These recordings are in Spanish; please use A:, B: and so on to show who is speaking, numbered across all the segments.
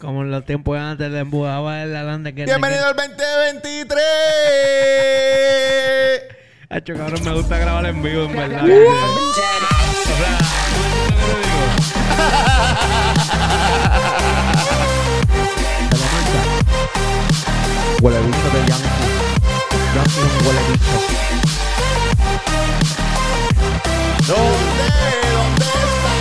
A: Como en los tiempos antes le empujaba el adelante que
B: Bienvenido al 2023.
A: Hacho, cabrón, me gusta grabar en vivo, en verdad.
C: Huele bicho de Yankee. Yankee es un huele bicho.
B: ¿Dónde? ¿Dónde están?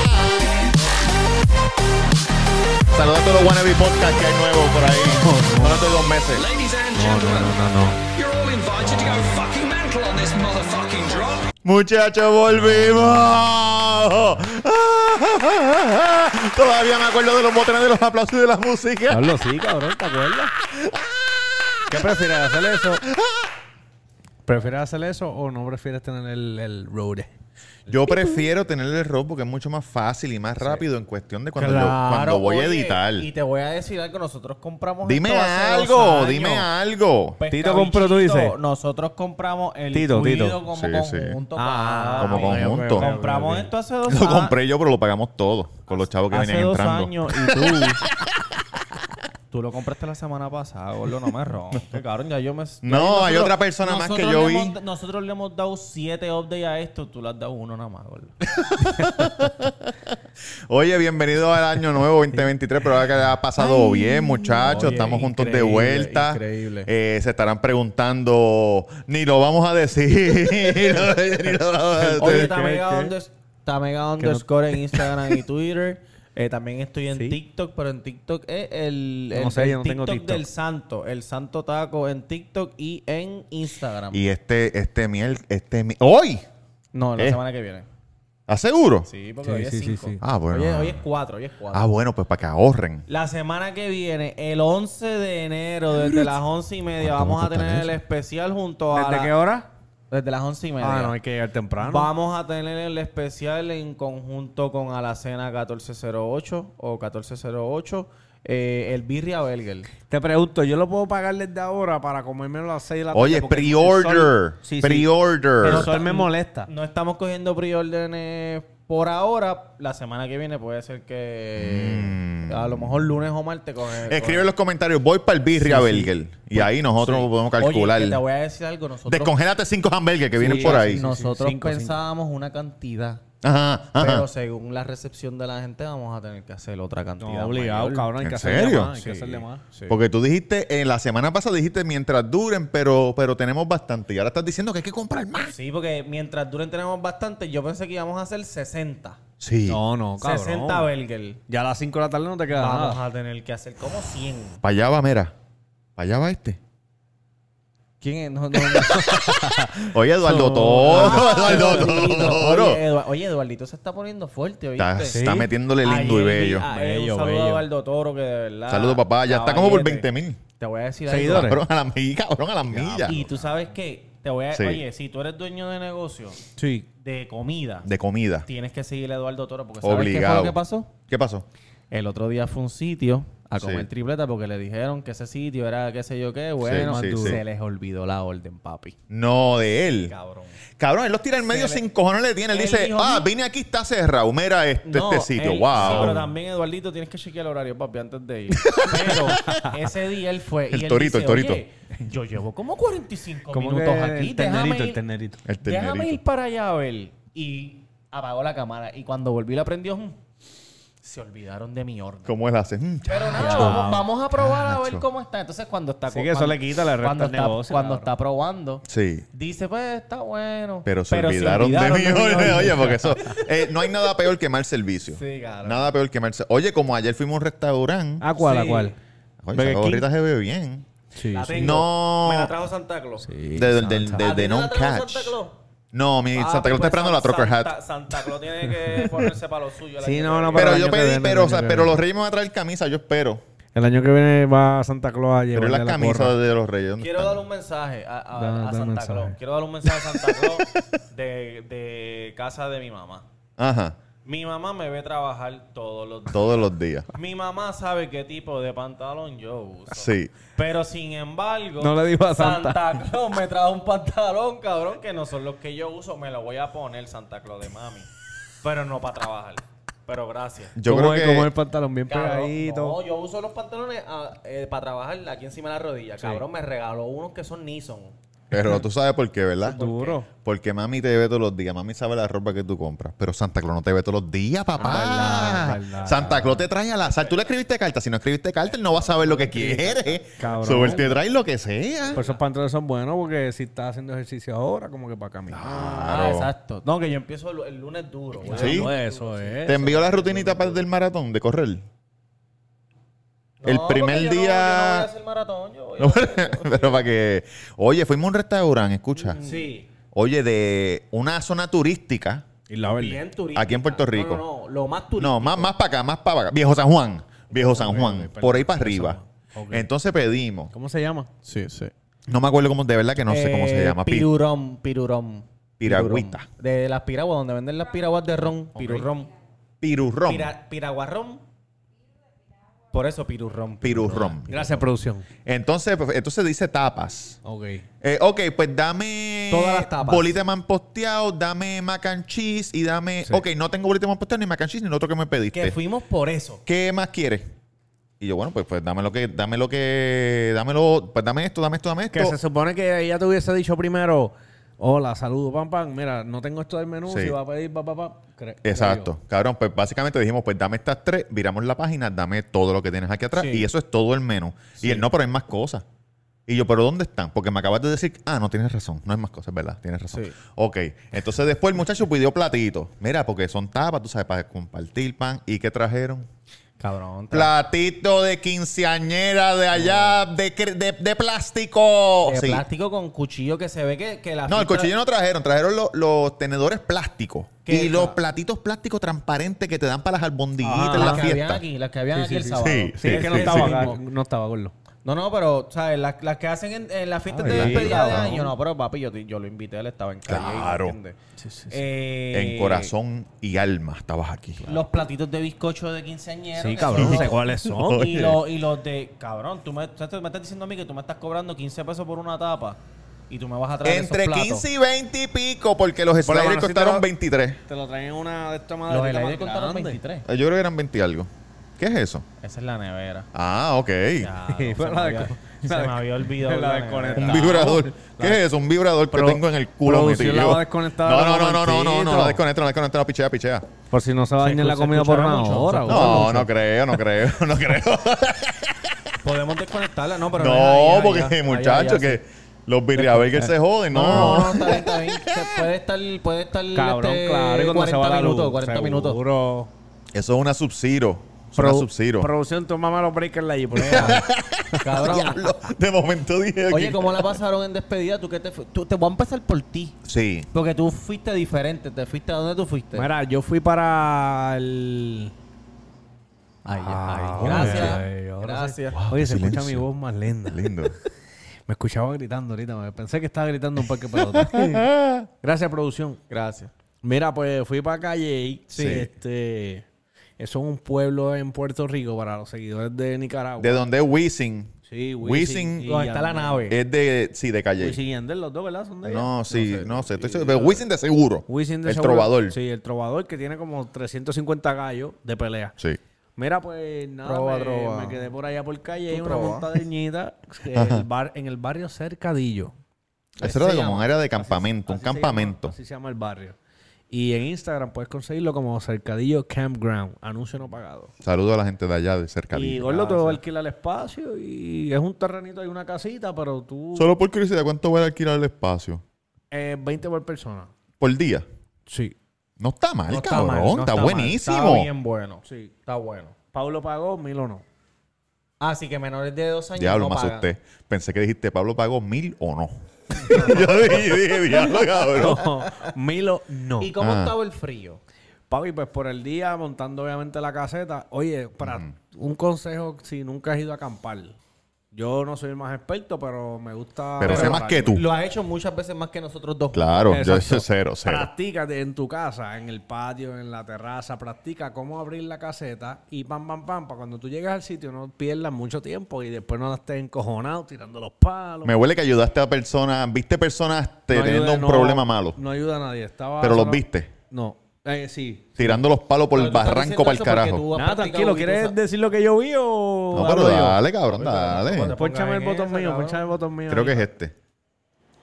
B: Saludos a todos los Wannabe Podcast que hay nuevos por ahí. Solo estoy dos meses.
D: Ladies and
C: No,
D: gentlemen,
C: no, no, no, no.
D: you're all invited to go fucking mental on this motherfucking drop.
B: Muchachos, volvimos. Todavía me acuerdo de los botones de los aplausos y de la música.
C: Pablo, sí, cabrón, ¿te acuerdas? ¿Qué prefieres, hacer eso? ¿Prefieres hacer eso o no prefieres tener el, el road?
B: Yo prefiero tener el robo porque es mucho más fácil y más rápido en cuestión de cuando, lo-
E: Claro,
B: cuando voy a
E: oye,
B: editar.
E: Y te voy a decir algo, nosotros compramos
B: Dime
E: esto hace dos
B: algo,
E: años. Pues,
B: dime algo.
E: Pesca
C: Tito compró, tú
E: bichito,
C: dices.
E: Nosotros compramos el
C: Tito,
E: Tito,
C: Tito.
E: como
B: Sí, sí.
E: conjunto.
C: Ah,
E: papi.
B: como conjunto.
E: Compramos esto hace dos
B: Lo
E: años.
B: compré yo, pero lo pagamos todo con los chavos que
E: hace
B: venían
E: dos
B: entrando.
E: años y tú. tú lo compraste la semana pasada, gordo, no me ronques, cabrón. Ya yo me.
B: No, hay otra persona más que
E: nosotros
B: yo
E: le
B: vi.
E: hemos- nosotros le hemos dado siete updates a esto, tú le has dado uno nada más, gordo.
B: Oye, bienvenido al año nuevo 2023, pero ahora que ha pasado bien, muchachos.
C: Oye,
B: Estamos juntos de
C: increíble,
B: vuelta.
C: increíble.
B: Eh, se estarán preguntando, ni lo vamos a decir. Ni lo vamos a decir.
E: Oye,
C: ¿qué,
E: Tamega
C: qué?
E: Ondes- Tamega
C: Que no-
E: underscore en Instagram y Twitter. Eh, también estoy en
C: Sí.
E: TikTok, pero en TikTok es el,
C: No
E: el-
C: sé, yo
E: el
C: no tengo
E: TikTok,
C: TikTok.
E: del santo, el santo taco en TikTok y en Instagram.
B: y este, este miel, este mi- ¡Hoy!
E: no, la
B: Eh.
E: semana que viene.
B: ¿Aseguro?
E: Sí, porque
C: Sí,
E: hoy es
C: sí, sí,
E: cinco.
C: sí.
B: Ah, bueno.
E: Hoy es- hoy es cuatro, hoy es cuatro.
B: Ah, bueno, pues para que ahorren.
E: La semana que viene, el 11 de enero, desde las 11 y media, vamos a tener el especial junto a...
C: ¿Desde
E: la-
C: qué hora?
E: Desde las 11 y media.
C: Ah, no, hay que llegar temprano.
E: Vamos a tener el especial en conjunto con Alacena 1408 o 1408, eh, el Birria Belger.
C: Te pregunto, ¿yo lo puedo pagar desde ahora para comérmelo a las 6 de la tarde?
B: Oye,
C: Porque el
B: pre-order.
C: sol- Sí, sí.
B: Pre-order.
C: El sol me molesta.
E: No estamos cogiendo preórdenes por ahora. La semana que viene puede ser que a lo mejor lunes o martes coge- coge-
B: Mm. Escribe en los comentarios, voy para el birria Belger. Y ahí nosotros podemos calcular.
E: Oye, que te voy a decir algo. Nosotros,
B: Descongélate cinco hamburgues que vienen por ahí.
E: nosotros
C: Cinco, cinco.
E: pensábamos una cantidad.
B: Ajá, ajá.
E: Pero según la recepción de la gente vamos a tener que hacer otra cantidad.
C: No, obligado,
E: mayor.
C: cabrón. Hay
B: ¿En
C: que
B: serio?
C: hacerle más. Hay que
E: Sí,
C: hacerle más.
E: sí.
B: Porque tú dijiste, en la semana pasada dijiste mientras duren, pero, pero tenemos bastante. Y ahora estás diciendo que hay que comprar más.
E: Sí, porque mientras duren tenemos bastante. Yo pensé que íbamos a hacer 60.
B: Sí.
C: No, no, Oh, cabrón.
E: 60 Belger.
C: Ya a las 5 de la tarde no te queda
E: Vamos
C: nada.
E: a tener que hacer como 100.
B: Para allá va, mira. Para allá va este.
E: ¿Quién es? No, no, no.
B: Oye, Eduardo Toro. Eduardo Toro.
E: Oye, Edu- oye, Eduardito se está poniendo fuerte, ¿oíste?
B: Está,
E: Ayer
B: está metiéndole lindo y
E: vi-
B: bello.
E: ah, eh,
C: Bello,
E: un saludo
C: bello.
E: a Eduardo Toro, que de verdad...
B: Saludos, papá. Ya está como por
E: caballete.
B: 20 mil.
E: Te voy a decir
C: Seguidores.
B: Cabrón, a la milla, cabrón, a las millas.
E: algo. Y tú sabes qué? Te voy a...
B: Sí.
E: Oye, si tú eres dueño de negocio
C: Sí.
E: de comida,
B: De comida.
E: tienes que seguir a Eduardo Toro, porque ¿sabes qué fue
B: Obligado.
E: lo que pasó?
B: ¿Qué pasó?
E: El otro día fue un sitio a comer
B: Sí.
E: tripleta porque le dijeron que ese sitio era qué sé yo qué. Bueno,
B: sí,
E: se
B: sí.
E: les olvidó la orden, papi.
B: No, de él.
E: Cabrón.
B: Cabrón, él los tira en medio
E: Se le-
B: sin cojones le tiene. Él
E: Él
B: dice,
E: dijo,
B: ah,
E: "No".
B: vine aquí, está cerrado. Mira este, este sitio.
E: él- sí,
B: wow.
E: pero también, Eduardito, tienes que chequear el horario, papi, antes de ir. Pero ese día él fue. y
B: El
E: él
B: torito,
E: dice,
B: el torito.
E: "Oye, yo llevo como 45
C: Como
E: minutos
C: que
E: aquí.
C: el ternerito,
E: Déjame
C: el
E: ir,
C: ternerito.
B: El
E: déjame
B: ternerito.
E: ir para allá a ver. Y apagó la cámara. Y cuando volví, la prendió. "Mm, Se olvidaron de mi orden.
B: ¿Cómo él hace? Mm,
E: Pero nada,
C: Wow.
E: vamos, vamos a probar a ver
B: Nacho.
E: cómo está. Entonces, cuando está.
C: Sí, que eso le quita, le resta
E: cuando
C: el
E: está-
C: negocio,
E: Cuando
C: cabrón.
E: está probando,
B: sí.
E: dice, pues está bueno.
B: Pero se olvidaron, de mí. Oye, oye, porque eso. eh, no hay nada peor que mal servicio.
E: Sí, Ah, claro.
B: Nada peor que mal servicio. Oye, como ayer fuimos a un restaurante.
C: ¿A Ah, cuál? ¿A
E: Sí.
C: cuál?
B: Oye,
C: Burger
B: esa
C: King.
B: gorrita se ve bien.
C: Sí.
E: La
C: sí.
E: tengo.
B: No.
E: Me la trajo Santa Claus.
C: Sí,
B: De, de,
C: Santa.
B: de- Eh, de-
E: ¿A ti
B: de
E: no
B: non
E: la trajo
B: catch.
E: Santa Claus?
B: No, mi
E: Ah,
B: Santa Claus está
E: pues,
B: esperando
E: San-
B: la trucker
E: Santa-
B: hat.
E: Santa Claus tiene que ponerse para lo suyo. el
C: Sí,
E: año
C: no,
E: que
C: no,
E: viene.
B: Pero
C: el año
B: yo
C: que
B: pedí,
C: viene,
B: pero,
C: el
B: o sea,
C: año que
B: pero
C: viene.
B: los reyes me van a traer camisa, yo espero.
C: El año que viene va a Santa Claus a
B: Pero
C: llevarle
B: las
C: la
B: camisas
C: porra.
B: de los reyes. ¿dónde
E: Quiero
B: están?
E: dar un mensaje a, a-
C: Da-
E: a
C: da un
E: Santa
C: mensaje.
E: Claus. Quiero dar un mensaje a Santa Claus de, de casa de mi mamá.
B: Ajá.
E: Mi mamá me ve trabajar todos los días.
B: Todos los días.
E: Mi mamá sabe qué tipo de pantalón yo uso.
B: Sí.
E: Pero sin embargo,
C: No le dijo a Santa.
E: Claus me trajo un pantalón, cabrón, que no son los que yo uso. Me lo voy a poner Santa Claus de mami. Pero no para trabajar. Pero gracias.
B: Yo
C: como,
B: creo
C: el-
B: que.
C: como el pantalón bien
E: Cabrón,
C: pegadito.
E: No, yo uso los pantalones ah, eh, para trabajar aquí encima de la rodilla. Cabrón, me regaló unos que son Nissan.
B: Pero tú sabes por qué, ¿verdad?
C: Duro.
B: Porque mami te ve todos los días. Mami sabe la ropa que tú compras. Pero Santa Claus no te ve todos los días, papá.
C: Ah, verdad, verdad.
B: Santa Claus te trae a la sal. Tú le escribiste carta. Si no escribiste carta, él no va a saber lo que quiere.
C: Cabrón.
B: So, él te trae lo que sea.
C: Pero Pues esos pantalones son buenos porque si estás haciendo ejercicio ahora, como que para caminar.
E: Ah, exacto. No, que yo empiezo el, el lunes duro. güey.
B: Sí.
C: No, eso es.
B: te envió la rutinita para del maratón de correr.
E: No,
B: el
E: porque
B: primer
E: yo no- yo no voy a
B: día.
E: hacer maratón. Yo voy a-
B: pero para que. Oye, fuimos a un restaurante, escucha.
E: Sí.
B: Oye, de una zona turística.
C: Y la verde.
E: Bien turística.
B: Aquí en Puerto
E: No,
B: Rico.
E: No, no, lo más turístico.
B: No, más, más para acá, más para acá. Viejo San Juan. Viejo San Juan.
C: ok,
B: por
C: perdón,
B: ahí para arriba.
C: San Juan. Ok.
B: Entonces pedimos.
C: ¿Cómo se llama?
E: Sí, sí.
B: No me acuerdo cómo, de verdad que no sé cómo
C: Eh,
B: se llama. Pi-
E: Eh, Pirurón, pirurón.
B: Piragüita.
E: Pirurón. De las piraguas, donde venden las piraguas de ron. Pirurrón.
B: Pirurrón.
E: Pira- piraguarrón. Por eso pirurrón.
B: Pirurrón.
C: Gracias, producción.
B: Entonces, pues, entonces dice tapas.
C: Ok.
B: Eh, ok, pues dame
E: Todas las tapas.
B: bolita de manposteado, dame mac and cheese y dame...
C: Sí.
B: Ok, no tengo bolita de manposteado ni mac and cheese ni lo otro que me pediste.
E: Que fuimos por eso.
B: ¿Qué más quieres? Y yo, bueno, pues, pues dame lo que... Dame lo que... Dame lo... Pues dame esto, dame esto, dame esto.
C: Que se supone que ella te hubiese dicho primero, hola, saludo, pam, pam. Mira, no tengo esto del menú,
B: Sí.
C: si va a pedir, pa, pa, pa. Cre-
B: Exacto. Cabrón, pues básicamente dijimos, pues dame estas tres, viramos la página, dame todo lo que tienes aquí atrás.
E: Sí.
B: Y eso es todo el menú. Y él, no, pero hay más cosas. Y yo, ¿pero dónde están? Porque me acabas de decir, ah, no, tienes razón, no hay más cosas, ¿verdad? Tienes razón.
E: Sí.
B: Ok. Entonces después el muchacho pidió platitos. Mira, porque son tapas, tú sabes, para compartir pan. ¿Y qué trajeron?
E: Cabrón.
B: Platito de quinceañera de allá, de, cre- de, de plástico.
E: De
B: oh, Sí.
E: plástico con cuchillo que se ve que, que la
B: No, el
E: fibra-
B: cuchillo no trajeron, trajeron lo- los tenedores plásticos
E: ¿Qué
B: y
E: es
B: los
E: la-
B: platitos plásticos transparentes que te dan para las albondiguitas
C: Ah,
B: en
E: Las
B: la
E: que habían
B: fiesta.
E: aquí, las que habían
C: Sí,
E: aquí
C: sí,
E: el
C: sí,
E: sábado.
B: sí.
C: Sí, es que no
B: Sí,
C: estaba
B: sí.
C: acá, no estaba gordo.
E: No, no, pero, ¿sabes? Las, las que hacen en, en las fiestas
B: Ah,
E: de
B: sí,
E: despedida de
B: cabrón.
E: año. No, pero papi, yo, te- yo lo invité, él estaba en calle.
B: Claro.
E: ¿entiendes? Eh,
B: En corazón y alma estabas aquí.
E: Los platitos de bizcocho de quinceañero.
C: Sí,
E: que
C: cabrón,
E: son
C: no
E: los-
C: sé cuáles son.
B: Oye.
E: Y, lo- y los de... Cabrón, tú me, tú me estás diciendo a mí que tú me estás cobrando 15 pesos por una tapa y tú me vas a traer
B: Entre
E: esos platos.
B: 15 y 20 y pico, porque los
C: Por lo
B: sliders
C: menos si te
B: costaron
C: lo-
B: 23.
C: Te lo traen en una de estas
E: Los helados contaron 23.
B: Eh, Yo creo que eran 20 y algo. ¿Qué es eso?
E: Esa es la nevera.
B: Ah, ok.
E: Ya,
C: Sí,
E: no,
C: fue
E: se,
C: la
E: me
C: de-
E: había,
C: la
E: se
C: de-
E: me había olvidado.
C: la
E: la
C: de
E: nevera.
C: conectar.
B: Un vibrador. ¿Qué es eso? Un vibrador
C: Pro-
B: que tengo en el culo
C: producción
B: metido.
C: la va a desconectar
B: No, no,
C: ahora
B: no, no, no, no, no,
C: momentito.
B: no, desconecta, no, desconecta, no, pichea, pichea.
C: Por si no se va a dañar
E: Se
C: la comida por
E: escuchará
C: una
E: mucho,
C: hora.
E: se-
C: güey.
B: No, no creo, no creo, no creo.
E: Podemos desconectarla, no, pero
B: No,
E: es ahí, ahí, ahí,
B: porque
E: ahí,
B: muchachos,
E: ahí, ahí,
B: que los birriabergers se joden. No, no, no.
E: está bien, está bien. Se Puede estar, puede estar
C: Cabrón,
E: este,
C: claro. Y cuando se va la luz.
E: minutos, 40 minutos.
C: Seguro.
B: Eso es una Sub-Zero. Es una
C: Pro-
B: Sub-Zero.
C: Producción, tomame los breakers allí, por favor.
E: Cabrón.
B: Diablo, De momento dije.
E: Oye,
B: que-
E: ¿cómo la pasaron en despedida? ¿Tú que te fu- tú- Te voy a empezar por ti.
B: Sí.
E: Porque tú fuiste diferente. ¿Te fuiste a dónde tú fuiste?
C: Mira, yo fui para el...
E: Ay,
C: Ah,
E: ay, gracias.
C: ay, ahora
E: gracias.
C: sí. Oye, se escucha mi
B: silencio.
C: voz más linda.
B: Lindo.
C: Me escuchaba gritando ahorita. me- Pensé que estaba gritando un parque pelota. Gracias, producción.
E: Gracias.
C: Mira, pues fui para Calle.
B: Sí.
C: Este, eso es un pueblo en Puerto Rico para los seguidores de Nicaragua.
B: ¿De dónde es Wisin?
C: Sí,
B: Wisin.
C: y
E: ¿Dónde está la
C: Yandel.
E: nave?
B: Es de. Sí, de calle.
C: Wisin y Yandel, los dos, ¿verdad? Son de allá.
B: No, sí, no sé. estoy seguro, pero Wisin de seguro.
C: Wisin de
B: El
C: seguro-
B: trovador. Sí.
C: Sí, el trovador que tiene como 350 gallos de pelea. Mira, pues nada,
E: Trova,
C: me,
E: trova.
C: me quedé por allá por calle,
E: Tú
C: una
E: trova.
C: montañita que el bar, en el barrio Cercadillo.
B: Eso era
E: se
B: como un
E: llama.
B: área de
C: Así
B: campamento, un
C: se llama-
B: campamento.
C: así se llama el barrio. Y en Instagram puedes conseguirlo como Cercadillo Campground, anuncio no pagado.
B: Saludo a la gente de allá, de
C: Y
B: cercadillo.
C: Gordo te va a alquilar el espacio y es un terrenito, hay una casita, pero tú...
B: Solo por curiosidad, ¿cuánto voy a alquilar el espacio?
C: eh, 20 por persona.
B: Por día.
C: Sí.
B: No está mal,
E: No está
B: cabrón.
E: mal,
B: Está,
E: no está mal.
B: buenísimo.
E: Está bien bueno.
C: Sí.
E: Está bueno.
C: Pablo pagó, Milo no.
E: Así que menores de dos años
B: Diablo,
E: no
B: me
E: pagan.
B: asusté. Pensé que dijiste, Pablo pagó mil o no. Yo dije, dije, diablo, cabrón.
C: Milo no.
E: ¿Y cómo
B: Ah.
E: estaba el frío?
C: Papi, pues por el día, montando obviamente la caseta. Oye, para un consejo, si nunca has ido a acampar. Yo no soy el más experto, pero me gusta...
B: Pero sé
C: prepararme.
B: más que tú.
E: Lo has hecho muchas veces más que nosotros dos.
B: Claro, yo
C: Exacto.
B: hice cero, cero.
C: Practícate en tu casa, en el patio, en la terraza. Practica cómo abrir la caseta y pam, pam, pam. Para cuando tú llegues al sitio no pierdas mucho tiempo y después no estés encojonado tirando los palos.
B: Me huele que ayudaste a personas, viste personas te-
C: No ayuda-
B: teniendo un
C: no-
B: problema malo,
C: No ayuda a nadie. Estaba
B: pero los
C: solo-
B: viste.
C: No. Eh, sí.
B: Tirando los palos por el
E: Pero tú estás
B: barranco
E: diciendo
B: para el
E: eso porque
B: carajo.
E: tú has
C: Nada,
E: practicado
C: tranquilo. ¿Quieres
E: y tú sabes-
C: decir lo que yo vi o.?
B: No, pero
C: hablo yo?
B: dale, cabrón,
E: Cuando
B: dale.
C: Ponchame
E: te pongas
C: el
E: en
C: botón
E: esa,
C: mío,
E: cabrón.
C: ponchame el botón mío.
B: Creo que es este.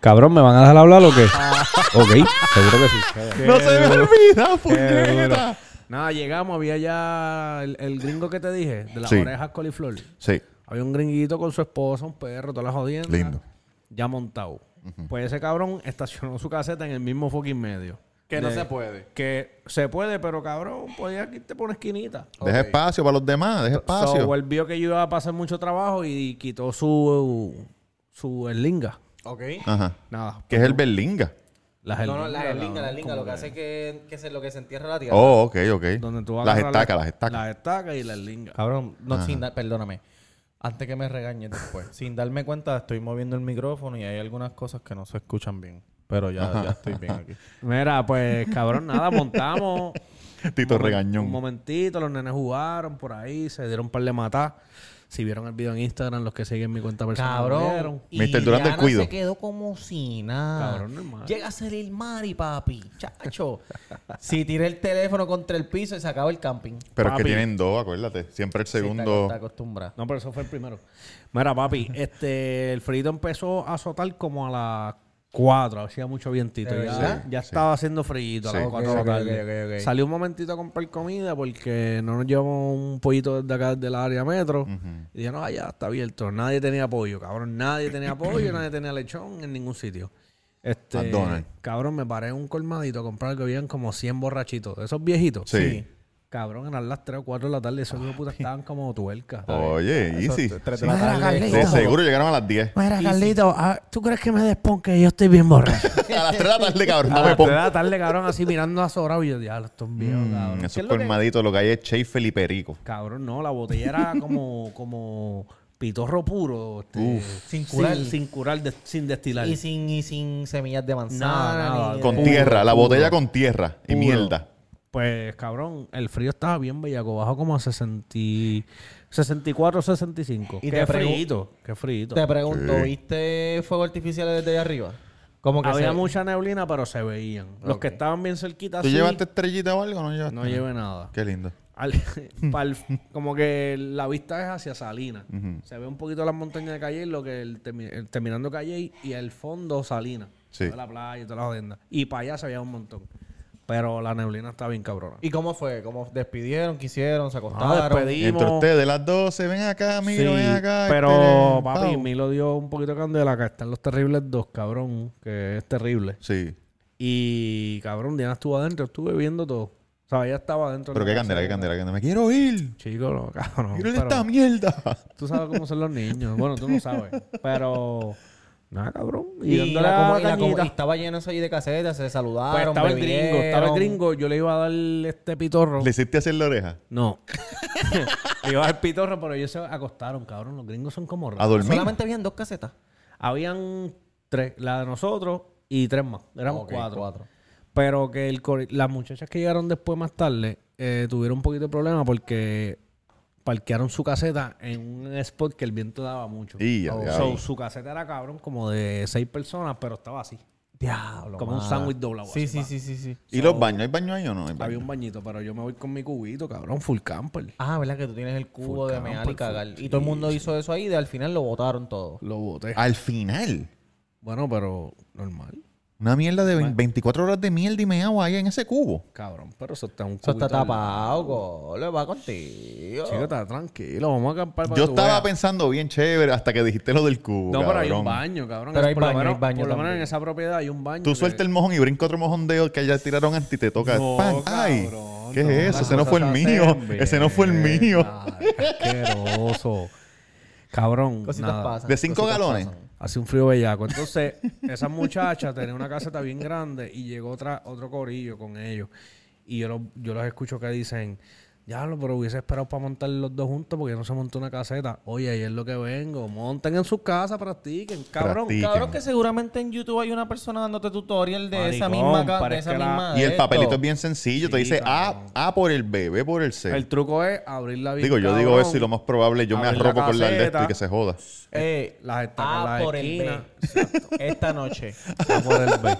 F: Cabrón, ¿me van a dejar hablar o qué?
C: Ah.
F: ok, seguro que sí.
B: No se me olvida,
F: duro.
B: puñeta.
C: Nada, llegamos, había ya el, el gringo que te dije, de las
B: Sí.
C: orejas coliflor.
B: Sí,
C: Había un gringuito con su esposa, un perro, todas las jodiendas.
B: lindo.
C: Ya montado. Pues ese cabrón estacionó su caseta en el mismo fucking medio.
E: Que no
C: De-
E: se puede.
C: Que se puede, pero cabrón, podías irte por una esquinita.
B: Deja espacio para los demás, deja espacio.
C: So, él vio que yo iba a pasar mucho trabajo y quitó su su erlinga.
E: Ok.
B: Ajá.
C: Nada.
B: Que es el Berlinga.
C: Las
E: No, no,
C: erlingas,
E: la linga, la
C: cabrón,
E: linga.
C: como
E: Lo que hace es que, que se, lo que se entierra la tierra.
B: Oh, ok, ok.
C: Donde tú
B: las
C: agarras la-
B: estacas, las estacas.
C: Las estacas y las lingas.
E: Cabrón, no, sin dar- perdóname. Antes que me regañes después. sin darme cuenta, estoy moviendo el micrófono y hay algunas cosas que no se escuchan bien. Pero ya, ya estoy bien aquí.
C: Mira, pues cabrón, nada, montamos.
B: Tito
C: Momen-
B: Regañón.
C: Un momentito, los nenes jugaron por ahí, se dieron un par de matas. Si vieron el video en Instagram, los que siguen mi cuenta personal. lo
E: Cabrón.
C: vieron.
E: y
B: Mr. Durán del
E: Diana
B: Cuido.
E: se quedó como si nada.
C: Cabrón, normal.
E: Llega a ser el mari, papi. Chacho. si tiré el teléfono contra el piso y se acaba el camping.
B: Pero es que
C: Papi.
B: tienen dos, acuérdate. Siempre el
E: Sí,
B: segundo.
E: está, está acostumbrado.
C: No, pero eso fue el primero. Mira, papi, este, el frito empezó a azotar como a las 4. Hacía mucho vientito.
E: ¿De
C: Ya,
E: Eh, verdad?
C: ya estaba haciendo frito a
B: Sí.
C: las
B: Ok,
C: 4 de la
E: ok,
C: tarde.
E: ok, ok, ok.
C: Salí un momentito a comprar comida porque no nos llevamos un pollito desde acá, del área metro. Y dije, no, allá está abierto. Nadie tenía pollo, cabrón. Nadie tenía pollo, nadie tenía lechón en ningún sitio. Este,
B: McDonald's.
C: Cabrón, me paré en un colmadito a comprar que habían como 100 borrachitos. De esos viejitos.
B: Sí.
C: Cabrón, eran las 3 o 4 de la tarde. Esos hijos de puta estaban como tuercas.
B: Oye, easy.
E: Tres
B: Sí.
E: de la tarde.
B: De seguro llegaron a las 10.
C: Mira, Carlito, ah, ¿tú crees que me despon que yo estoy bien borracho?
B: A las 3 de la tarde, cabrón.
C: a
B: No me
C: las tres de
B: pongo.
C: la tarde, cabrón, así mirando a sobrado. Y yo, diablo, estos viejos,
B: Mm,
C: cabrón.
B: Eso es colmadito. Lo que hay es Chafel y Perico.
C: Cabrón, no, la botella era como, como pitorro puro. este,
E: Sin curar.
C: Sin, sin curar, de- sin destilar.
E: Y sin, y sin semillas de
C: Nada,
E: manzana.
C: nada.
E: ni-
B: Con
E: eh,
B: tierra. La botella con tierra. Y
C: Puro.
B: mierda.
C: Pues, cabrón, el frío estaba bien bellaco. Bajó como a 60, y- 64, 65.
E: Y
C: qué
E: te pregun-
C: frío. Qué frío.
E: Te pregunto, ¿viste fuego artificial desde allá arriba? Como que
C: Había
E: se-
C: mucha neblina, pero se veían. Los
E: Ok.
C: que estaban bien cerquitas.
B: ¿Tú llevaste estrellita o algo? No llevaste.
C: Ah, No llevé nada.
B: Qué lindo.
C: Al- pa'l- como que la vista es hacia Salinas. Se ve un poquito las montañas de Calle, lo que el termi- el terminando Calle y el fondo Salinas.
B: Sí.
C: Toda la playa y todas las jodiendas. Y para allá se veía un montón. Pero la neblina está bien cabrona.
E: ¿Y cómo fue? ¿Cómo despidieron? ¿Quisieron? ¿Se
C: Ah,
E: acostaron?
C: despedimos.
B: Entre ustedes, las 12. Ven acá,
C: Sí,
B: miro, ven acá.
C: pero
B: este,
C: papi,
B: pau.
C: Milo dio un poquito de candela. Acá están los terribles dos, cabrón, que es terrible.
B: Sí.
C: Y cabrón, Diana estuvo adentro, estuve viendo todo. O sea, ella estaba adentro.
B: Pero
C: de
B: qué
C: la
B: candela,
C: casa.
B: qué candela, qué candela. Me quiero ir.
C: Chico, no, cabrón.
B: Quiero ir a
C: pero-
B: esta mierda.
C: Tú sabes cómo son los niños. Bueno, tú no sabes. Pero. Nada, cabrón.
E: Y,
C: dándole
E: la Ah,
C: a
E: como- y la
C: cañita.
E: como- y estaba lleno eso ahí de casetas, se saludaron.
C: Pues estaba el gringo, estaba el
E: bebieron.
C: gringo. Yo le iba a dar este pitorro.
B: ¿Le hiciste hacer la oreja?
C: No. le iba a dar pitorro, pero ellos se acostaron, cabrón. Los gringos son como
B: ¿A
C: raros.
B: dormir?
E: Solamente habían dos casetas.
C: Habían tres, la de nosotros y tres más. Éramos
E: Ok,
C: cuatro. Pero que el core- las muchachas que llegaron después más tarde eh, tuvieron un poquito de problema porque parquearon su caseta en un spot que el viento daba mucho.
B: Y ya,
C: So,
B: ya.
C: so, su caseta era cabrón como de seis personas, pero estaba así.
E: Diablo.
C: Como un
E: mano.
C: sándwich doblado,
E: Sí,
C: así,
E: sí,
C: va.
E: sí, sí, sí.
B: ¿Y los baños? ¿Hay baño ahí o no? Hay baño.
C: Había un bañito, pero yo me voy con mi cubito, cabrón, full camper.
E: Ah, ¿verdad? Que tú tienes el
C: Full
E: cubo de
C: campo,
E: meal y
C: full-
E: cagar. Y todo el mundo hizo eso ahí y al final lo botaron todo.
C: Lo boté.
B: Al final.
C: Bueno, pero normal,
B: Una mierda de 20 24 horas de mierda y me agua ahí en ese cubo.
C: cabrón, pero eso está un
E: Eso está
C: cubito al-
E: tapado, gole, va contigo.
C: Chico, está tranquilo, vamos a acampar para
B: Yo
C: que tú
B: estaba
C: veas.
B: pensando bien chévere hasta que dijiste lo del cubo.
C: No, pero hay un
B: cabrón.
C: baño, cabrón.
E: Pero hay
C: por lo
E: baño, hay
C: menos-
E: baño
C: Por lo menos
E: también.
C: en esa propiedad hay un baño.
B: Tú
C: que-
B: sueltas el mojón y brinca otro mojón de ellos que ya tiraron antes y te toca.
C: No,
B: ¡Pam! ¡Ay!
C: cabrón,
B: ¿Qué
C: no,
B: es eso?
C: las
B: Ese no
C: cosas
B: fue el
C: se
B: mío.
C: hacen bien.
B: Ese no fue el mío.
C: Ay, qué asqueroso. Cabrón.
E: Cositas
C: nada.
E: pasan.
B: ¿De cinco
E: cositas
B: galones?
E: pasan.
C: Hace un frío bellaco. Entonces, esa muchacha tenía una caseta bien grande y llegó otra, otro corillo con ellos. Y yo, los- yo los escucho que dicen, ya lo, pero hubiese esperado para montar los dos juntos porque no se montó una caseta. Oye, ahí es lo que vengo. Monten en sus casas, practiquen, cabrón.
B: Practiquen.
E: Cabrón, que seguramente en YouTube hay una persona dándote tutorial de esa
C: Maricón,
E: misma. ca- De
C: parece
E: esa
C: que la-
E: misma
B: Y el
E: esto.
B: papelito es bien sencillo. te
C: Sí,
B: dice A, A por el B, B por el C.
C: El truco es abrir la vida.
B: digo, yo digo eso y lo más probable yo me
C: Abrir la
B: arropo con la de esto
C: caseta.
B: y que se joda.
E: Eh,
C: Las estacas,
E: A
C: las
E: por el B.
C: esquinas.
E: Exacto. Esta noche.
C: Vamos a ver el B.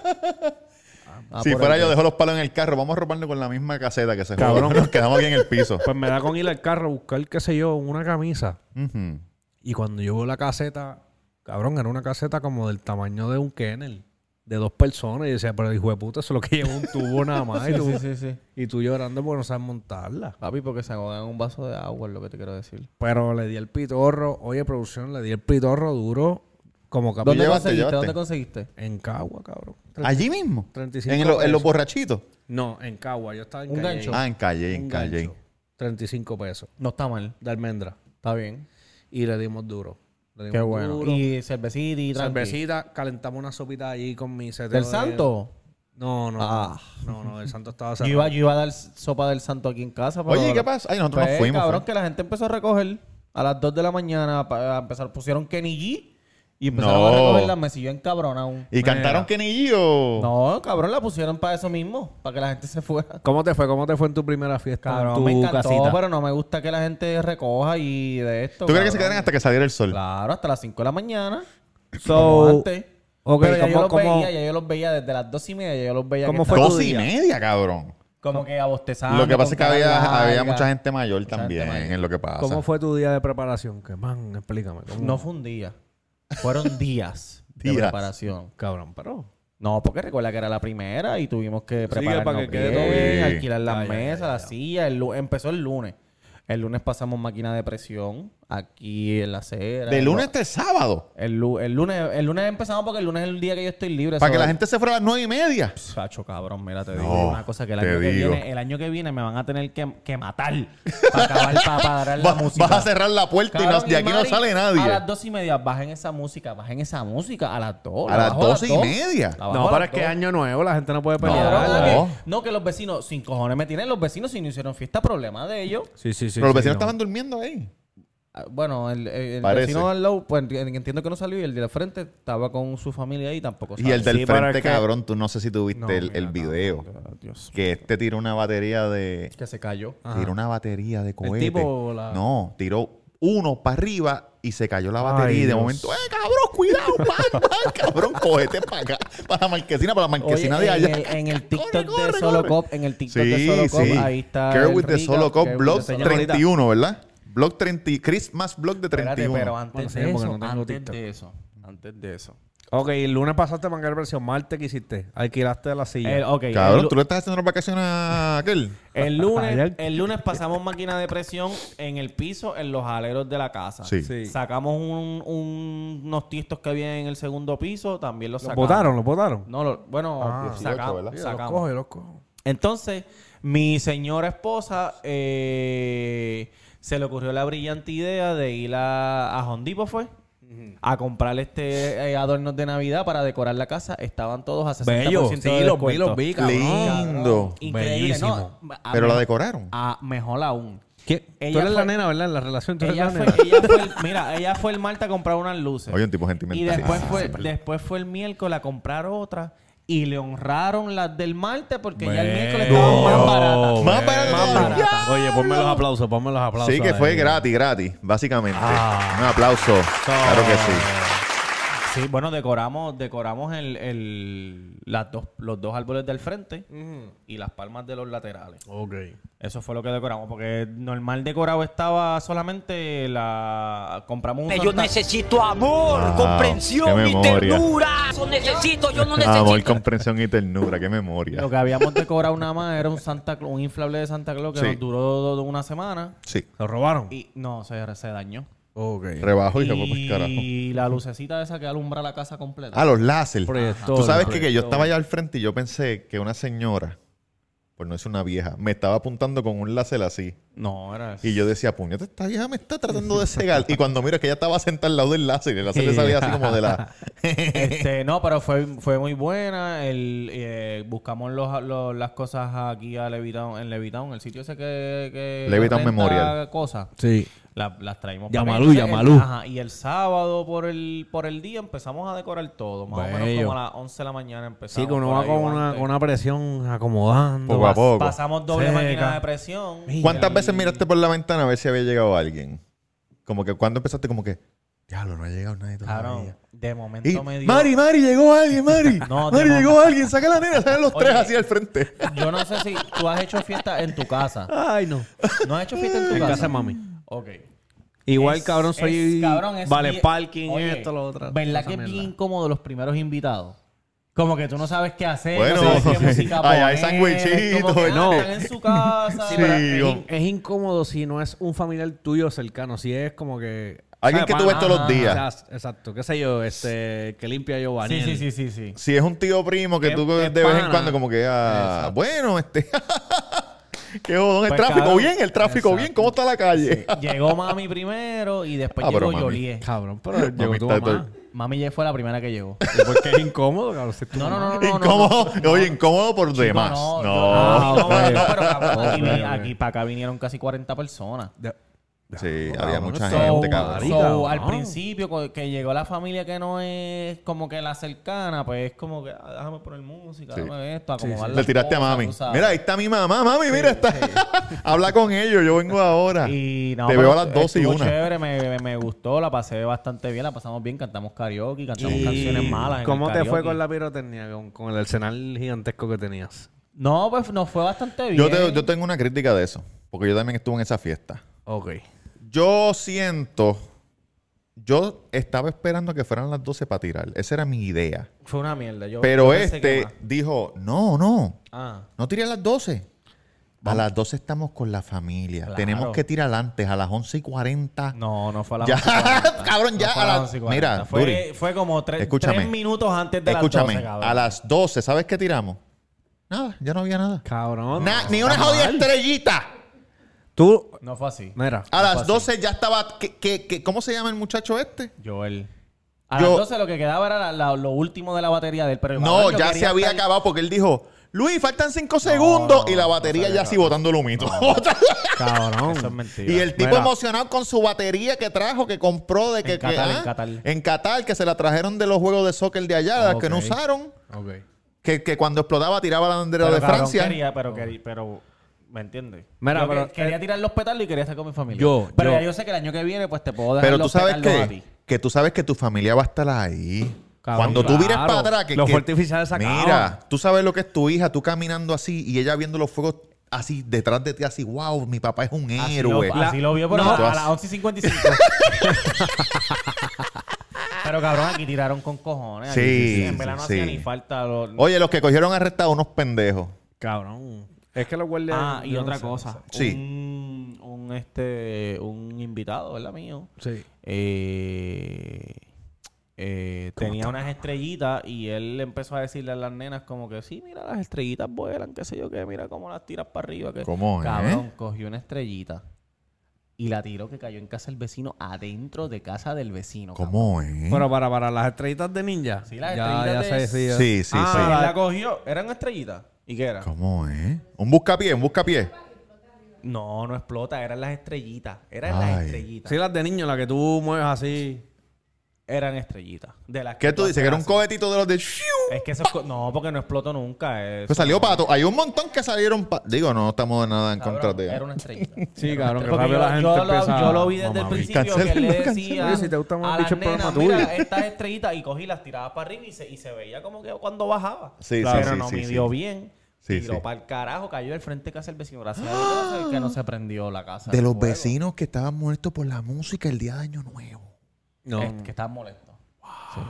E: Ah,
B: si
E: por
B: fuera
E: el-
B: yo, dejo los palos en el carro. Vamos a robarnos con la misma caseta que se
C: Cabrón.
B: jodió. Nos quedamos aquí en el piso.
C: Pues me da con ir al carro a buscar, qué sé yo, una camisa.
B: Ujú.
C: Y cuando yo veo la caseta, cabrón, era una caseta como del tamaño de un kennel, de dos personas. Y yo decía, pero hijo de puta, eso es lo que lleva un tubo nada más. y, tú,
E: Sí, sí, sí.
C: y tú llorando porque no sabes montarla.
E: Papi, porque se ahogan en un vaso de agua, es lo que te quiero decir.
C: Pero le di el pitorro, oye, producción, le di el pitorro duro como capaz
E: ¿Dónde
B: llevaste,
E: conseguiste?
B: llevaste.
E: ¿Dónde conseguiste?
C: en Cagua, cabrón.
B: Allí mismo.
C: 35
B: En, lo- en los
C: pesos.
B: borrachitos.
C: No, en Cagua, yo estaba en
E: Un
C: Calle.
E: gancho.
B: Ah, en calle, en
C: Un
B: calle.
C: gancho, 35 pesos
E: No está mal.
C: de almendra.
E: Está bien.
C: Y le dimos duro. Le dimos
E: Qué bueno.
C: duro.
E: Y cervecita y tranqui.
C: Cervecita, calentamos una sopita allí con mi seteo
E: ¿Del
C: de-
E: santo?
C: No, no.
E: Ah.
C: No, no, el santo estaba
E: Yo
C: cerrado.
E: iba, yo iba a dar sopa del santo aquí en casa. pero-
B: Oye, ¿y qué pasa? Ay, nosotros
E: Pues,
B: nos fuimos.
E: cabrón,
B: fue.
E: que la gente empezó a recoger a las 2 de la mañana para empezar. Pusieron Kenny G y empezaron
B: No.
E: a recoger las mesillas en cabrón aún.
B: ¿Y cantaron Kenny G o...?
E: No, cabrón, la pusieron para eso mismo, para que la gente se fuera.
C: ¿Cómo te fue? ¿Cómo te fue en tu primera fiesta?
E: Cabrón,
C: en tu
E: me encantó,
C: casita?
E: pero no me gusta que la gente recoja y de esto.
B: ¿Tú crees que se
E: cabrón.
B: quedaron hasta que saliera el sol?
E: Claro, hasta las 5 de la mañana. como
A: So,
E: antes.
A: ok,
E: Pero ya yo
A: ¿cómo-
E: los
A: cómo-
E: veía, ya yo los veía desde las 2 y media, ya yo los veía.
A: ¿Cómo
E: que
A: fue
E: estaban
A: tu
B: Dos y media, cabrón.
E: Como que abostezando.
B: lo que pasa
E: con
B: es que
E: cara
B: había,
E: larga.
B: había mucha gente mayor
E: Mucha gente
B: también
E: mayor.
B: en lo que pasa.
C: ¿Cómo fue tu día de preparación? Que man, explícame. ¿cómo?
E: No fue un día. Fueron días de
B: Días.
E: preparación.
C: Cabrón, pero.
E: No, porque recuerda que era la primera y tuvimos que prepararnos
C: para que quede
E: bien,
B: todo bien.
E: alquilar las
C: Ya, ya,
E: mesas,
C: ya,
E: las sillas. El lu- empezó el lunes. El lunes pasamos máquina de presión aquí en la acera.
B: De lunes hasta el sábado.
E: El, lu- el lunes el lunes empezamos porque el lunes es el día que yo estoy libre.
B: Para
E: so-
B: que la gente se fuera a las nueve y media.
E: Chacho, cabrón, mira, te
B: No,
E: digo una cosa que el
B: te
E: año que,
B: digo.
E: viene, el año que viene me van a tener que, que matar para acabar, para parar la
B: Va-
E: música.
B: vas a cerrar la puerta y
E: Cabrón,
B: no- de aquí no
E: Mari,
B: sale
E: A
B: nadie.
E: las dos y media, bajen esa música, bajen esa música a las dos.
B: A
E: la
B: las
E: bajo
B: dos y media.
E: La bajo
C: No,
E: a
C: pero
E: las
C: es que
E: dos.
C: año nuevo, la gente no puede
E: Cabrón,
C: pelear.
E: ah,
B: Pues no.
E: que- no, que los vecinos, sin cojones me tienen los vecinos si no hicieron fiesta, problema de ellos.
C: Sí, sí, sí.
B: Pero los vecinos
C: no.
B: estaban durmiendo ahí.
E: Ah, Bueno, el, el- el
B: Parece.
E: vecino al lado, pues entiendo que no salió y el de la frente estaba con su familia ahí tampoco
B: Y el
E: salió.
B: del
C: Sí, pero
B: frente,
C: es que-
B: cabrón, tú no sé si tuviste
C: No,
B: el,
C: mira,
B: el
C: no,
B: video.
E: Ah, Dios,
B: que este tiró una batería de...
E: que se cayó.
B: Tiró una batería de cohete.
C: tipo o la-
B: No, tiró uno para arriba y se cayó la batería.
C: Ay,
B: y de
C: Dios.
B: momento, ¡eh, cabrón, cuidado! pan, pan, cabrón, cogete para acá. Para la marquesina, para la
E: Oye,
B: marquesina
E: en,
B: de allá.
E: el, en el TikTok
B: Corre, corre,
E: de Solo
B: corre.
E: Cop, en el TikTok de
B: Sí,
E: Solo Cop,
B: sí.
E: ahí está.
B: Care
E: el
B: with the
E: Riga,
B: Solo Cop
E: Care with the
B: Blog
E: Señorita.
B: 31, ¿verdad? Blog 30, Christmas Blog de
E: Espérate,
B: 31.
E: pero antes
C: Bueno, sí,
E: de
C: porque
E: eso,
C: no tengo
E: antes
C: TikTok.
E: de eso, antes de eso.
C: Ok, el lunes pasaste manga de presión. Martes, ¿qué hiciste? Alquilaste la silla.
E: El, ok, el,
B: cabrón,
E: lu-
B: tú le estás haciendo las vacaciones a aquel.
E: el lunes,
C: Ayer-
E: el lunes pasamos máquina de presión en el piso, en los aleros de la casa.
B: Sí.
C: Sí.
E: Sacamos un- un- unos tiestos que había en el segundo piso, también los
C: ¿Los
E: sacamos.
C: votaron? ¿Los votaron?
E: No, lo- bueno,
C: Ah.
B: 18,
E: sacamos.
B: ¿verdad?
C: Los
E: sacamos.
C: cojo, yo los cojo.
E: Entonces, mi señora esposa eh, se le ocurrió la brillante idea de ir a, a Home Depot, fue. A comprar este eh, adornos de Navidad para decorar la casa. Estaban todos a 60%
C: Bello. Sí,
E: de
C: los vi,
E: descuento.
C: los vi, cabrón.
B: Lindo.
E: Increíble,
C: Bellísimo.
E: ¿no? A
B: Pero
E: mejor-
B: la decoraron.
E: a mejor aún.
C: ¿Qué?
E: Ella
C: Tú eres
E: fue-
C: la nena, ¿verdad? En la relación, tú eres
E: Ella
C: la
E: fue,
C: nena.
E: ella fue el- mira, ella fue el Marta a comprar unas luces.
B: Oye, un tipo
E: Y
B: sentimental.
E: después
B: Sí,
E: fue,
B: sí, sí.
E: después fue el miércoles a comprar otra. Y le honraron las del martes porque ya el
C: Bueno.
E: miércoles estaban más baratas.
B: Más barato
E: Más
B: todavía.
E: barata.
C: Oye, ponme los aplausos, ponme los aplausos.
B: Sí, que fue
C: ahí.
B: gratis, gratis, básicamente. Un aplauso. Claro que sí.
E: Sí, bueno, decoramos, decoramos el, el- las dos, los dos árboles del frente y las palmas de los laterales.
C: Ok.
E: Eso fue lo que decoramos, porque normal decorado estaba solamente la... Compramos un...
G: Yo
E: Santa-
G: necesito
B: Wow,
G: amor,
B: Ah, qué
G: comprensión y
B: memoria. Ah,
G: ternura. Eso necesito, yo no
B: Amor,
G: necesito.
B: comprensión y ternura, qué memoria.
E: Lo que habíamos decorado nada más era un Santa Claus, un inflable de Santa Claus que
B: Sí.
E: nos duró do- do- una semana
B: Sí,
C: ¿Lo robaron?
E: y no, se, se dañó.
C: Ok.
B: rebajo y se fue por el carajo.
E: Y la lucecita esa que alumbra la casa completa.
B: Ah, los láser.
C: Proyector,
B: Tú sabes
C: los
B: que, que yo estaba allá al frente y yo pensé que una señora, pues no es una vieja, me estaba apuntando con un láser así.
E: No, era eso.
B: Y yo decía, puñete, esta vieja me está tratando de cegar. Y cuando miro es que ella estaba sentada al lado del láser y el láser le salía así como de la...
E: Este, no, pero fue, fue muy buena. El, eh, buscamos los, los- las cosas aquí a Levitown, en Levitown, el sitio ese que. que
B: Levittown
E: renta
B: Memorial.
E: Cosas.
C: Sí.
E: La- las traímos
C: Yamalú,
E: acá. Entonces,
C: Yamalú.
E: el- Ajá, y el sábado por el, por el día empezamos a decorar todo. Más o menos
C: Bello.
E: como a las 11 de la mañana empezamos.
C: Sí, que uno
E: por
C: va
E: ahí
C: con
E: o
C: una,
E: antes.
C: con una presión acomodando.
B: Poco a poco.
E: Pasamos doble
C: Seca.
E: máquina de presión.
B: ¿Cuántas veces miraste por la ventana a ver si había llegado alguien? Como que cuando empezaste como que, Diablo, no ha llegado nadie
E: Cabrón,
B: todavía.
E: de momento
B: Y,
E: me dio...
B: Mari, Mari, llegó alguien, Mari.
E: No,
B: Mari,
E: de
B: llegó alguien. Saca la nena, sacan los
E: Oye.
B: tres así al frente.
E: Yo no sé si tú has hecho fiesta en tu casa.
A: Ay, no.
E: ¿No has hecho fiesta en tu
C: En
E: casa?
C: casa de mami.
E: Ok.
A: Igual,
E: Es-
A: cabrón,
E: es-
A: soy.
E: cabrón, es
A: vale,
E: bien-
A: parking,
E: Oye,
A: esto, lo otro.
E: ¿Verdad
A: Esa
E: que es
A: mierda.
E: bien incómodo los primeros invitados? Como que tú no sabes qué hacer,
B: Bueno,
E: no sabes qué música
B: ay,
E: poner.
B: ay,
E: es como que,
B: sandwichito,
E: ah,
B: no.
E: Están en su casa.
B: Sí,
E: pero-
B: digo,
C: Es in- Es incómodo si no es un familiar tuyo cercano, si es como que...
B: Alguien
C: ¿sabes? Ah,
B: que tú
C: Pana,
B: ves todos los
C: ajá,
B: días.
C: o sea, ah, exacto, qué sé yo, este, que limpia yo
E: sí,
C: Daniel.
E: sí, sí, sí, sí.
B: Si es un tío primo que
C: Es-
B: tú de
C: es
B: vez en
C: pana.
B: cuando como que... ah, bueno, este... Qué jodón. El
E: Pues,
B: tráfico
E: cabrón.
B: bien, el tráfico bien. ¿Cómo está la calle?
E: Llegó mami primero y después
B: Ah, pero
E: llegó
B: Ah, mami.
E: Yolie.
C: Cabrón, pero llegó tu
B: está
C: mamá.
B: todo-
E: Mami ya fue la primera que llegó.
C: Porque es incómodo, cabrón. si es tu
E: No, no,
C: mamá.
E: no, no, no.
B: incómodo.
E: no, no,
B: Oye,
E: no,
B: incómodo por
E: chico,
B: demás.
E: No,
B: No.
E: yo- ah, no,
F: ok.
E: no, pero cabrón, aquí,
C: Ok,
E: vin-
C: ok.
E: aquí para acá vinieron casi 40 personas.
C: De-
B: Sí,
C: Cabrón,
B: había
C: no
B: mucha
C: sé.
B: gente,
E: so,
B: cabrón.
E: so,
C: cabrón.
E: al principio, cu- que llegó la familia que no es como que la cercana, pues es como que ah, déjame poner música,
B: Sí.
E: déjame esto, acomodar
B: Le
E: las
B: tiraste a
E: cosas,
B: mami.
E: tú sabes.
B: Mira, ahí está mi mamá. Mami, mira, está. Habla con ellos. Yo vengo ahora.
E: Y no,
B: Te
E: pero
B: veo a las 12 y
E: estuvo
B: una.
E: chévere, me, me- me gustó, la pasé bastante bien, la pasamos bien, cantamos karaoke, cantamos
C: Y-
E: canciones malas. en el
C: ¿Cómo te fue
E: karaoke.
C: con la pirotecnia, con, con el arsenal gigantesco que tenías?
E: No, pues nos fue bastante bien.
B: Yo, te- yo tengo una crítica de eso, porque yo también estuve en esa fiesta.
C: Ok.
B: Yo siento, yo estaba esperando que fueran las 12 para tirar. Esa era mi idea.
E: Fue una mierda. yo- yo
B: Pero
E: pensé que
B: este
E: más.
B: dijo, no, no,
E: Ah,
B: no tiré a las 12. A las 12 estamos con la familia.
E: Claro.
B: Tenemos que tirar antes, a las 11 y 40.
E: no, no fue a las
B: Ya,
E: 11:40.
B: cabrón, ya
E: No fue a
B: a
E: las
B: las-
E: 11:40.
B: mira,
E: fue,
B: Duri,
E: fue como tres,
B: escúchame.
E: tres minutos antes de
B: Escúchame,
E: las 12, cabrón.
B: a las 12, ¿sabes qué tiramos? Nada, ya no había nada.
C: Cabrón.
B: Na- ni una jodida estrellita.
C: Tú,
E: No fue así.
C: mira,
B: A
E: fue
B: las
E: así.
B: 12 ya estaba... ¿qué- qué- qué- ¿Cómo se llama el muchacho este?
E: Joel. A
B: Yo-
E: las 12 lo que quedaba era la- la- lo último de la batería del pero
B: No,
E: cabrón, yo
B: ya
E: quería
B: se había
E: estar-
B: acabado porque él dijo, Luis, faltan cinco segundos. y la batería ya así botando lumito.
C: cabrón.
E: Eso es mentira.
B: y el tipo
C: Mira.
B: emocionado con su batería que trajo, que compró de que...
E: En Qatar,
B: que-
E: en Qatar.
B: En Qatar, que se la trajeron de los juegos de soccer de allá, las que no
E: Ok.
B: usaron.
C: Ok.
B: Que, que cuando explotaba tiraba la bandera
E: pero,
B: de
E: cabrón,
B: Francia.
E: quería, pero, quería- pero, ¿me entiendes?
C: Mira,
E: Yo que-
C: pero- eh,
E: quería tirar los petardos y quería estar con mi familia.
C: Yo,
E: pero
C: yo-
E: ya yo sé que el año que viene, pues te puedo dejar
B: Pero tú
E: los
B: sabes
E: petardos a
B: que,
E: ti.
B: que tú sabes que tu familia va a estar ahí.
C: Cabrón,
B: Cuando tú vienes
C: claro.
B: para atrás, que,
C: Los
B: que-
C: fuertes oficiales se acaban.
B: Mira, tú sabes lo que es tu hija, tú caminando así y ella viendo los fuegos así detrás de ti, así, wow, mi papá es un
E: Así
B: héroe.
E: lo, así lo vio, pero
B: No.
E: a, a las 11.55. pero cabrón, aquí tiraron con cojones. Aquí
B: Sí,
E: en verdad no
B: sí.
E: hacía ni falta. Los...
B: Oye, los que cogieron arrestados, unos pendejos.
C: Cabrón. Es que los guardias...
E: ah, y
C: yo no
E: otra
C: sé, no
E: cosa.
B: Sí.
E: Un, un, este, un invitado, ¿verdad, mío?
C: sé. Sí.
E: eh, eh, tenía unas estrellitas y él empezó a decirle a las nenas como que sí, mira, las estrellitas vuelan, qué sé yo qué, mira cómo las tiras para arriba. Que...
B: ¿Cómo, eh?
E: Cabrón, cogió una estrellita y la tiró que cayó en casa del vecino, adentro de casa del vecino. cabrón.
B: ¿Cómo es?
C: Pero para, para las estrellitas de ninja.
E: Sí, las
C: ya,
E: estrellitas
C: ya
E: de-
C: sé, ya.
B: Sí, sí,
E: Ah,
B: sí.
E: él la cogió, eran estrellitas. ¿Y qué era?
B: ¿Cómo es? Un buscapié, un buscapié.
E: No, no explota, eran las estrellitas. Eran las
B: Ay.
E: estrellitas.
C: Sí, las de niño, las que tú mueves así.
E: Eran estrellitas. De las
B: ¿Qué tú dices? Que era un
E: haces
B: cohetito de los de... ¡Shiu!
E: así. Es que eso es co- No, porque no explotó nunca. eso
B: Pues salió pato. Hay un montón que salieron... pa- Digo, no estamos de nada en
E: Cabrón,
B: contra de...
E: Era una estrellita.
C: Sí, cabrón, que
E: Porque
C: rápido
E: yo,
C: la gente
E: yo lo,
C: empieza
E: yo lo
C: a
E: vi desde el
C: mamar.
E: principio que
B: Cancelen,
E: él
B: no
E: le
B: cancelen.
E: decía
C: Oye, si te gusta más pues,
E: a
C: el
E: las
C: bicho, el
E: nenas,
C: programa
E: mira,
C: tuyo".
E: estas estrellitas y cogí las tiraba para arriba y se, y se veía como que cuando bajaba.
B: Sí,
E: Pero
B: sí,
E: no
B: sí,
E: midió
B: sí.
E: bien.
B: Sí,
E: tiró
B: sí.
E: para el carajo, cayó al frente de casa del vecino. Gracias a Dios gracias que no se prendió la casa.
B: De
E: del
B: los
E: fuego.
B: vecinos que estaban muertos por la música el día de Año Nuevo.
C: No,
E: Es que estaban molestos.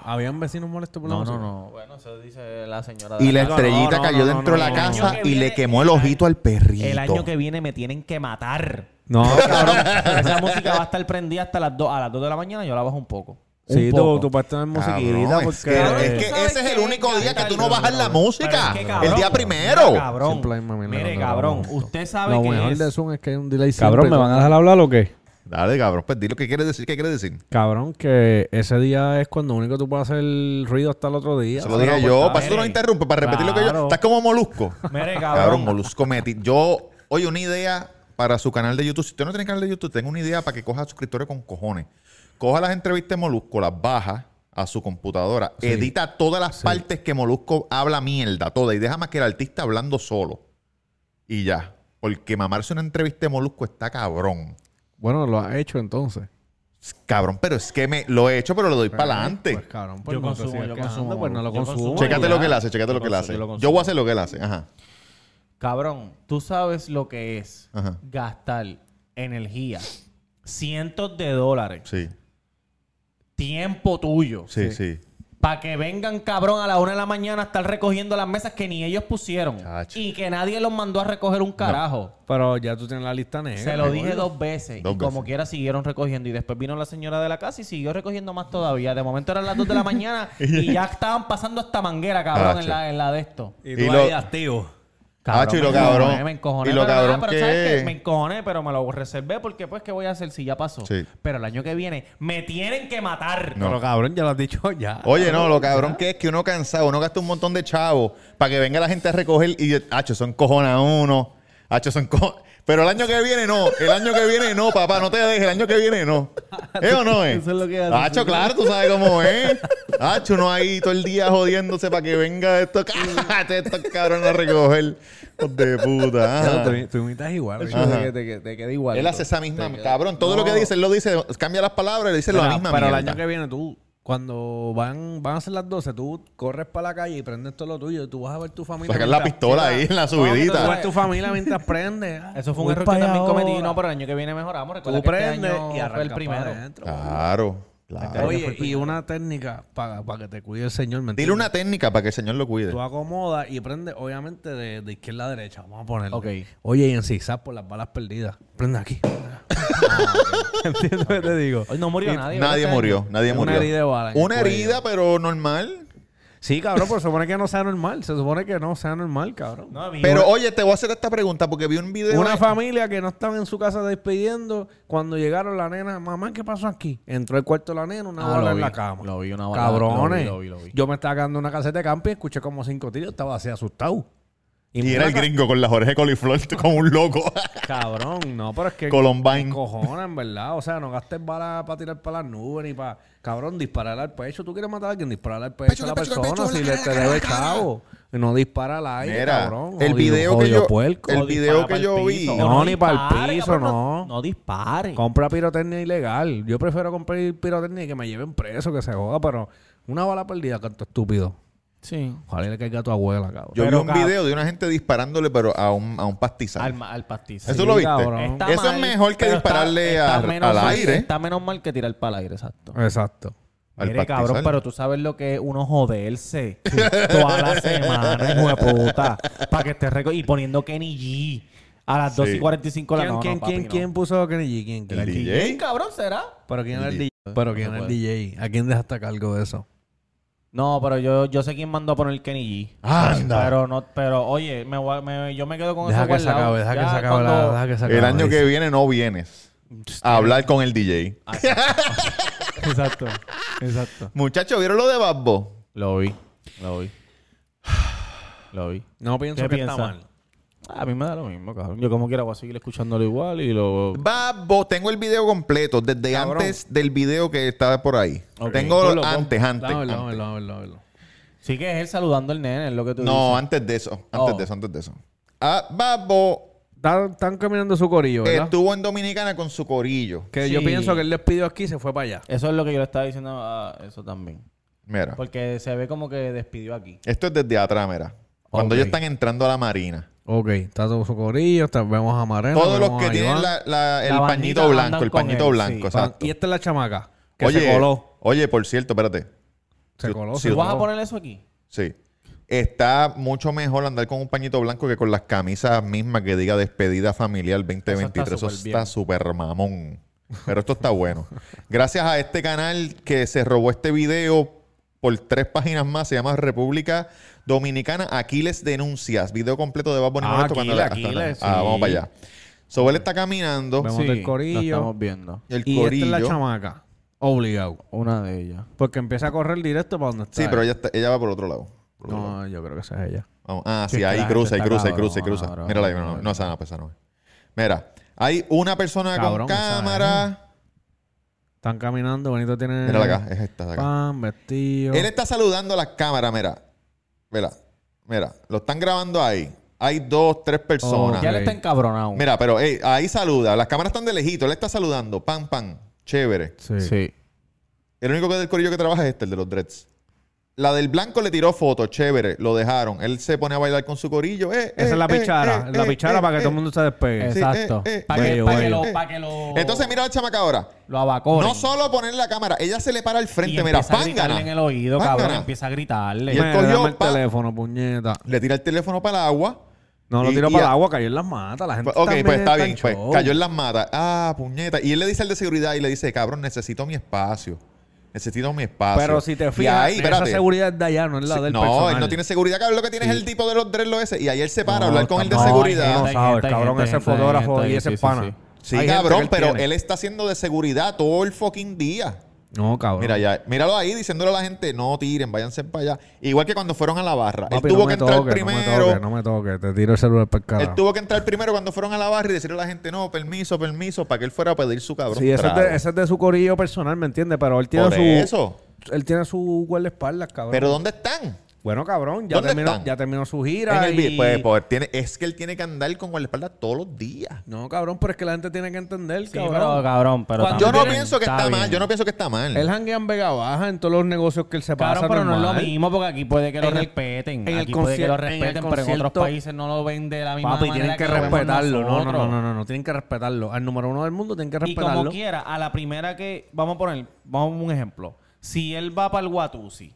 C: habían vecinos molestos por la música?
E: Bueno, eso dice la señora. de
B: Y la
E: casa.
B: estrellita
C: no, no,
B: cayó
C: no,
B: dentro
C: no,
B: de la
C: no,
B: casa
E: no.
B: y le quemó el ojito al perrito.
E: El año que viene me tienen que matar.
C: No, cabrón.
E: Esa música va a estar prendida hasta las 2, a las 2 de la mañana. Yo la bajo un poco. Un
C: sí, tú,
E: poco.
C: tú puedes tener musiquita
B: Cabrón, es
C: porque...
B: que,
E: Cabrón,
B: es
E: tú
B: que
E: sabes
B: ese es
E: que
B: el único
E: venga,
B: día que tú no
E: cabrón,
B: bajas la
E: cabrón.
B: música.
E: Pero es que,
B: el día
E: cabrón, mira,
B: primero.
E: cabrón.
C: Simple hay mami,
E: Mire,
C: no, no,
E: cabrón.
C: no, no.
E: Usted sabe
C: Lo
E: que
C: mejor
E: es.
C: de Zoom es que hay un delay
F: Cabrón,
C: siempre.
F: ¿me van a dejar hablar o qué?
B: Dale, cabrón, pues di lo que quiere decir. ¿Qué quiere decir?
C: Cabrón, que ese día es cuando único tú puedes hacer el ruido hasta el otro día. pues,
B: Se lo dije yo. Para eso tú no
E: Mire,
B: interrumpes, para repetir lo que yo.
E: claro.
B: Estás como molusco.
E: Mire,
B: Cabrón,
E: cabrón.
B: molusco meti. Yo, oye, una idea para su canal de YouTube. Si usted no tiene canal de YouTube, tengo una idea para que coja suscriptores con cojones. Coja las entrevistas de Molusco, las baja a su computadora, edita todas las partes que Molusco habla mierda, toda, y deja más que el artista hablando solo. Y ya. Porque mamarse una entrevista de Molusco está cabrón.
C: Bueno, lo has hecho entonces.
B: Cabrón, pero es que me lo he hecho, pero lo doy para adelante.
C: Pues cabrón, pues
E: Yo
C: no te
E: consumo,
C: sigas
E: yo
C: quejando,
E: consumo.
C: pues no lo
E: Yo
C: consumo.
E: consumo.
B: Chécate
E: ya.
B: lo que él hace, chécate lo
E: Yo
B: que él
E: consumo,
B: hace.
E: yo lo
B: Yo
E: consumo.
B: voy a hacer lo que él hace. Ajá.
E: Cabrón, tú sabes lo que es
B: Ajá.
E: gastar energía, cientos de dólares,
B: Sí,
E: tiempo tuyo,
B: sí, sí.
E: para que vengan, cabrón, a la una de la mañana a estar recogiendo las mesas que ni ellos pusieron
B: Chacho.
E: y que nadie los mandó a recoger un carajo.
C: Pero ya tú tienes la lista negra.
E: Se lo dije dos veces
B: Eh, Dos
E: y como
B: veces.
E: quiera siguieron recogiendo. Y después vino la señora de la casa y siguió recogiendo más todavía. De momento eran las 2 de la mañana y ya estaban pasando hasta manguera, cabrón, en la, en la de esto.
B: Y tú Y ahí lo-
C: activo.
B: Hacho, y
E: me
B: lo cabrón.
E: encojoné, Me encojoné,
B: Y lo
E: pero
B: cabrón
E: nada, pero
B: que-
E: ¿sabes qué? Me encojoné, pero me lo reservé porque pues, ¿qué voy a hacer si ya pasó?
B: Sí.
E: Pero el año que viene me tienen que matar.
B: No.
C: Pero cabrón, ya lo has dicho ya.
B: Oye, no, lo cabrón que es que uno cansado, uno gasta un montón de chavos para que venga la gente a recoger y, hacho, son cojona uno, hacho, son co- Pero el año que viene no, el año que viene no, papá, no te dejes, el año que viene no. ¿Eh o no es?
E: Eso es lo que hace.
B: Hacho, claro, tú sabes cómo es. Hacho, no ahí todo el día jodiéndose para que venga esto, estos cabrones a recoger. Hijos de puta. ajá.
C: Tú, tú imitas igual. bicho,
B: Ajá.
C: Te, que- te que- te queda igual.
B: Él hace esa misma, cabrón, todo lo que dice, él lo dice, cambia las palabras, le dice
C: Mira,
B: la misma
C: Pero el
B: mierda.
C: año que viene tú, cuando van, van a ser las 12, tú corres para la calle y prendes todo lo tuyo. y Tú vas a ver tu familia.
B: Sacar la
C: mientras-
B: pistola ahí en la
C: Tú vas a
B: subidita.
C: ver tu familia mientras prendes.
E: Eso fue un
C: Voy
E: error que
C: para
E: también
C: allá
E: cometí.
C: ahora.
E: No, pero el año que viene mejoramos.
C: Tú
E: Recuerda que este
C: prendes
E: año
C: y
E: fue
C: arrancas
E: el primero.
B: Ah. Claro, claro.
C: Oye, y una técnica para que te cuide el señor. ¿me
B: Dile
C: entiendes?
B: una técnica para que el señor lo cuide.
C: Tú acomodas y prendes, obviamente, de, de izquierda a derecha. Vamos a ponerle.
E: Ok.
C: Oye, y en zigzag por las balas perdidas. Prende aquí. ¿Entiendes lo que te digo?
E: Hoy no murió nadie. ¿verdad?
B: Nadie
E: Este
B: murió,
E: año.
B: nadie
C: Una
B: murió.
C: herida de bala en el
B: Una
C: cuello.
B: herida, pero normal.
C: Sí, cabrón, pero se supone que no sea normal. Se supone que no sea normal, cabrón.
E: No, mi-
B: Pero oye, te voy a hacer esta pregunta porque vi un video.
C: Una familia que no estaba en su casa despidiendo, cuando llegaron la nena, mamá, ¿qué pasó aquí? Entró al cuarto la nena, una
E: Ah,
C: bala
E: lo
C: en
E: vi,
C: la cama.
E: lo vi, una bala,
C: Cabrones.
E: lo vi, lo vi, lo vi.
C: Yo me estaba cagando en una caseta de campo y escuché como cinco tiros, estaba así asustado.
B: y era el gringo con las orejas de coliflor, con un loco.
C: Cabrón, no, pero es que.
B: Columbine.
C: me Cojona, en verdad. O sea, no gastes balas para tirar para las nubes ni para. Cabrón, disparar al pecho. Tú quieres matar a alguien, disparar al pecho, a la persona si le te debe chavo. No dispara al aire,
B: Mira,
C: cabrón.
B: el
C: Jodido-
B: video que
C: jodido
B: yo-
C: puerco.
B: el
E: O
B: video
E: dispara
B: que
E: pa'l
B: yo
E: piso.
B: vi.
E: O
C: No, ni pa'l
E: dispare,
C: piso,
E: cabrón,
C: no.
E: No dispare.
C: Compra pirotecnia ilegal. Yo prefiero comprar pirotecnia y que me lleven preso, que se joda, pero una bala perdida, canto estúpido.
E: Sí.
C: Ojalá le caiga a tu abuela, cabrón.
B: Yo vi
E: Pero,
B: un
E: cabrón.
B: video de una gente disparándole, pero a un, a un pastizal.
E: Al, ma- al pastiz.
B: ¿Eso lo viste?
C: cabrón.
E: Está
B: Eso
E: mal,
B: es mejor que
E: pero
B: dispararle
E: está-
B: a-
E: está menos
B: al
E: mal-
B: aire.
E: Está menos mal que tirar para el aire, exacto.
C: Exacto.
B: Al
E: Mire,
B: pastizal.
E: cabrón, pero tú sabes lo que es uno joderse toda la semana, hijo de puta, para que esté rico y poniendo Kenny G a las
B: Sí.
E: 2 y 45 de la
C: ¿Quién,
E: noche.
C: quién, quién, quién puso Kenny G? ¿Quién,
B: El
C: quién?
B: DJ.
E: cabrón, será?
C: ¿Pero quién era el
B: DJ.
C: DJ? ¿Pero quién era el DJ? ¿A quién dejaste a cargo de eso?
E: No, pero yo, yo sé quién mandó a poner Kenny G.
B: Anda.
E: Pero, no, pero oye, me, voy a- me- yo me quedo con
C: Deja
E: eso
C: que se
E: guardado.
C: acabe, deja que
E: Ya
C: se acabe la-
E: cuando-
C: deja que se acabe
B: El
C: la
B: año que
C: risa.
B: viene no vienes a hablar con el DJ.
E: Exacto, exacto.
B: Muchachos, ¿vieron lo de Babbo?
E: Lo vi, lo vi. Lo vi.
C: No pienso
E: ¿Qué
C: que está
E: piensas?
C: mal.
E: A mí me da lo mismo, cabrón. Yo como quiera voy a seguir escuchándolo igual y lo...
B: Babo, tengo el video completo desde
C: Cabrón.
B: antes del video que estaba por ahí.
E: Ok.
B: Tengo
E: Ponlo, pon-
B: antes, antes.
C: Dámelo,
B: antes.
C: dámelo, dámelo, dámelo.
E: Sí que es él saludando al nene, es lo que tú dices.
B: No, antes de eso, antes
E: Oh.
B: de eso, antes de eso. Ah, Babo
C: Están, están caminando su corillo, ¿verdad?
B: estuvo en Dominicana con su corillo.
C: Que yo
E: Sí.
C: pienso que él despidió aquí y se fue para allá.
E: Eso es lo que yo le estaba diciendo a eso también.
B: Mira,
E: Porque se ve como que despidió aquí.
B: esto es desde atrás, mira. Cuando
C: Ok.
B: ellos están entrando a la marina.
C: Ok, está todo su corillo, está- vemos a Marena.
B: Todos los
C: vemos
B: que
C: a
B: tienen
C: Iván.
B: la- la- el
E: La bandita
B: pañito
E: andan
B: blanco, el
E: con
B: pañito
E: él,
B: blanco,
E: sí.
B: exacto.
C: Y esta es la chamaca que
B: Oye,
C: se coló.
B: oye, por cierto, espérate.
C: Se coló,
B: si
C: se
B: tú
E: ¿Tú vas a
C: coló.
E: poner eso aquí?
B: Sí. Está mucho mejor andar con un pañito blanco que con las camisas mismas que diga despedida familiar 2023. Eso
E: Eso está súper
B: está súper mamón. Pero esto está bueno. Gracias a este canal que se robó este video por tres páginas más, se llama República Dominicana. Aquiles denuncias. Video completo de Bad Bunny
E: Ah,
B: Molesto cuando
E: Aquiles,
B: le-
E: Aquiles,
B: Ah, vamos
E: sí.
B: para allá. So, él está caminando.
C: Vemos del corillo.
E: Lo estamos viendo.
B: El
C: y
B: corillo.
C: esta es la chamaca. Obligado.
E: Una de ellas.
C: Porque empieza a correr directo para donde está.
B: sí, pero
C: él.
B: ella, está- ella va por otro lado. Por otro lado.
C: No, yo creo que esa es ella.
B: Vamos. Ah, sí,
E: Sí,
B: ahí
E: la
B: cruza,
E: gente
B: ahí
E: está
B: cruza, ahí
E: cabrón,
B: cruza, ahí cruza.
E: cabrón.
B: Mírala ahí, no, no, no, esa no, pues, esa no es. Mira, hay una persona
C: Cabrón,
B: con
C: esa
B: cámara.
C: Están caminando, bonito tiene.
B: Mírala acá, es esta de acá.
C: Pan, vestido.
B: Él está saludando a las cámaras, mira. Mira, mira, lo están grabando ahí. Hay dos, tres personas.
E: Ya le
C: Ok.
E: está encabronado.
B: Mira, pero ey, ahí saluda. Las cámaras están de lejito, él está saludando. Pam, pam. Chévere.
C: Sí.
E: Sí.
B: El único que del corillo que trabaja es este, el de los dreads. La del blanco le tiró foto, chévere, lo dejaron. Él se pone a bailar con su corillo. eh, eh,
C: Esa es la
B: eh,
C: pichara.
B: eh,
C: la
B: eh,
C: pichara
B: eh,
C: para que todo
B: eh.
C: el mundo se despegue.
B: Sí,
E: Exacto.
B: eh, eh.
E: Para que,
C: Bello,
E: pa' que
C: bello.
E: lo, pa' que lo,
B: Entonces mira a la chamaca ahora.
E: lo abacoren.
B: No solo poner la cámara, ella se le para al
E: Y
B: frente,
E: empieza
B: mira,
E: a gritarle
B: pángana.
E: en el oído,
B: Pángana.
E: cabrón. Empieza a gritarle.
B: Y él
C: Mira,
B: cogió
C: dame el
B: pa-
C: teléfono, puñeta.
B: Le tira el teléfono para el agua.
C: No, lo
B: Y-
C: tiró
B: y
C: para el
B: a-
C: agua, cayó en las matas. La gente
B: Pues, ok,
C: también
B: pues está
C: está
B: bien.
C: en
B: Pues,
C: show.
B: cayó en las matas. Ah, puñeta. Y él le dice al de seguridad y le dice, cabrón, necesito mi espacio. Necesito mi espacio.
C: Pero si te
B: Y
C: fijas,
B: ahí,
C: esa
B: espérate.
C: seguridad es de allá, no es la
B: Sí,
C: del
B: no,
C: personal.
B: él no tiene seguridad, cabrón. Lo que tiene es el tipo de los dreadlocks ese. Y ahí él se para a
C: No,
B: hablar con el de
C: no,
B: seguridad.
C: No,
E: Hay
C: sabes,
E: gente, hay
C: cabrón,
E: gente,
C: ese
E: hay gente,
C: fotógrafo
E: hay gente,
C: y ese
E: sí, sí,
C: pana.
E: sí.
B: Sí,
C: Hay gente que
B: cabrón,
C: él
B: pero
C: tiene.
B: él está haciendo de seguridad todo el fucking día.
C: No, cabrón.
B: Mira, ya, míralo ahí diciéndole a la gente, no tiren, váyanse para allá. Igual que cuando fueron a la barra.
C: Papi,
B: él tuvo
C: no
B: que
C: me
B: entrar
C: toques,
B: primero.
C: No me toques, no me toques. Te tiro el celular para el
B: Él
C: carajo.
B: tuvo que entrar primero cuando fueron a la barra y decirle a la gente, no, permiso, permiso, para que él fuera a pedir su cabrón.
C: Sí, ese es,
B: trago.
C: de, ese es de su corillo personal, ¿me entiendes? Pero él tiene
B: Por
C: su...
B: eso.
C: Él tiene su guardaespaldas, cabrón.
B: Pero ¿dónde están?
C: bueno, cabrón, ya
B: ¿Dónde
C: terminó,
B: están?
C: ya terminó su
B: En
C: gira
B: el
C: y-
B: beat. Pues, pues, tiene, es que él tiene que andar con guardaespaldas todos los días.
C: No, cabrón, pero es que la gente tiene que entender,
E: Sí,
C: cabrón.
E: pero cabrón, pero
C: Cuando-
B: Yo no
E: también
B: pienso que está, mal,
E: bien.
B: yo no pienso que está mal.
C: Él janguea en Vega Baja en todos los negocios que él se
E: Cabrón,
C: pasa.
E: pero no es
C: normal.
E: lo mismo porque aquí puede que lo
C: En el-
E: respeten.
C: en el
E: aquí puede que lo
C: concierto- en el
E: respeten, pero en otros
C: concierto-
E: países no lo ven de la misma
C: Papi,
E: manera.
C: tienen que,
E: lo vemos
C: respetarlo. No, no,
E: nosotros.
C: no, no, no, no, tienen que respetarlo. Al número uno del mundo tienen que
E: Y como
C: respetarlo.
E: quiera, a la primera que. Vamos a poner, vamos a un ejemplo. Si él va para el Watusi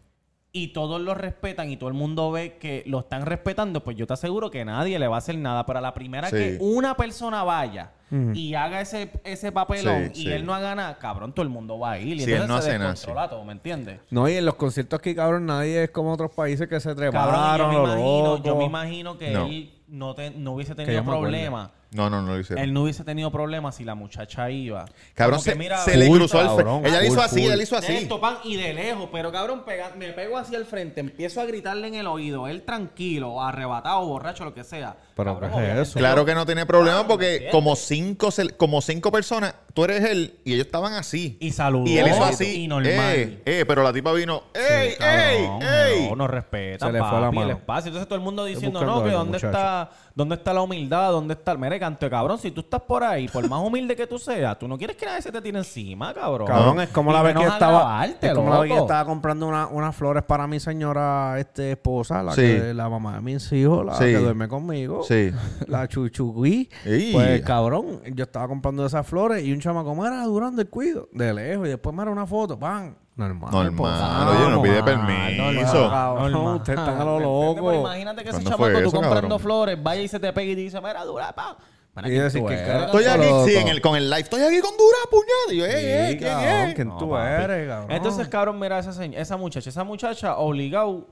E: y todos lo respetan y todo el mundo ve que lo están respetando, pues yo te aseguro que nadie le va a hacer nada. Pero a la primera
B: Sí.
E: que una persona vaya y haga ese, ese papelón
B: Sí,
E: y
B: sí.
E: él no haga nada, cabrón, todo el mundo va a ir. Y
B: Sí,
E: entonces
B: él no
E: se
B: hace nada,
E: descontrola todo, ¿me entiendes?
C: No, y en los conciertos aquí, cabrón, nadie es como otros países que se treparon.
E: Cabrón, yo, me
C: lo
E: imagino, yo
C: loco.
E: me imagino que
B: No.
E: él no, te- no hubiese
C: yo
E: tenido
C: me acuerde.
E: problema.
B: No, no, no lo hicieron.
E: Él no hubiese tenido problema si la muchacha iba.
B: Cabrón,
E: Como que
B: se,
E: mira,
B: se le
C: Full,
B: cruzó al frente.
C: cabrón,
B: Ella le hizo
C: full,
B: así,
C: full.
B: ella le hizo
E: de
B: Pues así.
E: esto, pan, y de lejos, pero cabrón, pega- me pego hacia el frente, empiezo a gritarle en el oído, él tranquilo, arrebatado, borracho, lo que sea.
C: Pero,
E: Cabrón,
C: ¿qué es
E: obviamente,
C: eso?
B: Claro que no tiene problema
E: Ah,
B: porque
E: ¿entiendes?
B: como cinco, cel- como cinco personas, tú eres él y ellos estaban así.
E: Y saludó,
B: Y él hizo así.
E: y normal.
B: Eh, eh, pero la tipa vino. ¡Ey,
E: Sí,
B: ey,
E: cabrón,
B: ey!
E: No, no respeta,
C: Se le fue
E: papi,
C: la mano.
E: el espacio. Entonces todo el mundo diciendo,
C: buscando
E: no, que
C: algo,
E: dónde
C: muchacho.
E: está, dónde está la humildad, dónde está el... Mire, canto de cabrón, si tú estás por ahí, por más humilde que tú seas, tú no quieres que nadie se te tire encima, cabrón.
C: Cabrón, es como
E: Y
C: la vez
E: menos
C: que
E: a
C: estaba.
E: grabarte,
C: es como la vez que
E: loco.
C: estaba comprando una- unas flores para mi señora este, esposa, la,
B: Sí.
C: que- la mamá de mis hijos, la
B: Sí.
C: que duerme conmigo.
B: Sí.
C: La chuchugui.
B: Ey.
C: Pues cabrón, yo estaba comprando esas flores y un chamaco, mira, durando el cuido, de lejos, y después me era una foto, ¡pam! Normal.
B: Normal,
C: pues,
B: oye, no
C: vamos,
B: pide
C: normal,
B: permiso.
C: cabrón,
E: Normal.
C: ustedes están a
E: ¿Me
C: lo
E: entiendes? Pero
C: loco.
E: imagínate que ese
B: ¿Cuándo
E: chamaco
B: fue
E: tú
B: eso,
E: comprando
B: cabrón?
E: flores, vaya y se te pega y dice, mira, dura, pa. Mira,
C: Y
E: ¿quién
C: decir
E: tú
C: que
E: eres?
C: cara-
B: Estoy aquí,
C: Loco.
B: sí, en el, con el live. Estoy aquí con Dura, puñada. Y yo, ey,
C: Sí,
B: ey, ¿quién
C: cabrón,
B: es?
C: ¿quién
E: No,
C: tú
E: papi.
C: eres, cabrón?
E: Entonces, cabrón, mira esa, señ- esa muchacha. Esa muchacha obligado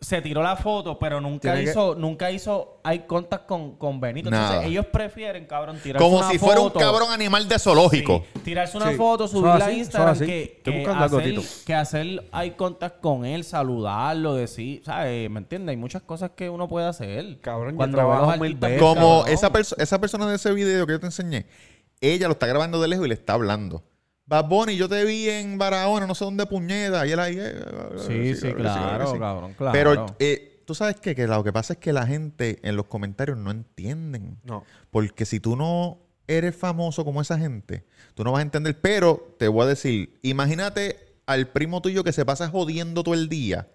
E: se tiró la foto, pero nunca
C: Tiene que-
E: hizo, nunca hizo hay contact con, con Benito.
B: Nada.
E: Entonces, ellos prefieren, cabrón, tirarse
B: Como
E: una
B: si fuera un
E: foto.
B: cabrón animal de
E: Sí,
B: zoológico.
E: tirarse una
C: Sí.
E: foto,
C: Son
E: subirla a
C: así, son
E: Instagram,
C: así.
E: que,
C: Estoy
E: que
C: buscando algo,
E: hacer,
C: Tito.
E: que hacer hay contact con él, saludarlo, decir, ¿sabes? ¿Me entiendes? Hay muchas cosas que uno puede hacer.
C: Cabrón, yo
E: ve
C: trabajo
E: los
C: mil
E: artistas,
C: veces.
B: Como
E: cabrón.
B: esa, perso- esa persona de ese video que yo te enseñé, ella lo está grabando de lejos y le está hablando. Bad Bunny, yo te vi en Barahona, no sé dónde puñeta. Y él ahí. eh, eh,
E: Sí, sí, claro,
B: que sí.
E: cabrón, claro.
B: Pero eh, tú sabes qué? que lo que pasa es que la gente en los comentarios no entienden.
C: No.
B: Porque si tú no eres famoso como esa gente, tú no vas a entender. Pero te voy a decir, imagínate al primo tuyo que se pasa jodiendo todo el día.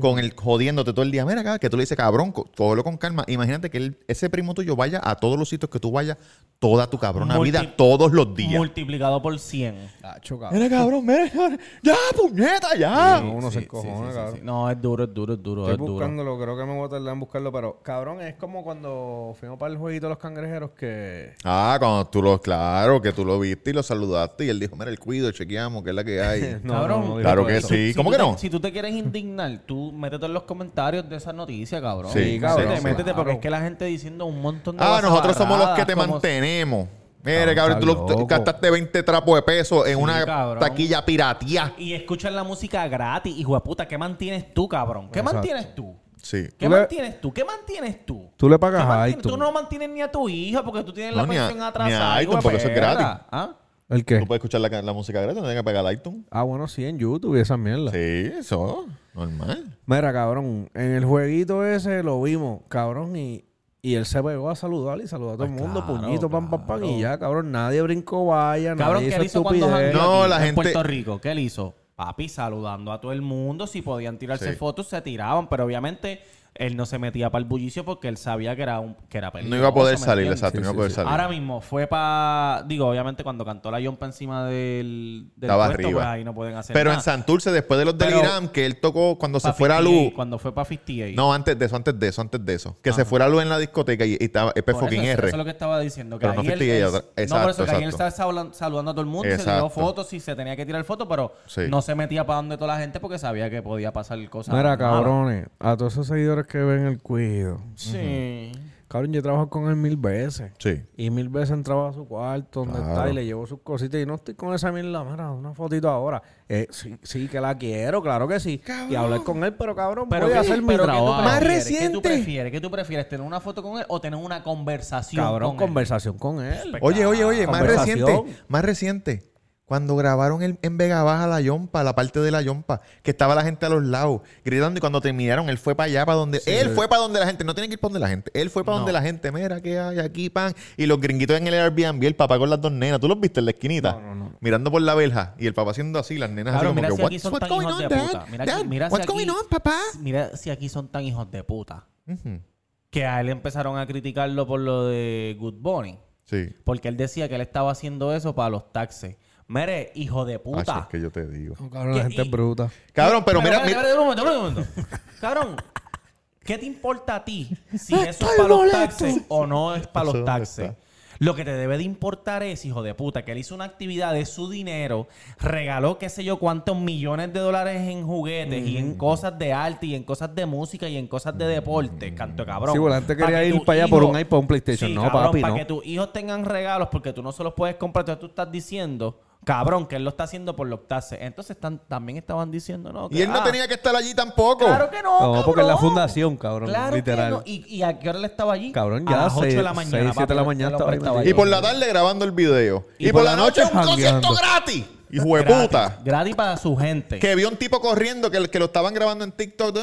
B: Con el jodiéndote todo el día. Mira, acá, que tú le dices, cabrón, co- cógelo con calma. Imagínate que él- ese primo tuyo vaya a todos los sitios que tú vayas toda tu cabrona
E: Multi-
B: vida, todos los días.
E: multiplicado por 100.
C: Tacho, cabrón.
B: Mira, cabrón, mira, cabrón. Ya, puñeta, ya.
C: No, uno se
E: Sí, sí, sí,
C: encojona,
E: sí,
C: cabrón.
E: sí. No, es duro, es duro, es Pues duro,
C: Estoy
E: es duro.
C: buscándolo, creo que me voy a tardar en buscarlo, pero cabrón, es como cuando fuimos para el jueguito de los cangrejeros que.
B: Ah, cuando tú lo, claro, que tú lo viste y lo saludaste y él dijo, mira, el cuido, chequeamos, que es la que hay.
C: No,
E: Cabrón.
C: no, no dijo
B: claro que
C: eso.
B: sí.
E: Si
B: ¿Cómo
E: tú
B: que
E: te-
B: no?
E: Si tú te quieres indignar, tú métete en los coméntaros de esa noticia, cabrón.
B: Sí,
E: métete,
B: cabrón, sí.
E: métete, porque
C: Claro.
E: es que la gente diciendo un montón de
B: Ah, nosotros somos los que te
E: mantenemos
B: mantenemos. Mire, cabrón, tú,
C: está
B: lo- tú
C: loco.
B: gastaste 20 trapos de peso en una
E: cabrón.
B: taquilla piratía.
E: Y escuchan la música gratis, hijo de puta. ¿Qué mantienes tú, cabrón? ¿Qué
C: Exacto.
E: mantienes tú?
B: Sí.
E: ¿Qué
C: Tú le-
E: mantienes tú? ¿Qué mantienes tú?
C: Tú le pagas
E: ¿Qué mantienes-
C: a
E: Tú
C: iTunes.
E: no mantienes ni a tu hija porque tú tienes
B: No,
E: la
B: ni a-
E: pensión
B: ni a
E: atrasada. hijo de
B: iTunes, porque eso es
E: perra.
B: gratis.
E: ¿Ah?
C: ¿El qué?
B: Tú puedes escuchar la, la música gratis, no tienes que pegar el iTunes.
C: Ah, bueno, sí, en YouTube y esa mierda.
B: Sí, eso. Normal.
C: Mira, cabrón, en el jueguito ese lo vimos, cabrón, y Y él se pegó a saludar y saludó a todo el
E: Pues
C: mundo,
E: claro,
C: puñito, pam, pam, pam.
E: claro.
C: Y ya, cabrón, nadie brincó vaya,
E: Cabrón,
C: nadie
E: ¿qué él hizo cuando
C: estupidez.
E: jangueó
B: No,
E: aquí
B: la
E: en
B: gente-
E: Puerto Rico? ¿Qué él hizo? Papi, saludando a todo el mundo. Si podían tirarse
B: Sí.
E: fotos, se tiraban. Pero obviamente él no se metía para el bullicio porque él sabía que era, un, que era peligroso.
B: No iba a poder
E: ¿me
B: salir,
E: entiendes?
B: exacto, no iba a poder salir.
E: Ahora mismo fue para... Digo, obviamente cuando cantó la yompa encima del, del
B: Estaba
E: puesto,
B: arriba.
E: pues ahí no pueden hacer
B: Pero en
E: nada.
B: Santurce, después de los del
E: Pero-
B: Irán, que él tocó cuando se
E: Pa'
B: fue la
E: 58,
B: luz.
E: Cuando fue para 58.
B: No, antes de eso, antes de eso, antes de eso. Que se fue la luz en la discoteca y, y estaba Epe
E: Por eso,
B: fucking
E: eso-
B: R.
E: Eso es lo que estaba diciendo. Que
B: Pero no
E: ahí
B: fuiste
E: él-
B: ella,
E: él-
B: otra-
E: no, por
B: exacto,
E: eso que ahí él
B: exacto.
E: estaba saludan- saludando a todo el mundo, se
B: Exacto.
E: tiró fotos y se tenía que tirar fotos, pero
B: Sí.
E: no se metía para donde toda la gente porque sabía que podía pasar cosas.
C: Mira,
E: malas.
C: cabrones, a todos esos seguidores que ven el cuido.
E: Sí.
C: Cabrón, yo trabajo con él mil veces.
B: Sí.
C: Y mil veces entraba a su cuarto, donde
B: Claro.
C: está, y le llevo sus cositas. Y no estoy con esa mierda, mira, una fotito ahora. Eh, sí, sí, que la quiero, claro que sí. Y hablar con él, pero cabrón,
E: Pero
C: voy
E: ¿qué-
C: a hacer mi
E: pero ¿qué tú
C: trabajo.
E: prefieres? ¿Qué tú prefieres? ¿Qué tú prefieres? ¿Tener una foto con él o tener una conversación
C: Cabrón,
E: con él?
C: conversación con él.
B: Oye, oye, oye, más
C: Conversación.
B: reciente, más reciente. Cuando grabaron el- en Vega Baja la Yompa, la parte de la Yompa, que estaba la gente a los lados gritando y cuando terminaron, él fue para allá, para donde... él fue para donde la gente, no tiene que ir para donde la gente, él fue para donde la gente, mira que hay aquí, pan, y los gringuitos en el Airbnb, el papá con las dos nenas, ¿tú los viste en la esquinita? Mirando por la verja y el papá haciendo así, las nenas así
E: Cabrón,
B: como
E: mira
B: que,
E: si aquí son
B: "What's-
E: tan
B: what's
E: hijos de
B: going on,
E: puta.
B: dad?
E: Mira,
B: Dad,
E: aquí- mira si
B: what's
E: aquí-
B: going on, papá?
E: Mira si aquí son tan hijos de puta.
B: Ujú.
E: Que a él empezaron a criticarlo por lo de Good Bunny.
B: Sí,
E: Porque él decía que él estaba haciendo eso para los taxis. Mire, hijo de puta.
B: Acho, es que yo te digo.
C: Cabrón, la
E: ¿Qué-
C: gente
E: y-
C: es bruta.
B: Cabrón, pero mira...
E: espérate,
B: mira-
E: espérate, un momento, un momento. Cabrón, ¿qué te importa a ti si eso es para los taxis o no es para
B: No sé
E: los
B: dónde
E: taxis?
B: está.
E: Lo que te debe de importar es, hijo de puta, que él hizo una actividad de su dinero, regaló qué sé yo cuántos millones de dólares en juguetes y
C: Mm.
E: en cosas de arte y en cosas de música y en cosas de deporte, canto de cabrón.
C: Sí, bueno, antes
E: Pa'
C: quería
E: que
C: ir
E: tu
C: pa' allá por un iPod, un PlayStation. No, papi,
E: Para
C: no.
E: que tus hijos tengan regalos porque tú no se los puedes comprar, entonces tú estás diciendo, cabrón, que él lo está haciendo por los taxes. Entonces están- también estaban diciendo, no.
B: Y
E: que-
B: él no
E: ah,
B: tenía que estar allí tampoco.
E: Claro que no.
B: Oh,
C: No, porque es la
E: cabrón.
C: fundación, cabrón,
E: Claro que
C: literal.
E: no. ¿Y, y a qué hora él estaba allí?
C: Cabrón,
E: a
C: ya
E: las 8 de
C: seis-
E: la mañana.
C: seis, siete de la
E: papi,
C: mañana
E: el hombre
C: estaba ahí
B: Y por la tarde grabando el video. Y, por, la noche, un
C: jangueando.
B: concierto gratis. Hijo de pues, puta.
E: Gratis, gratis para su gente.
B: Que vio un tipo corriendo que, que lo estaban grabando en TikTok.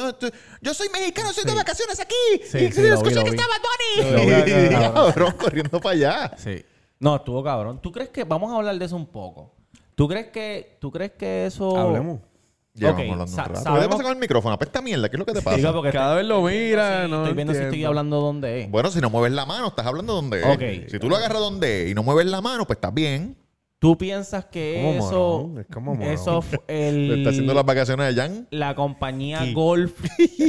B: Yo soy mexicano, soy de vacaciones aquí.
E: Sí,
B: y
E: sí,
B: se
E: lo vi,
B: escuché
E: lo
B: que
E: vi.
B: estaba
E: Lo vi,
B: Tony. Y cabrón, corriendo para allá.
E: Sí. No, estuvo cabrón. ¿Tú crees que... Vamos a hablar de eso un poco. ¿Tú crees que, tú crees que eso...
C: Hablemos.
B: Llevamos
E: Ok,
B: hablando
E: sa-
B: un rato. ¿Qué te
E: sabemos-
B: pasa con el micrófono? Apesta mierda. ¿Qué es lo que te pasa?
E: Digo, porque
C: Cada vez lo mira,
E: sí,
C: no
E: Estoy viendo si estoy
C: entiendo.
E: hablando dónde es.
B: Bueno, si no mueves la mano, estás hablando donde
E: Ok.
B: Si tú lo agarras donde es y no mueves la mano, pues estás bien.
E: ¿Tú piensas que
C: Como
E: eso...
C: morón, es como morón.
E: eso... fue El,
B: Le está haciendo las vacaciones a Jan.
E: la compañía Golf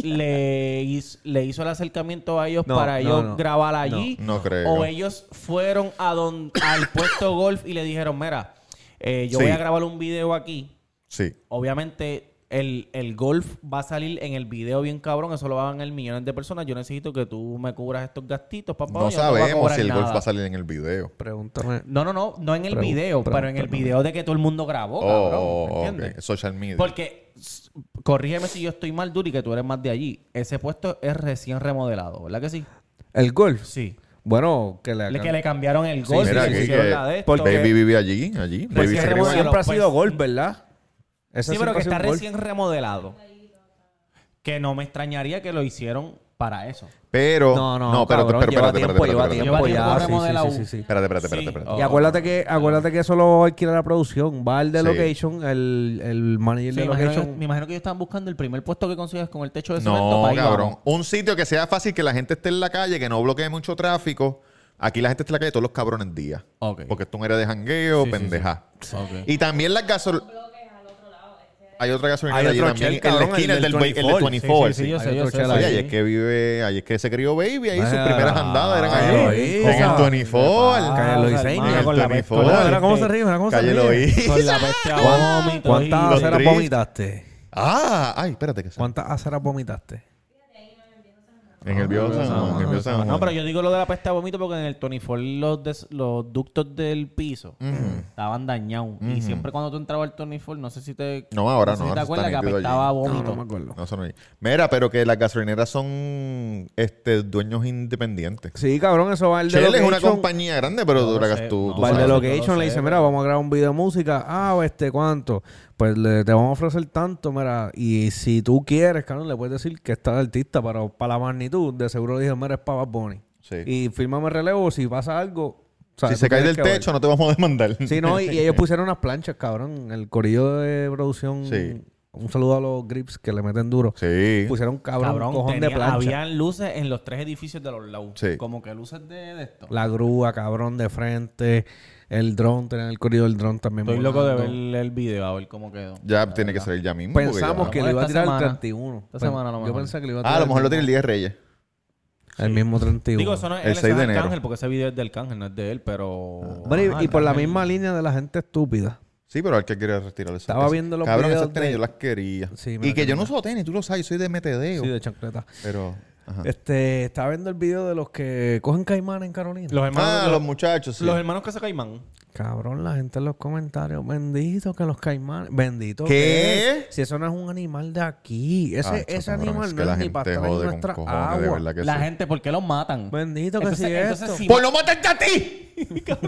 E: le, hizo, le hizo el acercamiento a ellos
C: No,
E: para
C: no,
E: ellos
C: no.
E: grabar allí.
B: No, no creo.
E: O ellos fueron a don, al puesto Golf y le dijeron, mira, eh, yo
B: Sí.
E: voy a grabar un video aquí.
B: Sí.
E: Obviamente el, el Golf va a salir en el video bien cabrón. Eso lo van a ver millones de personas. Yo necesito que tú me cubras estos gastitos, papá.
B: No
E: yo te voy a
B: sabemos
E: cobrar
B: si el golf
E: nada".
B: va a salir en el video.
C: Pregúntame.
E: No, no, no. No en el
C: Pregun-
E: video, pero en el
C: pregúntame.
E: video de que todo el mundo grabó, cabrón.
B: Oh,
E: ¿me
B: ok.
E: entiendes?
B: Social media.
E: Porque, s- corrígeme si yo estoy mal, Duri, que tú eres más de allí. Ese puesto es recién remodelado, ¿verdad que sí?
C: El golf.
E: Sí.
C: Bueno, que le,
E: Le, que le cambiaron el
C: Sí,
E: gol.
B: Mira
E: le
B: aquí
E: pusieron
B: que
E: la de esto.
B: Baby vive allí, allí.
E: Pues
B: Baby
E: sí,
B: se
E: es
B: crió
E: remodelado.
B: allí.
C: siempre ha
E: pues-
C: sido golf, ¿verdad? Ese
E: Sí,
C: siempre
E: pero que
C: ha sido
E: está
C: un golf.
E: recién remodelado. Que no me extrañaría que lo hicieron para eso.
B: Pero.
C: No, no,
B: pero
C: cabrón,
B: espérate,
C: lleva
B: espérate,
C: tiempo,
B: espérate,
C: lleva
B: espérate,
E: Lleva
C: Tiempo ya,
E: tiempo
C: sí, sí,
E: remodelado.
C: sí, sí, sí.
B: Espérate, espérate, espérate,
E: Sí.
B: espérate.
C: Y acuérdate que, acuérdate que eso lo alquila la producción. Va el de
B: Sí.
C: location, el, el manager de
E: Sí, me, imagino que,
C: location.
E: me imagino que ellos estaban buscando el primer puesto que consigas con el techo de cemento
B: No,
E: para ir,
B: cabrón.
E: vamos.
B: Un sitio que sea fácil que la gente esté en la calle, que no bloquee mucho tráfico. Aquí la gente está en la calle todos los cabrones días.
E: Ok.
B: Porque esto no era de jangueo,
E: Sí, sí,
B: pendeja.
E: Ok.
B: Y también las gasolineras. Hay otra gasolinera
C: Hay
B: allí
C: otro
B: también.
C: shell,
B: en la
C: cabrón,
B: esquina,
C: el
B: el del
C: del
B: 24. El del
C: 24,
B: 24,
E: sí, sí,
B: sí.
E: sí, yo sé,
C: Hay
E: yo
C: otro
E: sé.
C: chela
B: Oye,
E: Oye,
B: ahí
C: allí.
B: es que vive, ahí es que se crió Baby, ahí sus
C: Ah,
B: primeras andadas eran allí.
C: ah,
B: En el
C: ah,
B: 24.
C: Calle Loiseña.
B: En el
E: Con la bestia,
B: 24.
E: con la
C: Mira cómo se ríe, mira cómo se
B: Calle
C: ríe.
B: Loiseña.
E: Con la bestia
C: ¿Cuán-
E: vómito
C: ¿Cuántas
E: y-
B: Los
C: aceras
B: tris.
C: vomitaste?
B: Ah, ay, espérate que se-
C: ¿Cuántas aceras vomitaste?
B: En el viejo San Juan, en el viejo San Juan.
E: No, pero yo digo lo de la peste a vómito porque en el 24 los, des- los ductos del piso estaban dañados. Y siempre cuando tú entrabas al 24, no sé si te.
B: No, ahora
E: sé
B: no,
E: Si te
B: ahora
E: acuerdas que
B: está nítido allí.
E: apestaba a vómito.
C: acuerdo.
B: No, eso no hay. Mira, pero que las gasolineras son este, dueños independientes.
C: Sí, cabrón, eso va el de
B: Shell es una
C: location.
B: compañía grande, pero
E: No
B: tú,
E: lo
B: la-
E: sé,
B: tú-
E: no.
B: tú
C: Va el
E: Vale,
C: de
B: sabes.
E: lo-
C: location, le dice,
E: sé,
C: mira,
E: pero-
C: vamos a grabar un video de música. Ah, este, ¿cuánto? Pues le- te vamos a ofrecer tanto, mira. Y si tú quieres, cabrón, le puedes decir que está el artista, pero para la magnitud, de seguro le dije, mira, es para Bad Bunny.
B: Sí.
C: Y firmame relevo si pasa algo. o sea,
B: si
C: tú
B: se cae
C: tienes
B: del
C: que ver.
B: techo, no te vamos a demandar.
C: Sí, no, y, y ellos pusieron unas planchas, cabrón. El corillo de producción.
B: Sí.
C: Un saludo a los grips que le meten duro.
B: Sí.
C: Pusieron cabrón,
E: Cabrón,
C: un cojón de
E: tenía-
C: plancha.
E: habían luces en los tres edificios de los lados.
B: Sí.
E: Como que luces de, de esto.
C: La grúa, cabrón, de frente. El dron, tenían el corrido del dron también.
E: Estoy loco de
C: volando.
E: ver el video, a ver cómo quedó.
B: Ya tiene que salir ya mismo. porque
C: Pensamos
B: ya-
C: que
E: Bueno,
C: lo iba a
E: esta
C: tirar
E: semana.
C: el 31.
E: Esta semana a lo
C: Yo
E: mejor.
C: pensaba que lo iba a tirar
B: Ah, a lo mejor lo tiene el
C: el,
B: día de Reyes.
C: el mismo 31.
E: Digo, eso no es,
B: El
E: él, eso
B: 6
E: es
B: de
E: Arcángel,
B: enero.
E: porque ese video es del cángel, no es de él, pero...
C: Bueno, y-
E: Ajá,
C: y, por la
E: Arcángel.
C: misma línea de la gente estúpida.
B: Sí, pero al que quiere retirar esas
C: Estaba
B: tenis.
C: viendo los
B: Cabrón,
C: videos
B: esas tenis
C: de-
B: yo las quería.
C: Sí, me
B: y que yo no
C: acuerdo.
B: uso tenis, tú lo sabes, yo soy de MTD.
C: Sí, de chancleta.
B: Pero. ajá.
C: Este, estaba viendo el video de los que cogen caimán en Carolina.
E: Los hermanos,
B: Ah,
E: los,
B: los muchachos, sí.
E: los hermanos que se caimán.
C: Cabrón, la gente en los comentarios. Bendito que los caimanes. Bendito.
B: ¿Qué?
C: que es. Si eso no es un animal de aquí. Ese,
B: Ah,
C: ese
B: cabrón,
C: animal
B: es que
C: no
B: la
C: es ni
B: gente
C: para estar en
B: jode con
C: nuestra
B: cojones, de
C: agua.
B: verdad que
E: La
B: sí.
E: gente, ¿por qué los matan?
C: Bendito que
E: Entonces-
C: sí
E: entonces,
C: esto.
E: si-
B: ¡Por no matarte a ti!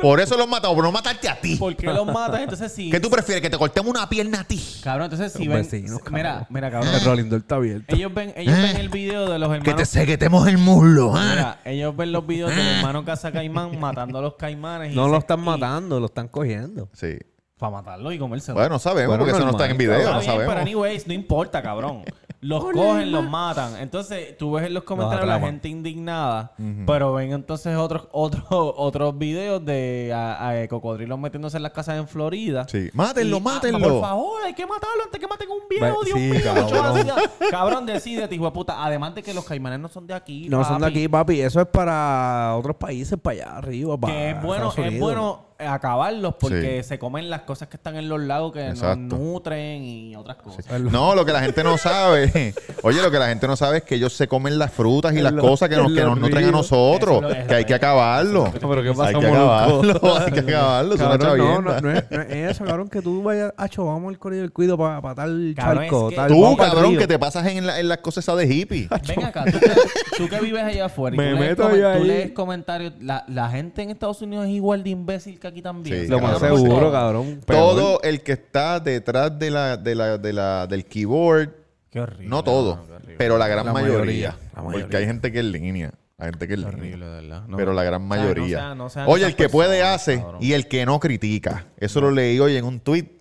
B: por eso los matado, por no matarte a ti.
E: ¿Por qué los matan? Entonces sí.
B: ¿Qué tú prefieres? ¿Que te cortemos una pierna a ti?
E: Cabrón, entonces si
C: Los
E: ven...
C: vecinos, cabrón.
E: Mira, mira,
C: El
E: cabrón.
C: Rolling Door está abierto.
E: ellos ven, ellos ven el video de los
B: Eh, Que te
E: hermanos...
B: seguetemos el muslo, ¿ah?
E: Mira, ellos ven los videos
B: eh.
E: del hermano Casa Caimán matando a los caimanes. y
C: No
E: se-
C: lo están
E: y-
C: matando, lo están cogiendo.
B: Sí.
E: Para matarlo y comérselo.
B: Bueno, sabemos,
C: Bueno,
B: porque eso no
C: normal.
B: está en video,
E: Está
B: no
E: bien, Pero
B: sabemos.
E: anyways, no importa, cabrón. Los cogen, los matan. Entonces, tú ves en los comentarios la
C: atrapan.
E: gente indignada, pero ven entonces otros otros otros videos de a- a, eh, cocodrilos metiéndose en las casas en Florida.
B: Sí. Mátenlo,
E: Y, ah,
B: mátenlo.
E: por favor, hay que matarlo antes que maten a un viejo,
C: Ve-
E: Dios
C: sí,
E: mío.
C: cabrón.
E: yo hacía- Cabrón, decídete, hijo de puta. Además de que los caimanes no son de aquí.
C: No son de
E: papi.
C: aquí, papi. Eso es para otros países, para allá arriba.
E: Que
C: para
E: es bueno,
C: Estados
E: es
C: Unidos.
E: bueno eh, acabarlos porque
B: Sí.
E: se comen las cosas que están en los lagos que nos
B: Exacto.
E: nutren y otras cosas.
B: No, lo que la gente no sabe. Oye, lo que la gente no sabe es que ellos se comen las frutas y las cosas que nos,
C: en
B: que
C: los
B: nos nutren a
C: ríos.
B: nosotros.
E: Eso es lo-
B: que hay que acabarlo.
C: pero ¿qué
B: hay
C: pasa,
B: que acabarlo. hay que acabarlo. Es una
C: Cabrón, no,
B: chavienda.
C: no, no es, no es eso, cabrón, que tú vayas, acho, vamos al corrido del cuido para tal
E: Cabrón,
C: charco,
E: es que-
C: tal-
B: Tú,
C: vamos pa'l
B: cabrón,
C: río.
B: que te pasas en, la- en las cosas esas de hippie.
E: Ven acá, tú que, tú que vives allá afuera. y
C: Me
E: tú lees
C: meto yo
E: comen- Tú
C: ahí.
E: lees comentarios. La, la gente en Estados Unidos es igual de imbécil que aquí también.
B: Sí,
C: Lo más
B: Cabrón,
C: seguro, cabrón. peor.
B: Todo el que está detrás de la, de la, de la, del keyboard,
E: Qué horrible.
B: no todo, pero la gran
C: La
B: mayoría.
C: mayoría, la
B: Porque
C: mayoría.
B: hay gente que es línea. Hay gente que es línea.
E: de verdad.
B: pero la gran
E: sea,
B: mayoría.
E: no sea- no sean
B: Oye,
E: esas
B: el que puede
E: personas,
B: hace
E: cabrón.
B: y el que no critica. Eso lo leí hoy en un tuit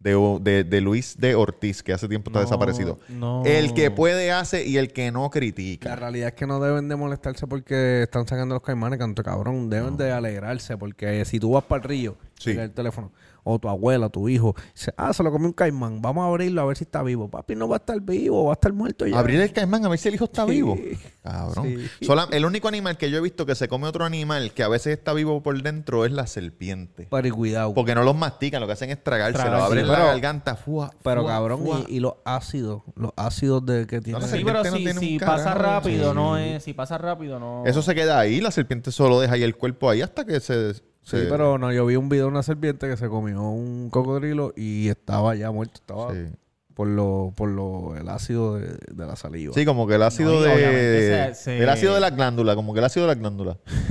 B: de, de- de Luis de Ortiz, que hace tiempo está
E: No,
B: desaparecido.
E: no.
B: El que puede hace y el que no
C: La
B: critica.
C: realidad es que no deben de molestarse porque están sacando los caimanes, canto cabrón. Deben de alegrarse porque si tú vas para el río,
B: Sí.
C: llega el teléfono, o tu abuela, tu hijo, dice, ah, se lo comió un caimán, vamos a abrirlo a ver si está vivo. Papi no va a estar vivo, va a estar muerto ya.
B: Abrir el caimán a ver si el hijo está vivo. Cabrón. Sola- el único animal que yo he visto que se come otro animal que a veces está vivo por dentro es la serpiente.
C: Pero y cuidado.
B: Porque no los mastican, lo que hacen es tragárselo.
E: Tragarse.
B: Abren la
C: Pero-
B: garganta, fua,
C: Pero
B: fua,
C: cabrón,
B: fua.
C: y, y los ácidos, los ácidos de que tiene.
B: No sé,
E: Sí,
B: Gente
E: pero
B: no
E: si,
B: tiene un
E: si
B: carajo.
E: pasa rápido,
B: Sí.
E: no es. Si pasa rápido, no.
B: Eso se queda ahí, la serpiente solo deja ahí el cuerpo ahí hasta que se...
C: Sí,
B: se-
C: pero no, yo vi un video de una serpiente que se comió un cocodrilo y estaba ya muerto, estaba
B: Sí.
C: por lo, por lo, el ácido de, de la saliva.
B: Sí, como que el ácido
E: No, y
B: de.
E: obviamente se- se-
B: El ácido de la glándula, como que el ácido de la glándula.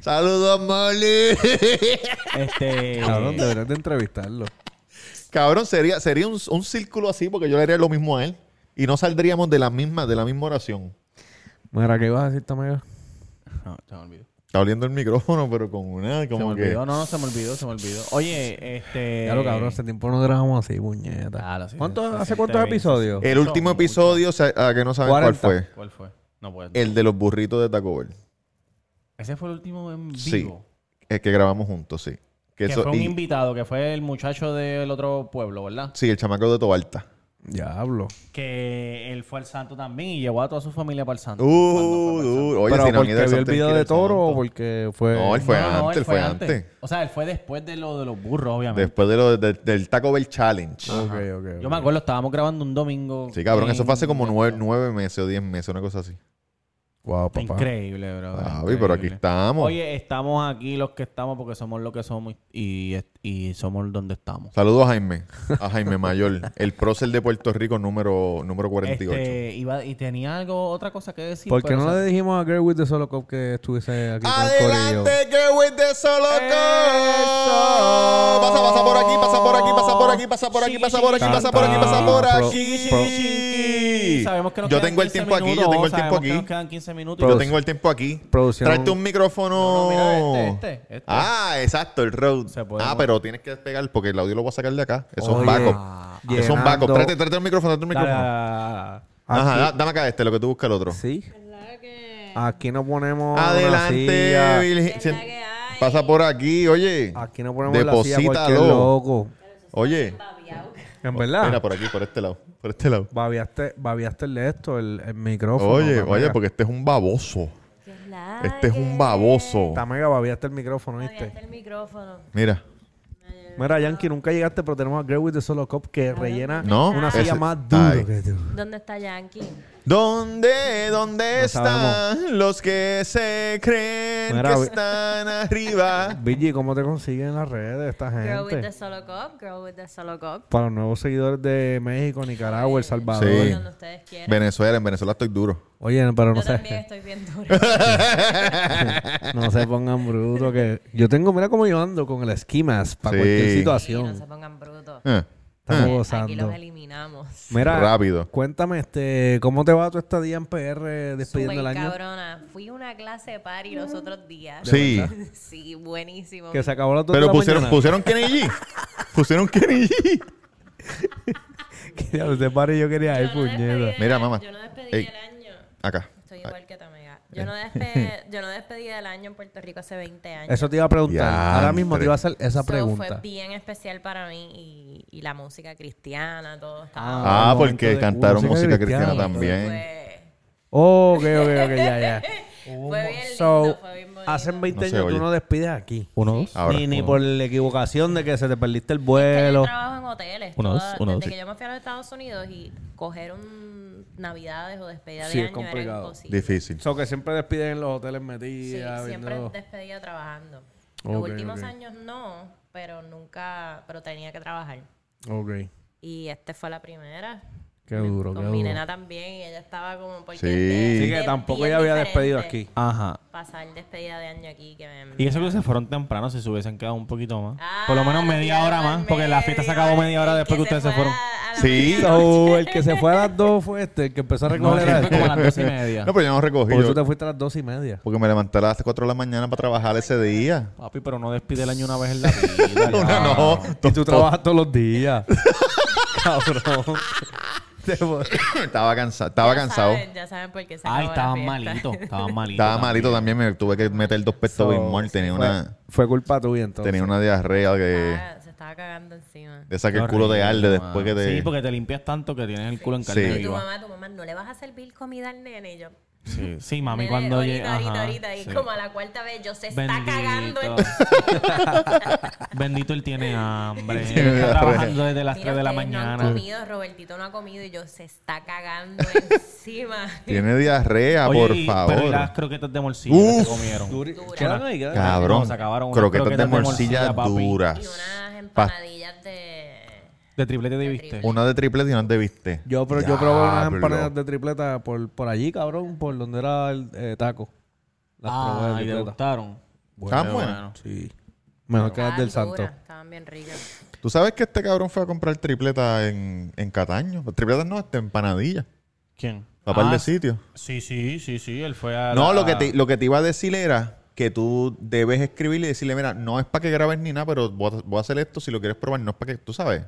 B: Saludos, Molly.
E: Este.
C: Cabrón, deberías de entrevistarlo.
B: Cabrón, sería, sería un, un círculo así, porque yo le haría lo mismo a él. Y no saldríamos de la misma, de la misma oración.
C: Mira, ¿qué ibas a decir, Tamega?
E: No, se me olvidó.
B: Está oliendo el micrófono, pero con una.
E: Se me
B: Como que.
E: olvidó. No, no, se me olvidó, se me olvidó. Oye, este.
C: Ya lo cabrón, hace tiempo no grabamos así, puñeta.
E: Claro, ah, sí,
C: ¿Cuánto-
E: se- se
C: ¿Hace
E: siente
C: cuántos
E: bien, se
C: episodios?
B: El último
E: Mucho.
B: episodio, sa- ah, que no saben cuál
C: 40.
B: fue.
E: ¿Cuál fue? No puedo.
B: El de los burritos de Taco Bell.
E: Ese fue el último en vivo.
B: Sí. El que grabamos juntos, sí. Que
E: Que
B: eso-
E: fue un
B: y-
E: invitado, que fue el muchacho del otro pueblo, ¿verdad?
B: sí, el chamaco de Tobalta.
C: Diablo.
E: Que él fue al santo también y llevó a toda su familia para el santo.
B: Uh,
E: Cuando fue
B: uh, oye,
C: ¿Pero
B: si no
C: porque
B: han ido al
C: vio el
B: santo,
C: video
B: tienen que ir
C: de
B: al
C: Toro o
B: santo.
C: porque fue...?
B: No, él fue
E: pa'l santo. No, no,
B: antes, él fue antes.
E: O sea, él fue después de lo de los burros, obviamente.
B: Después de lo de- del Taco Bell Challenge.
E: Ah.
C: Ok, ok, ok.
E: Yo me acuerdo, estábamos grabando un domingo.
B: Sí, cabrón, eso fue hace como
E: en-
B: nueve, nueve meses o diez meses, una cosa así.
C: Guau, papá.
E: Increíble, bro.
B: Ah,
E: increíble.
B: pero aquí estamos.
E: Oye, estamos aquí los que estamos porque somos lo que somos y, y somos donde estamos.
B: Saludos a Jaime, a Jaime Mayor, el prócer de Puerto Rico número, número 48.
E: Este, iba, y tenía algo, otra cosa que decir.
C: ¿Por qué
E: pero
C: no
E: se-
C: le dijimos a Girl with the Solo Cup que estuviese aquí con el corillo?
B: que with the solo
E: Eso.
B: Pasa, pasa por aquí, pasa por aquí, pasa por aquí, pasa por aquí, pasa por aquí, pasa por aquí, pasa por aquí.
E: Sabemos que nos
B: Yo
E: quedan
B: tengo el
E: 15
B: tiempo aquí, yo
E: minutos,
B: tengo el tiempo
E: sabemos que nos
B: aquí.
E: quedan 15 minutos.
B: Yo tengo el tiempo aquí.
C: Producción.
B: Tráete un micrófono.
E: No, no, mira, este, este, este.
B: Ah, exacto, el Rode.
E: Se puede
B: ah,
E: mover.
B: pero tienes que pegar porque el audio lo voy a sacar de acá. Eso es un
C: Oye,
B: backup. Eso es un backup.
C: llenando-
B: Tráete, tráete un micrófono, tráete un
E: Dale,
B: micrófono. Ajá, da- dame acá este, lo que tú buscas el otro.
C: Sí. Aquí nos ponemos. una
B: Adelante,
C: silla.
B: Virgen. Pasa por aquí, oye.
C: Aquí nos ponemos la silla cualquier
B: Deposítalo.
C: loco.
B: Oye.
C: En
B: Mira,
C: verdad.
B: por aquí, por este lado. Por este lado.
C: Babiaste, babiaste el de esto, el, el micrófono.
B: Oye,
C: la
B: oye,
C: mega.
B: porque este es un baboso. Este es un baboso.
C: Está mega babiaste el micrófono, ¿viste?
H: el micrófono.
B: Mira.
C: Mira, Yankee, nunca llegaste, pero tenemos a Girl with the Solo Cup que rellena
B: No,
C: una
B: ese-
C: silla más duro
B: Ay.
C: que tú.
H: ¿Dónde está Yankee?
B: ¿Dónde, dónde están
C: sabemos.
B: los que se creen
C: Mira,
B: que
C: vi-
B: están arriba?
C: Billy, ¿cómo te consiguen en las redes esta
H: Girl with the
C: gente?
H: Solo Cup, Girl with the Solo Cup.
C: Para los nuevos seguidores de México, Nicaragua, El Salvador.
B: Sí.
H: Donde ustedes quieran.
B: Venezuela, en Venezuela estoy duro.
C: Oye, pero no
H: Yo
C: sé.
H: también estoy bien dura.
C: No se pongan bruto que yo tengo, mira cómo yo ando con el esquimas para
B: Sí.
C: cualquier
H: Sí, no se
C: situación.
H: pongan brutos.
B: Eh,
C: Estamos
H: Aquí los
C: gozando.
H: eliminamos.
C: Mira,
B: Rápido.
C: cuéntame este, ¿cómo te va tu estadía en PR
H: Súper
C: despidiendo el año?
H: cabrona. Fui a una clase de party los otros días.
B: Mm. Sí.
H: Sí, buenísimo.
C: Que se acabó la dos de
B: Pero
C: la
B: pusieron,
C: mañana.
B: pusieron Kenny G. Pusieron Kenny G.
C: Que diablo, este party yo quería ir,
H: Yo no despedí
C: puñeta.
H: el-
B: Mira, mamá.
H: Yo no despedí
B: Ey.
H: el año.
B: Acá.
H: Estoy igual que Tamega. Yo no, despe- yo no despedí del año en Puerto Rico hace 20 años.
C: Eso te iba a preguntar.
B: Diantre.
C: Ahora mismo te iba a hacer esa
H: So, fue
C: pregunta.
H: bien especial para mí y, y la música cristiana, todo estaba.
B: Ah,
C: un momento
B: porque
C: de-
B: cantaron
C: música
B: música cristiana,
C: cristiana.
B: también.
H: Fue,
E: Eh,
C: Oh, ok, ok, ok, ya, ya.
H: fue bien lindo,
C: So,
H: fue bien bonito.
C: hace 20
B: No se
C: años
B: oye.
C: tú no despides aquí.
E: Uno, dos.
B: Ahora,
C: ni ni
B: uno.
C: por la equivocación de que se te perdiste el
H: Que
C: vuelo.
H: yo trabajo en hoteles.
E: Uno,
H: toda-
E: dos, uno, dos,
H: desde
E: sí.
H: que yo me fui a los Estados Unidos y coger un navidades o despedida
C: Sí,
H: de
C: es
H: año era
C: complicado.
H: imposible.
B: Difícil.
C: So que siempre despiden en los hoteles metidos.
H: Sí, siempre
C: viendo-
H: despedida trabajando. Los
C: Ok,
H: últimos
C: ok.
H: años no, pero nunca, pero tenía que trabajar.
C: Ok,
H: Y este fue la primera.
C: qué duro,
H: Con
C: qué
H: mi
C: duro.
H: nena también, y ella estaba como porque
B: Sí.
H: es
C: Así
H: bien-
C: que tampoco
H: bien
C: ya había
H: diferente
C: despedido aquí.
E: Ajá.
H: Pasar despedida de año aquí que me-
E: Y eso que se fueron temprano, si se hubiesen quedado un poquito más.
H: Ah,
E: Por lo menos
H: la
E: media
H: tiraron
E: hora
H: al
E: más, porque la fiesta se acabó
H: medio,
E: media hora
H: el
E: después que ustedes se
H: fue
E: fueron.
H: a- a la
B: Sí.
H: media.
C: So, el que se fue a las dos fue este, el que empezó a
E: No,
C: recoger
E: sí,
C: era
E: fue como a
C: este.
E: las dos y media.
B: No, pero yo no recogí.
C: Por eso
B: yo-
C: te fuiste a las dos y media.
B: Porque me levanté a las 4 de la mañana para trabajar ese día.
E: Papi, pero no despide el año una vez en la vida.
B: Una
E: ya.
B: no.
C: Y tú trabajas todos los días. Cabrón. Te voy-
B: Estaba cansado. Estaba
H: Ya
B: cansado.
H: saben, ya saben por qué se
E: Ay,
H: acabó la
E: estaban
H: fiesta.
E: malitos. Estaban malitos.
B: Estaba
E: también.
B: malito también. Me tuve que meter dos pestos Big More. Tenía una,
C: Fue culpa tuya entonces.
B: tenía una diarrea que.
H: Ah, se estaba cagando encima.
B: De esa que
E: Qué
B: el culo te
E: horrible,
B: arde
E: mano.
B: después que te.
E: Sí, porque te limpias tanto que tienes el culo en
B: Sí.
E: carne
B: Y
H: Y tu
E: viva.
H: mamá, tu mamá, ¿no le vas a servir comida al nene? Y yo,
E: Sí, sí, mami,
H: nene,
E: cuando
H: ahorita,
E: llega.
H: ahorita,
E: ajá,
H: ahorita. Y
E: sí.
H: como a la cuarta vez, yo, se está
E: Bendito.
H: cagando. en-
E: Bendito él tiene hambre. Él
B: Tiene
E: está
B: hambre.
E: trabajando desde las
H: Mira,
E: 3 de la
H: ustedes
E: mañana.
H: No han comido, Robertito no ha comido y yo, se está cagando encima.
B: Tiene diarrea,
E: Oye,
B: Ah, por
E: y-
B: favor.
E: Pero ¿y las croquetas de morcilla que
B: Uf.
E: se comieron.
C: Duri- Quedan ahí, quedan ahí.
B: Cabrón.
E: No, se acabaron unas
B: croquetas,
E: croquetas
B: de
E: de
B: morcilla,
E: morcilla, papi.
B: duras.
H: Y unas
B: Pa-
H: empanadillas de...
E: De triplete te viste.
B: Una de triple y una de viste.
C: Yo, pero yo probé unas
B: Diablo.
C: empanadas de tripleta por, por allí, cabrón, por donde era el eh, taco. Las
E: Ah,
C: probé de
E: y te
C: tripleta.
E: gustaron.
B: Estaban buenas.
C: Sí. Mejor que las del
H: Estaban
C: santo.
H: duras, Estaban bien ricas.
B: Tú sabes que este cabrón fue a comprar tripleta en, en Cataño. Tripletas no, este empanadilla.
E: ¿Quién?
B: Para par
E: Ah,
B: de sitio.
E: Sí, sí, sí, sí. Él fue a.
B: No,
E: la-
B: lo que, te, lo que te iba a decir era que tú debes escribirle y decirle, mira, no es para que grabes ni nada, pero voy a, voy a hacer esto si lo quieres probar. No es para que, tú sabes,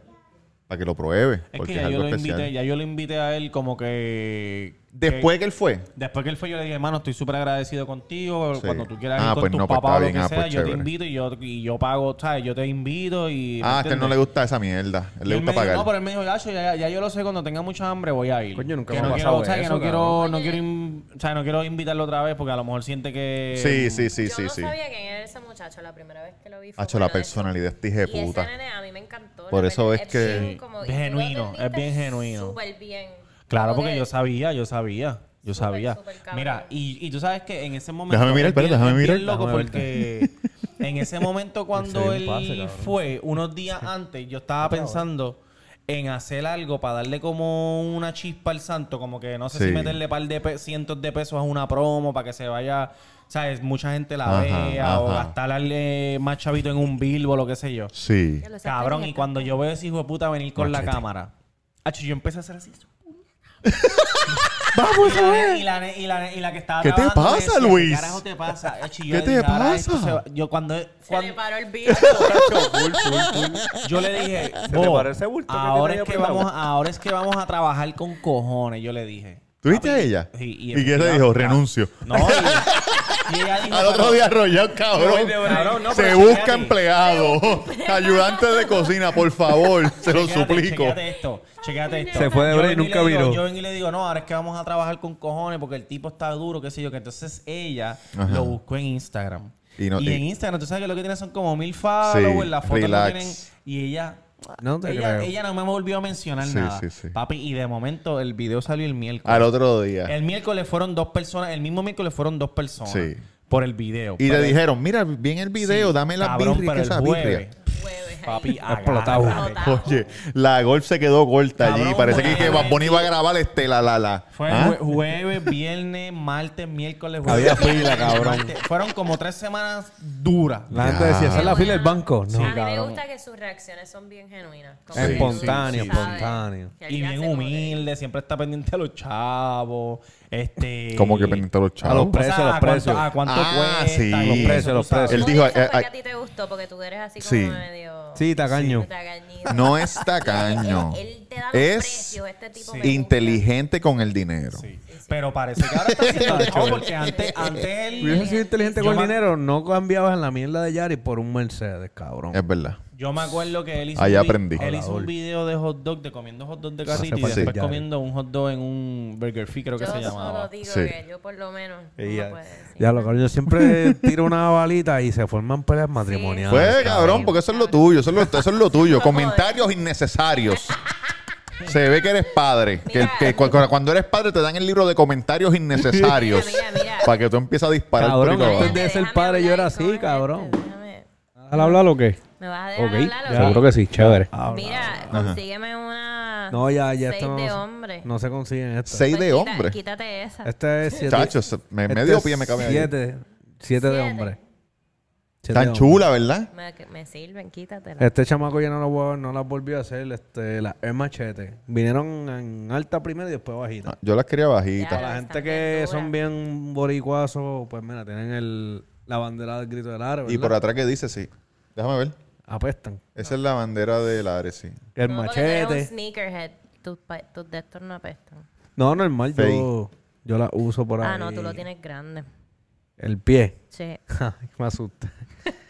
B: para que lo pruebes.
E: Es
B: porque
E: que
B: es
E: ya yo
B: algo
E: lo
B: especial.
E: invité, ya yo lo invité a él como que.
B: Después que él fue.
E: Después que él fue, yo le dije, hermano, estoy súper agradecido contigo.
B: Sí.
E: Cuando tú quieras
B: Ah,
E: ir con
B: pues
E: tu
B: no, pues
E: papá
B: está
E: o lo
B: bien.
E: que
B: Ah,
E: sea,
B: pues
E: yo te
B: chévere.
E: invito y yo, y yo pago, ¿sabes? Yo te invito y... ¿me
B: Ah, es que a él no
E: entiendes?
B: le gusta esa mierda. A él
E: Y
B: le
E: él
B: gusta
E: me dijo,
B: pagar.
E: No, pero él me dijo, "Yacho, ya, ya yo lo sé, cuando tenga mucha hambre voy a ir.
C: Coño, nunca
E: que
C: me ha
E: no
C: pasado
E: quiero, ¿sabes? Que
C: eso,
E: no quiero, no quiero, im- o sea, no quiero invitarlo otra vez porque a lo mejor siente que...
B: Sí, sí, sí,
H: yo
B: sí,
H: no
B: sí.
H: sabía quién era ese muchacho la primera vez que lo vi. fue
B: Hacho,
H: bueno,
B: la
H: de-
B: personalidad este hijo de
H: Y ese
B: puta.
H: nene a mí me encantó.
B: Por
H: la
B: eso
H: verdad,
B: es que-
H: bien como-
E: Es
H: y tú lo
E: genuino, es
H: atendiste
E: bien genuino.
H: Súper bien.
E: Claro,
H: Como
E: porque
H: que-
E: yo sabía, yo sabía, yo
H: Súper,
E: sabía.
H: súper cabrón.
E: Mira, y, y tú sabes que en ese momento...
B: Déjame mirar,
E: es bien-
B: espérate, déjame
E: es bien
B: mirar.
E: loco
C: Déjame
E: porque en ese momento cuando
C: dio un
E: él
C: pase, cabrón.
E: fue, unos días antes, yo estaba pensando en hacer algo para darle como una chispa al santo, como que no sé si
B: Sí.
E: meterle par de pe- cientos de pesos a una promo para que se vaya, ¿sabes? Mucha gente la
B: Ajá,
E: vea o
B: ajá.
E: gastarle más chavito en un bilbo, lo que sé yo.
B: Sí.
H: Ya lo sé,
E: Cabrón,
H: tenía
E: y cuando yo veo a ese hijo de puta venir con la cámara, Hacho, yo empecé a hacer así. Vamos a ver. Y la, ne- y la, ne- y la que estaba
B: ¿Qué te
E: grabando
B: pasa,
E: decía, ¿Qué
B: Luis?
E: carajo te pasa? Hacho, y yo
B: ¿Qué te
E: dije, "Ahora esto
B: pasa?"
E: se va- Yo cuando...
H: Se
E: cuando-
H: le paró el bicho.
E: yo le dije,
I: te
E: "Bo,
I: paró ese bulto que te
E: ahora es
I: traía
E: que
I: pelado?"
E: vamos, ahora es que vamos a trabajar con cojones, yo le dije.
B: ¿Tuviste a ella?
E: Sí,
B: ¿Y,
E: el- "Ah,
B: qué le dijo? Renuncio.
E: No, y, y ella dijo,
B: Al otro
E: "Pero-
B: día arrollado, cabrón.
E: Cabrón, no,
B: se
E: pero
B: busca
E: fíjate.
B: empleado. Ayudante de cocina, por favor. Se lo
E: Chequéate,
B: suplico.
E: Chequéate esto, chequéate esto.
F: Se fue de
E: Yo
F: break y
E: vengo
F: nunca
E: le digo-
F: viró.
E: Yo vengo y le digo, no, ahora es que vamos a trabajar con cojones porque el tipo está duro, qué sé yo. Que entonces ella
B: Ajá.
E: lo buscó en Instagram.
B: Y
E: Y,
B: no- y-
E: en Instagram, tú sabes que lo que tiene son como mil followers,
B: Sí,
E: las fotos no
B: relax.
E: tienen... Y ella...
C: No te
E: ella,
C: creo.
E: ella no me volvió a mencionar
B: Sí,
E: nada.
B: sí, Ah, sí.
E: Papi, y de momento el video salió el miércoles.
B: Al otro día.
E: El miércoles fueron dos personas, el mismo miércoles fueron dos personas.
B: Sí.
E: Por el video.
B: Y
E: Pero-
B: le dijeron, mira, bien el video,
E: Sí,
B: dame la
E: cabrón,
B: birria, que
E: pero el
B: esa birria.
E: jueves,
H: Hueves ahí.
E: Papi,
C: Explotado.
E: agárrate.
B: Oye, la golf se quedó corta allí.
E: Cabrón,
B: Parece que,
E: güey.
B: que Bad Bunny iba a grabar este, la, la, la.
E: Fue
B: ¿Ah?
E: jue- jueves, viernes, martes, miércoles.
F: Había
E: jueves,
F: fila,
E: viernes,
F: cabrón.
E: martes. Fueron como tres semanas duras.
F: La gente decía, esa es la fila del banco. No,
H: a mí me
F: cabrón.
H: gusta que sus reacciones son bien genuinas. como
B: Sí,
H: que tú
C: espontáneo,
H: sabes
C: espontáneo.
H: que
E: Y
H: alguien
E: bien
H: hace como que-
E: humilde, siempre está pendiente a los chavos. Este,
B: Como que pendiente a los
F: A los
B: chavos.
F: precios, los precios.
E: ¿A cuánto
B: Ah,
E: cuesta?
B: sí.
E: y
B: Los
E: eso,
F: precios,
E: tú
F: los
E: sabes.
B: precios. Él
H: Él
B: dijo,
H: dijo,
B: eh,
H: "Pues, que
B: eh,
H: a ti te gustó porque tú eres así como
B: Sí.
H: medio...
F: Sí, tacaño.
H: tacañito.
B: No es tacaño.
H: Él, él te da los
B: Es
H: precios, este tipo me gusta.
B: inteligente con el dinero.
E: Sí. Pero parece que ahora está haciendo chavo porque antes, antes él...
C: Hubiese sido inteligente
E: Yo
C: con el
E: me-
C: dinero, no cambiabas en la mierda de Yari por un Mercedes, cabrón.
B: Es verdad.
E: Yo me acuerdo que él hizo,
B: Allá
E: un, vi-
B: aprendí.
E: Él hizo un video de hot dog, de comiendo hot dog de carrito y
C: falta
E: después
C: ya.
E: comiendo un hot dog en un Burger Fee, creo que
H: Yo
E: se
H: solo
E: llamaba.
H: digo
B: Sí.
H: que yo por lo menos no
C: Y
H: me
C: ya,
H: puedo decir.
C: ya lo cabrón, yo siempre tiro una balita y se forman peleas matrimoniales.
B: Pues, cabrón, porque eso es lo tuyo, eso es lo, eso es lo tuyo. Comentarios innecesarios. Se ve que eres padre. Que,
H: Mira.
B: que cu- cu- cuando eres padre te dan el libro de comentarios innecesarios.
H: Mira, mira, mira.
B: Para que tú empieces a disparar. por
C: Cabrón,
B: ahí para
C: antes
H: Cállate,
B: abajo.
C: de ser
H: déjame
C: padre yo
H: hablar,
C: era así,
H: ¿cómo es este?
C: cabrón.
H: Déjame-
F: ¿Al hablar o qué?
H: ¿Me vas a dejar
F: Ok,
H: hablar o qué?
F: seguro que sí, chévere.
C: Ah,
H: Mira, consígueme una
C: No, ya, ya
H: seis
C: esto no,
H: de
C: se-
H: hombre.
C: no se consiguen esto.
B: Seis
H: Pues
B: de
H: quita-
B: hombre.
H: Quítate esa.
C: Este es siete.
B: Chacho, se- me,
C: este
B: medio
C: es
B: pie me cabe ahí.
C: Siete. Siete de
H: Siete.
C: hombre. Siete de
B: Tan
C: hombre.
B: chula, ¿verdad?
H: Me, que me sirven, quítatela.
C: Este chamaco ya no lo voy a- no las volvió a hacer, este, las es machete. Vinieron en alta primero y después bajita.
B: Ah, Yo las quería
H: Ya.
B: bajitas.
C: Para la
H: están
C: gente
H: bien
C: que
H: duras.
C: son bien boricuazos, pues mira, tienen el, la bandera del grito del árabe.
B: Y por atrás que dice, sí. Déjame ver.
C: Apestan.
B: Esa es la bandera del Ares, sí.
C: El
H: No, porque tú eres un
C: machete.
H: sneakerhead. Tus, pa- tus de estos no apestan.
C: No, normal, yo,
B: Fake.
C: yo la uso por ahí.
H: Ah, no, tú lo tienes grande.
C: El pie.
H: Sí.
C: Ay, me asusta.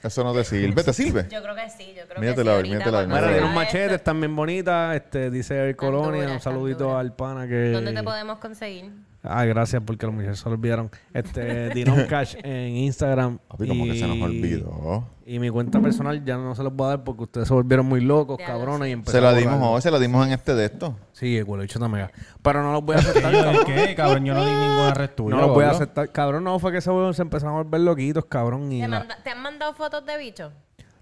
B: Eso no te sirve. ¿Te sirve?
H: Yo creo que sí, yo creo
B: Míratela,
H: que sí. ahorita
B: míratela, míratela.
H: cuando
C: Mira,
H: se
C: tiene
H: haga
C: un machete,
H: esto-
C: están bien bonitas. Este, dice el
H: este- Están
C: Colonia.
H: duras,
C: un
H: están
C: saludito
H: duras.
C: al pana que.
H: ¿Dónde te podemos conseguir?
C: Ah, gracias porque los muchachos se lo olvidaron. Este, Dinon Cash en Instagram.
B: Papi, como que se nos
C: y-
B: olvidó.
C: Y mi cuenta personal ya no se los voy a dar porque ustedes se volvieron muy locos,
H: Ya lo
C: cabrones. Y
B: Se
C: empezaron
B: la
C: a
B: dimos
C: borrar.
B: hoy, se la dimos en este de esto.
C: Sí, el culo hecho también. Pero no los voy a aceptar.
E: Yo, ¿de qué, cabrón? Yo no di ninguna red tuya,
C: no los voy a
E: Pablo.
C: aceptar. Cabrón, no, fue que se, vol- se empezaron a volver loquitos, cabrón. Y
H: ¿Te,
C: la-
H: manda- te han mandado fotos de bicho?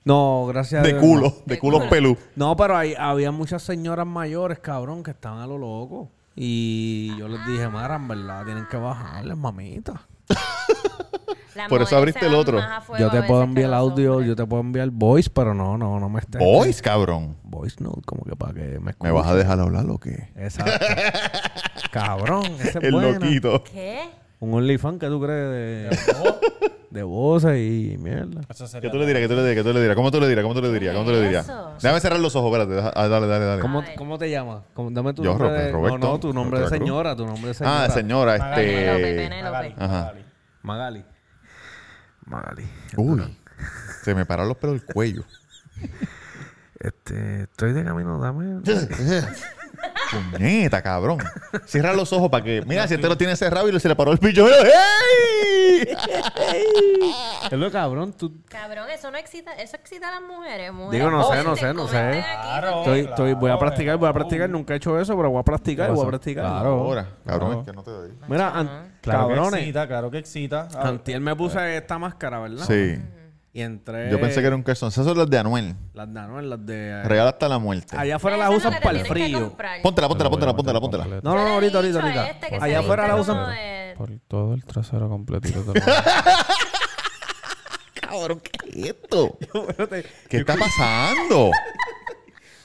C: No, gracias a
B: De
C: Dios,
B: culo,
C: no.
B: de culo pelú.
C: No, pero ahí había muchas señoras mayores, cabrón, que estaban a lo loco. Y yo les dije, Mara, en verdad, tienen que bajarles, mamita.
H: Las
B: Por eso
H: mujeres se
B: abriste el
H: van
B: otro.
H: más a fuego
C: Yo
H: a
C: te
H: veces
C: puedo
H: que
C: enviar el
H: los
C: audio,
H: hombres.
C: yo te puedo enviar el voice, pero no, no, no me estés.
B: Boys, cabrón.
C: Voice note, como que para que me
B: ¿Me
C: escuchen.
B: vas a dejar hablar o qué?
C: Exacto. cabrón, ese es
B: El
C: bueno.
B: loquito.
H: ¿Qué?
C: Un OnlyFans que tú crees de, de voces y mierda.
E: Eso sería
B: ¿Qué tú le dirías? ¿Qué tú le dirías? ¿Qué tú le dirías? ¿Cómo tú le dirías? ¿Cómo tú le dirías? ¿Cómo tú le dirías?
H: Eso.
B: Déjame cerrar los ojos, espérate. deja- ah, Dale, dale, dale.
C: ¿Cómo,
H: ver.
C: ¿Cómo te llamas? ¿Cómo- dame tu
B: Yo,
C: nombre.
B: Robert-
C: de-
B: Roberto,
C: no, no, tu nombre de
B: Roberto de la Cruz.
C: señora, tu nombre de señora.
B: Ah, señora,
H: Penélope,
B: este.
H: Penélope.
B: Ajá.
C: Magali. Magali.
B: Uy. Se me pararon los pelos del cuello.
C: Este, estoy de camino, dame.
B: Puñeta, cabrón. Cierra los ojos para que. Mira, si este lo tiene cerrado y se le paró el pillo. ¡Ey!
C: Es lo cabrón, tú.
H: Cabrón, eso no excita, eso excita a las mujeres, mujeres. Oh,
C: Digo, no sé, no
H: comenten,
C: sé, no sé.
H: comenten aquí.
C: Estoy, estoy, voy a practicar, voy a practicar. Nunca he hecho eso, pero voy a practicar, voy a practicar.
B: Ahora, cabrón, es que no te doy.
C: Mira, an-
E: Claro que
C: cabrones.
E: excita, claro que excita. Ah,
C: Antier me puse esta máscara, ¿verdad?
B: Sí.
C: Y entré.
B: Yo pensé que era un queso. Esas son las de Anuel.
C: Las de Anuel, las de.
B: Real hasta la muerte.
C: Allá afuera las
H: Pero eso es
C: usan
H: lo que
C: para el
H: te tienes que
C: frío.
H: comprar.
B: Póntela, póntela,
F: Te lo
B: póntela,
F: voy a
B: póntela,
F: mandar
B: póntela.
F: completo.
C: No, no,
H: Yo le
C: no,
H: he
C: ahorita,
H: dicho
C: ahorita,
H: a
C: ahorita.
H: este que se
C: Allá afuera la
H: vista
C: usan.
H: como de-
F: Por todo el trasero completito. te lo mando.
B: Cabrón, ¿qué es esto?
C: Espérate.
B: ¿Qué está pasando?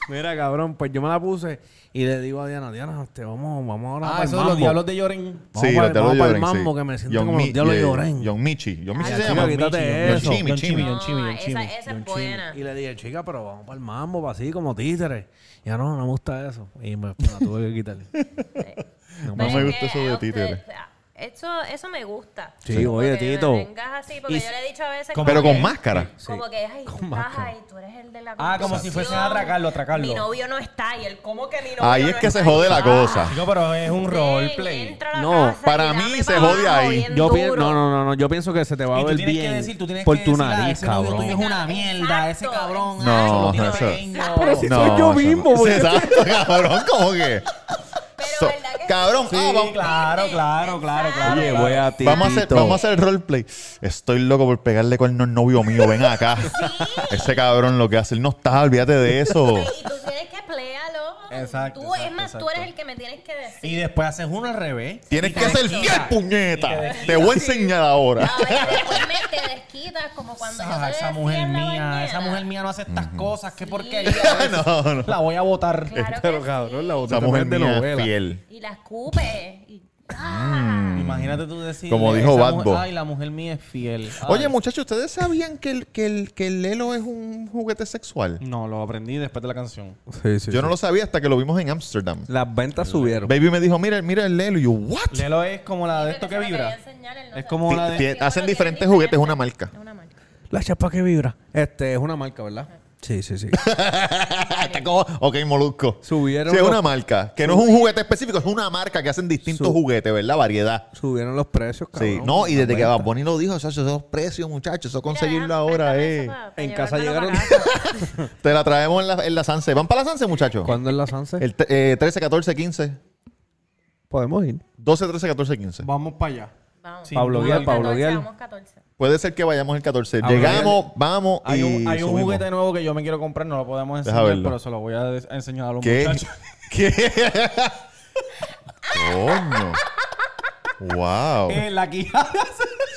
C: Mira, cabrón, pues yo me la puse y le digo a Diana, Diana, te vamos, vamos ahora
E: Ah,
C: para el
E: eso de los
C: pues, mambo.
E: diablos de Lloren.
C: Vamos
B: Sí,
C: para-
B: los Diablos
C: vamos para el
B: Lloren, sí.
C: mambo, que me siento
B: John
C: como los
B: Mi-
C: Diablos
B: eh,
C: Lloren.
B: John Michi. John Michi
C: Ay,
B: se
C: chica,
B: llama.
C: quítate eso.
B: Chimi, Chimi.
E: John Chimi, John Chimi, John
H: No,
E: Chimi.
H: esa- esa es
E: John
H: buena.
C: Y le dije, chica, pero vamos para el mambo, para así como títeres. Ya no, no me gusta eso. Y me me la tuve que quitar.
H: No
B: me gusta eso de títeres.
H: Eso, eso me gusta.
C: Sí,
H: Como
C: oye,
H: que me
C: Tito.
H: vengas así, porque
E: Y-
H: yo le he dicho a veces.
E: Pero
B: Pero
H: como
B: con
H: que-
B: máscara.
H: Como que, ay, tú estás
C: máscara.
H: ahí, tú eres el de la
E: Ah, como
H: conversación.
E: si fuesen a atracarlo, atracarlo.
H: Mi novio no está y él, ¿cómo que mi novio
B: Ahí
H: no
B: es que
H: está?
B: se jode la cosa.
E: Chico, pero es un
H: Ven,
E: roleplay.
H: entra a la
C: No,
H: casa y
B: para
H: dame
B: mí
H: pa'
B: se jode
H: abajo
B: ahí.
H: bien
C: Yo pienso,
H: duro.
C: no, no, no, no, yo pienso que se te va a
E: Y tú
C: ver
E: tienes que
C: bien
E: decir, tú tienes
C: por
E: que
C: tu
E: decir, ah,
C: nariz,
E: ese novio
C: cabrón.
E: tuyo es una mierda, ese
H: Exacto,
E: cabrón.
B: No,
E: ah, yo lo
B: eso-
E: tengo.
C: si soy yo
B: eso no.
C: mismo, porque-
B: Exacto, cabrón, como que.
H: Pero
B: So-
H: verdad que
B: cabrón,
E: Sí,
B: ah, vamos,
E: claro, claro, claro, claro.
F: Oye, voy a ti.
B: vamos a hacer, vamos a hacer roleplay. Estoy loco por pegarle cuerno al novio mío, ven acá. Ese cabrón lo que hace, él no está, olvídate de eso.
H: Y tú tienes que pléalo.
E: Exacto,
H: Tú, es
E: exacto,
H: más, tú
E: exacto.
H: eres el que me tienes que decir.
E: Y después haces uno al revés.
B: Tienes
E: Y
B: que
E: te
B: ser
E: desquitas.
B: fiel,
E: Y te
B: puñeta.
E: desquitas.
B: Te voy a enseñar ahora.
H: A ver, después me te desquitas como cuando yo
E: Ah,
H: te
E: esa
H: decía
E: mujer
H: en la
E: mía,
H: bañera.
E: esa mujer mía no hace estas cosas, qué porquería.
B: Ah, No, no.
E: La voy a votar.
H: Claro que
C: Pero
H: sí.
C: Este cabrón, la otra
B: Esa mujer
C: de
B: mía es
C: novela.
B: fiel.
H: Y la escupe.
B: Mm.
H: Y, ah,
E: Imagínate tú decir.
B: Como dijo Bad Bunny.
E: Ay, la mujer mía es fiel. Ay.
B: Oye, muchachos, ¿ustedes sabían que el, que el, que el Lelo es un juguete sexual?
E: No, lo aprendí después de la canción.
C: Sí, sí,
B: Yo
C: sí.
B: no lo sabía hasta que lo vimos en Ámsterdam.
C: Las ventas subieron.
B: Baby me dijo, mira, mira el Lelo. Y yo, ¿what?
E: Lelo es como la de esto que
H: Creo que se lo
E: vibra.
H: quería enseñar, él no
E: Es
H: se-
E: como la de.
B: Tien- Hacen diferentes juguetes, una marca.
H: Es una marca.
C: La chapa que vibra. Este es una marca, ¿verdad? Sí, sí, sí.
B: Está como- ok, molusco.
C: Subieron
B: Sí, es
C: los-
B: una marca. Que no es un juguete específico, es una marca que hacen distintos
C: Sub-
B: juguetes, ¿verdad? Variedad.
C: subieron los precios, cabrón.
B: Sí. No, y
C: Las
B: desde que
C: ventas.
B: Bad Bunny lo dijo, esos esos precios, muchachos, eso conseguirlo
H: Mira,
B: ahora eh.
H: préstame eso pa- pa
C: En casa
H: llevármelo
C: llegaron.
H: pa' casa.
B: Te la traemos en la, en la Sanse. ¿Van para la Sanse, muchachos?
C: ¿Cuándo es la Sanse?
B: El te- eh, 13, 14, 15.
C: Podemos ir.
B: 12, 13, 14, 15.
E: Vamos para allá.
H: Vamos.
E: Sin
C: Pablo
E: duda
C: Guial,
E: alguna.
C: Pablo.
H: 14,
C: Guial.
H: vamos 14.
B: Puede ser que vayamos el 14.
E: Ahora,
B: Llegamos, vamos
E: Hay un,
B: y
E: hay un
B: subimos.
E: juguete nuevo que yo me quiero comprar, no lo podemos
B: Deja
E: enseñar,
B: verlo.
E: pero se lo voy a des- a enseñar a los
B: ¿Qué?
E: muchachos.
B: ¿Qué? Coño. Wow.
E: Eh, la quijada.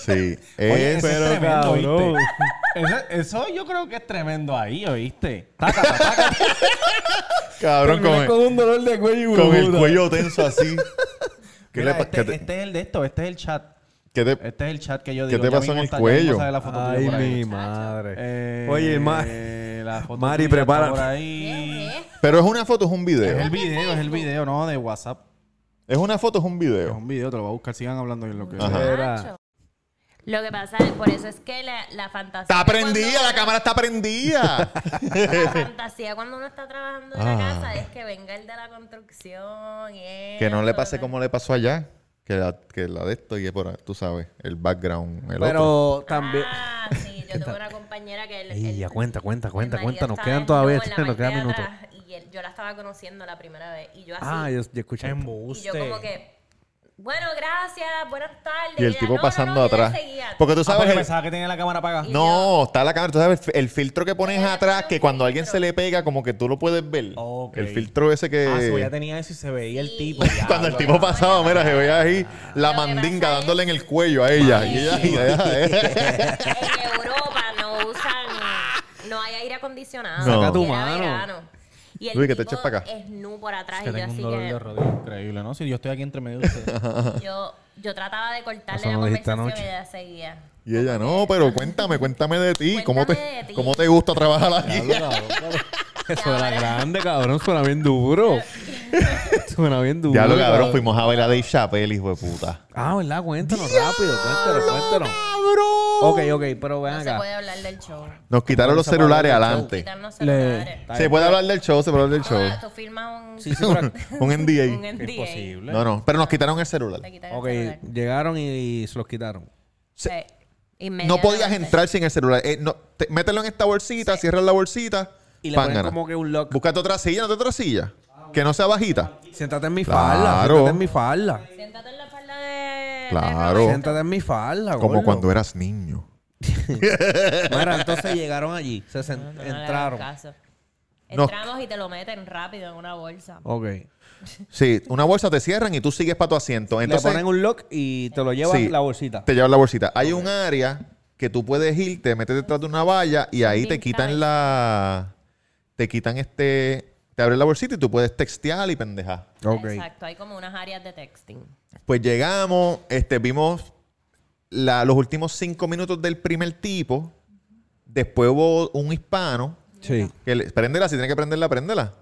B: Sí.
E: Oye,
B: Es-
E: ese es tremendo,
C: cabrón.
E: ¿oíste? Ese- eso yo creo que es tremendo ahí, ¿oíste? Tácata, tácata.
B: cabrón con
E: Terminé
B: el,
E: un dolor de cuello. hijo de
B: con el
E: puta.
B: cuello tenso así. ¿Qué
E: Mira,
B: le pa-
E: este,
B: qué te-
E: este es el de esto, este es el chat.
B: qué te-
E: Este es el chat que yo
B: ¿Qué
E: digo.
B: te
E: ya
B: pasó en
E: mismo
B: el
E: está- ya
B: cuello?
E: mismo sale la foto tuya
C: Ay,
E: por ahí.
C: mi madre.
E: Eh,
C: Oye, ma-
E: la foto
C: Mari,
E: tuya está
C: prepara-
E: por ahí.
H: ¿Qué?
B: Pero es una foto, es un
E: Es el
B: video.
E: video, es el video, no, de WhatsApp.
B: Es una foto, es un
E: Es
B: video.
E: un video, te lo voy a buscar, sigan hablando bien lo que
B: Ajá.
C: Era-
H: Lo que pasa es, por eso es que la, la fantasía.
B: Está
H: cuando
B: prendida,
H: uno-
B: la cámara está prendida.
H: La fantasía cuando uno está trabajando en
B: Ah.
H: la casa es que venga el de la construcción. y
B: que no le
H: eso,
B: pase como le pasó allá. Que la, que la de esto y es por ahí, tú sabes, el background. El otro.
C: Pero también.
H: Ah, sí, yo tuve una compañera que. El,
C: Ey,
H: el-
C: ya cuenta, cuenta,
H: el
C: cuenta,
H: marido
C: cuenta, nos
H: estaba
C: quedan
H: desnudo
C: todavía,
H: en la
C: nos
H: parte
C: quedan
H: de
C: minutos.
H: atrás Y él- yo la estaba conociendo la primera vez. Y yo así.
C: Ah, yo, yo escuché.
H: y yo como
E: Ah,
H: que. Bueno, gracias, buenas tardes.
B: Y el
H: ella,
B: tipo
H: "No, no,
B: pasando
H: no", y él
B: atrás.
H: seguía.
B: Porque tú
E: Ah,
B: sabes.
E: porque
B: el-
E: pensaba que tenía la cámara apagada.
B: No, está la cámara. Tú sabes, el fi- el filtro que pones
H: Ella le
B: atrás,
H: pone
B: que
H: un
B: cuando a alguien
H: filtro.
B: se le pega, como que tú lo puedes ver.
E: Ok.
B: El filtro ese que.
E: Ah, sí, ya tenía eso y se veía el tipo.
B: cuando el tipo pasaba, mira, se veía ahí la
H: Lo que
B: mandinga
H: pasa
B: dándole en el cuello a ella. Y ella, eh. y ella-
H: en Europa no usan, no hay aire acondicionado.
B: No. Saca
C: tu
H: Y era
C: mano.
H: verano. Y el
B: Luis, que te
H: tipo
B: eches pa' acá.
H: es nu por atrás.
E: Que
H: y yo
E: tengo un
H: así
E: dolor de
H: que
E: rodilla increíble, ¿no? Si yo estoy aquí entre medio de ustedes.
H: yo, yo trataba de cortarle
C: Eso
H: la
C: no lo dijiste
H: conversación
C: anoche.
H: y ella seguía.
B: y ella, no, pero cuéntame, cuéntame de ti. ¿Cómo
H: Cuéntame de
B: te,
H: ti.
B: ¿Cómo te gusta trabajar aquí?
C: Eso era grande, cabrón. Suena bien duro. suena bien duro.
B: Ya lo cabrón, fuimos a ver a Dave Chappelle, hijo de puta.
C: Ah, ¿verdad? Cuéntanos rápido. Cuéntanos, cuéntanos. Ok, ok, pero ven
H: No se
C: acá.
H: puede hablar del show.
B: Nos quitaron los celulares adelante.
H: Quitarnos celulares.
B: Se puede hablar del show, se puede hablar del show.
H: Ah, Tú firmas un,
C: Sí, sí, pero-
B: Un NDA.
H: un NDA.
C: Imposible.
B: No, no, pero nos quitaron el celular.
H: Te quitan el
C: Ok,
H: celular.
C: llegaron y, y se los quitaron.
H: Sí.
B: No
H: Inmediatamente.
B: podías entrar sin el celular. Eh, no, te- mételo en esta bolsita, cierras la bolsita.
C: Y le
B: pángana.
C: ponen como que un lock.
B: Búscate otra silla, no te otra silla. Que no sea bajita.
C: Siéntate en mi
B: Claro.
C: falda. Siéntate en mi falda.
H: Siéntate en la espalda de. de
B: Claro.
H: Roberto.
C: Siéntate en mi falda.
B: Como
C: gordo.
B: cuando eras niño.
A: Mira, entonces llegaron allí, se sent-
H: No, no le hagas
A: entraron.
H: caso.
B: No.
H: Entramos y te lo meten rápido en una bolsa.
A: Ok.
B: Sí, una bolsa te cierran y tú sigues para tu asiento. Entonces,
A: Le ponen un lock y te lo llevan
B: Sí.
A: la bolsita.
B: te llevan la bolsita. Hay un área que tú puedes ir, te metes detrás de una valla y ahí te
H: Bien
B: quitan
H: calle.
B: la. Te quitan este. Te abren la bolsita y tú puedes textear y pendejar.
A: Ok.
H: Exacto, hay como unas áreas de texting.
B: Pues llegamos, este, vimos la- los últimos cinco minutos del primer tipo. Después hubo un hispano.
A: Sí.
B: Que le- préndela, si tiene que prenderla, préndela.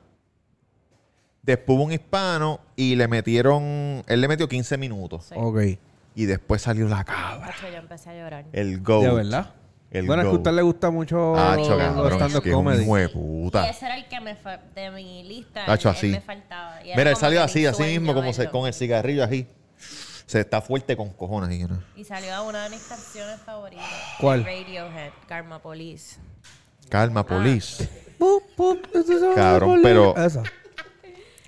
B: Después hubo un hispano y le metieron. Él le metió 15 minutos.
H: Sí.
A: Ok.
B: Y después salió la cabra.
H: Cacho, yo empecé a llorar.
B: El go.
A: De verdad.
B: El
A: bueno, es que a
B: goat.
A: usted le gusta mucho
B: Hacho,
A: los
B: cabrón. Es
A: stand-up
B: que es un
A: comedy.
B: hijo de
H: Y
B: puta.
H: ese era el que me fa- de mi lista.
B: Hacho,
H: el- el
B: así.
H: me faltaba. Y era
B: Mira, él
H: como
B: salió
H: que
B: así,
H: mi
B: así
H: sueño
B: mismo, como se,
H: verlo.
B: con el cigarrillo así. Se está fuerte con cojones. y yo, ¿no?
H: Y salió a una de mis canciones favoritas.
A: ¿Cuál?
H: Radiohead, Karma Police. Ah.
B: Calma, police.
A: Pup, pup, eso se va a
B: Cabrón,
A: volver.
B: pero-
A: Esa.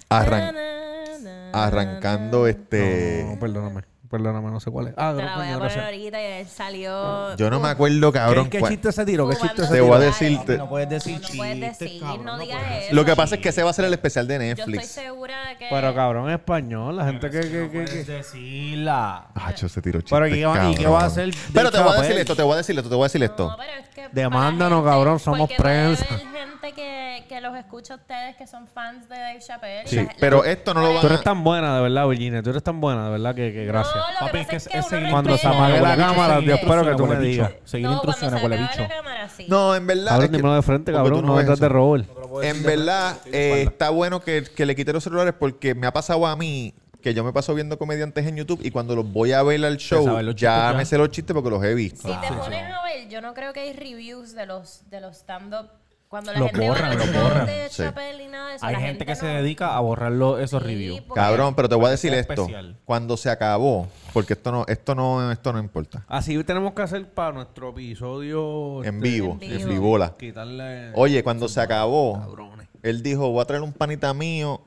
B: Arran-
H: Na, na, na,
B: arrancando este.
A: No, perdóname. Perdóname, no sé cuál es. Ah,
H: Te la voy a
A: coño,
H: poner
A: gracias.
H: ahorita y él salió.
B: Yo no me acuerdo, cabrón.
A: ¿Qué, qué
B: cuál-
A: chiste se tiró? ¿Qué chiste se
B: Te voy a
A: tiró?
B: decir- te-
E: No puedes decir
H: No puedes
E: chistes,
H: decir,
E: cabrón,
H: no
E: no
H: digas
E: puedes.
H: eso.
B: Lo que pasa es que ese va a ser el especial de
H: Yo estoy
B: Netflix.
H: segura de que.
A: Pero cabrón, es español. La gente que... que, que, que-
E: Puedes decirla.
B: Hacho, se tiró chiste.
E: Pero, ¿y qué va- y qué va a hacer
B: Pero te voy a
E: Dave
B: decir
E: Chappelle?
B: esto, te voy a decir esto, te voy a decir esto.
H: No, pero es que para
A: Demándanos,
H: gente-
A: cabrón, somos
H: porque puede
A: prensa.
H: haber gente que, que los escucha a ustedes que son fans de Dave Chappelle.
B: Sí,
H: La- la-
B: pero esto no lo
A: Tú
B: van
A: eres
B: a...
A: tan buena, de verdad, Virginia. Tú eres tan buena, de verdad, que, que gracias.
H: No, lo
E: Papi,
H: que
E: es que
H: pasa es
E: es
H: que
E: seguir
H: uno
A: Cuando se
H: respeta
A: apague
H: a
A: la
H: la
A: cámara,
H: gente.
A: yo espero que tú me
E: Huele bicho.
A: digas.
E: Seguir
H: No, cuando se
E: instrucciones, huele
H: acabe
E: bicho.
H: la cámara, sí.
B: No, en verdad...
A: Cabrón,
B: es que-
A: dímelo de frente,
B: porque tú
A: cabrón. No
B: ves
A: detrás
B: eso.
A: de Robert.
B: En verdad, eh, está bueno que, que le quite los celulares porque me ha pasado a mí que yo me paso viendo comediantes en YouTube y cuando los voy a ver al show,
E: sabes los
B: ya,
E: chistes, ya.
B: me sé los chistes porque los he visto.
H: Si te pones a ver, yo no creo que hay reviews de los, de los stand-up. Cuando la
E: Lo
H: gente
E: borran,
H: va a
E: lo
H: los shows
E: borran,
H: de
B: sí.
H: Chappelle y nada de eso.
E: Hay
H: la
E: gente que
H: no-
E: se dedica a borrar lo- esos
H: Sí,
E: reviews.
H: porque-
B: Cabrón, pero te voy a decir
E: sea
B: esto.
E: especial.
B: Cuando se acabó, porque esto no, esto no, esto no importa.
A: Así tenemos que hacer para nuestro episodio...
B: En Oh,
A: este,
B: vivo,
H: en
B: en
H: vivo.
B: vivola.
A: Quitarle...
B: Oye, cuando se acabó, él dijo, voy a traer un panita mío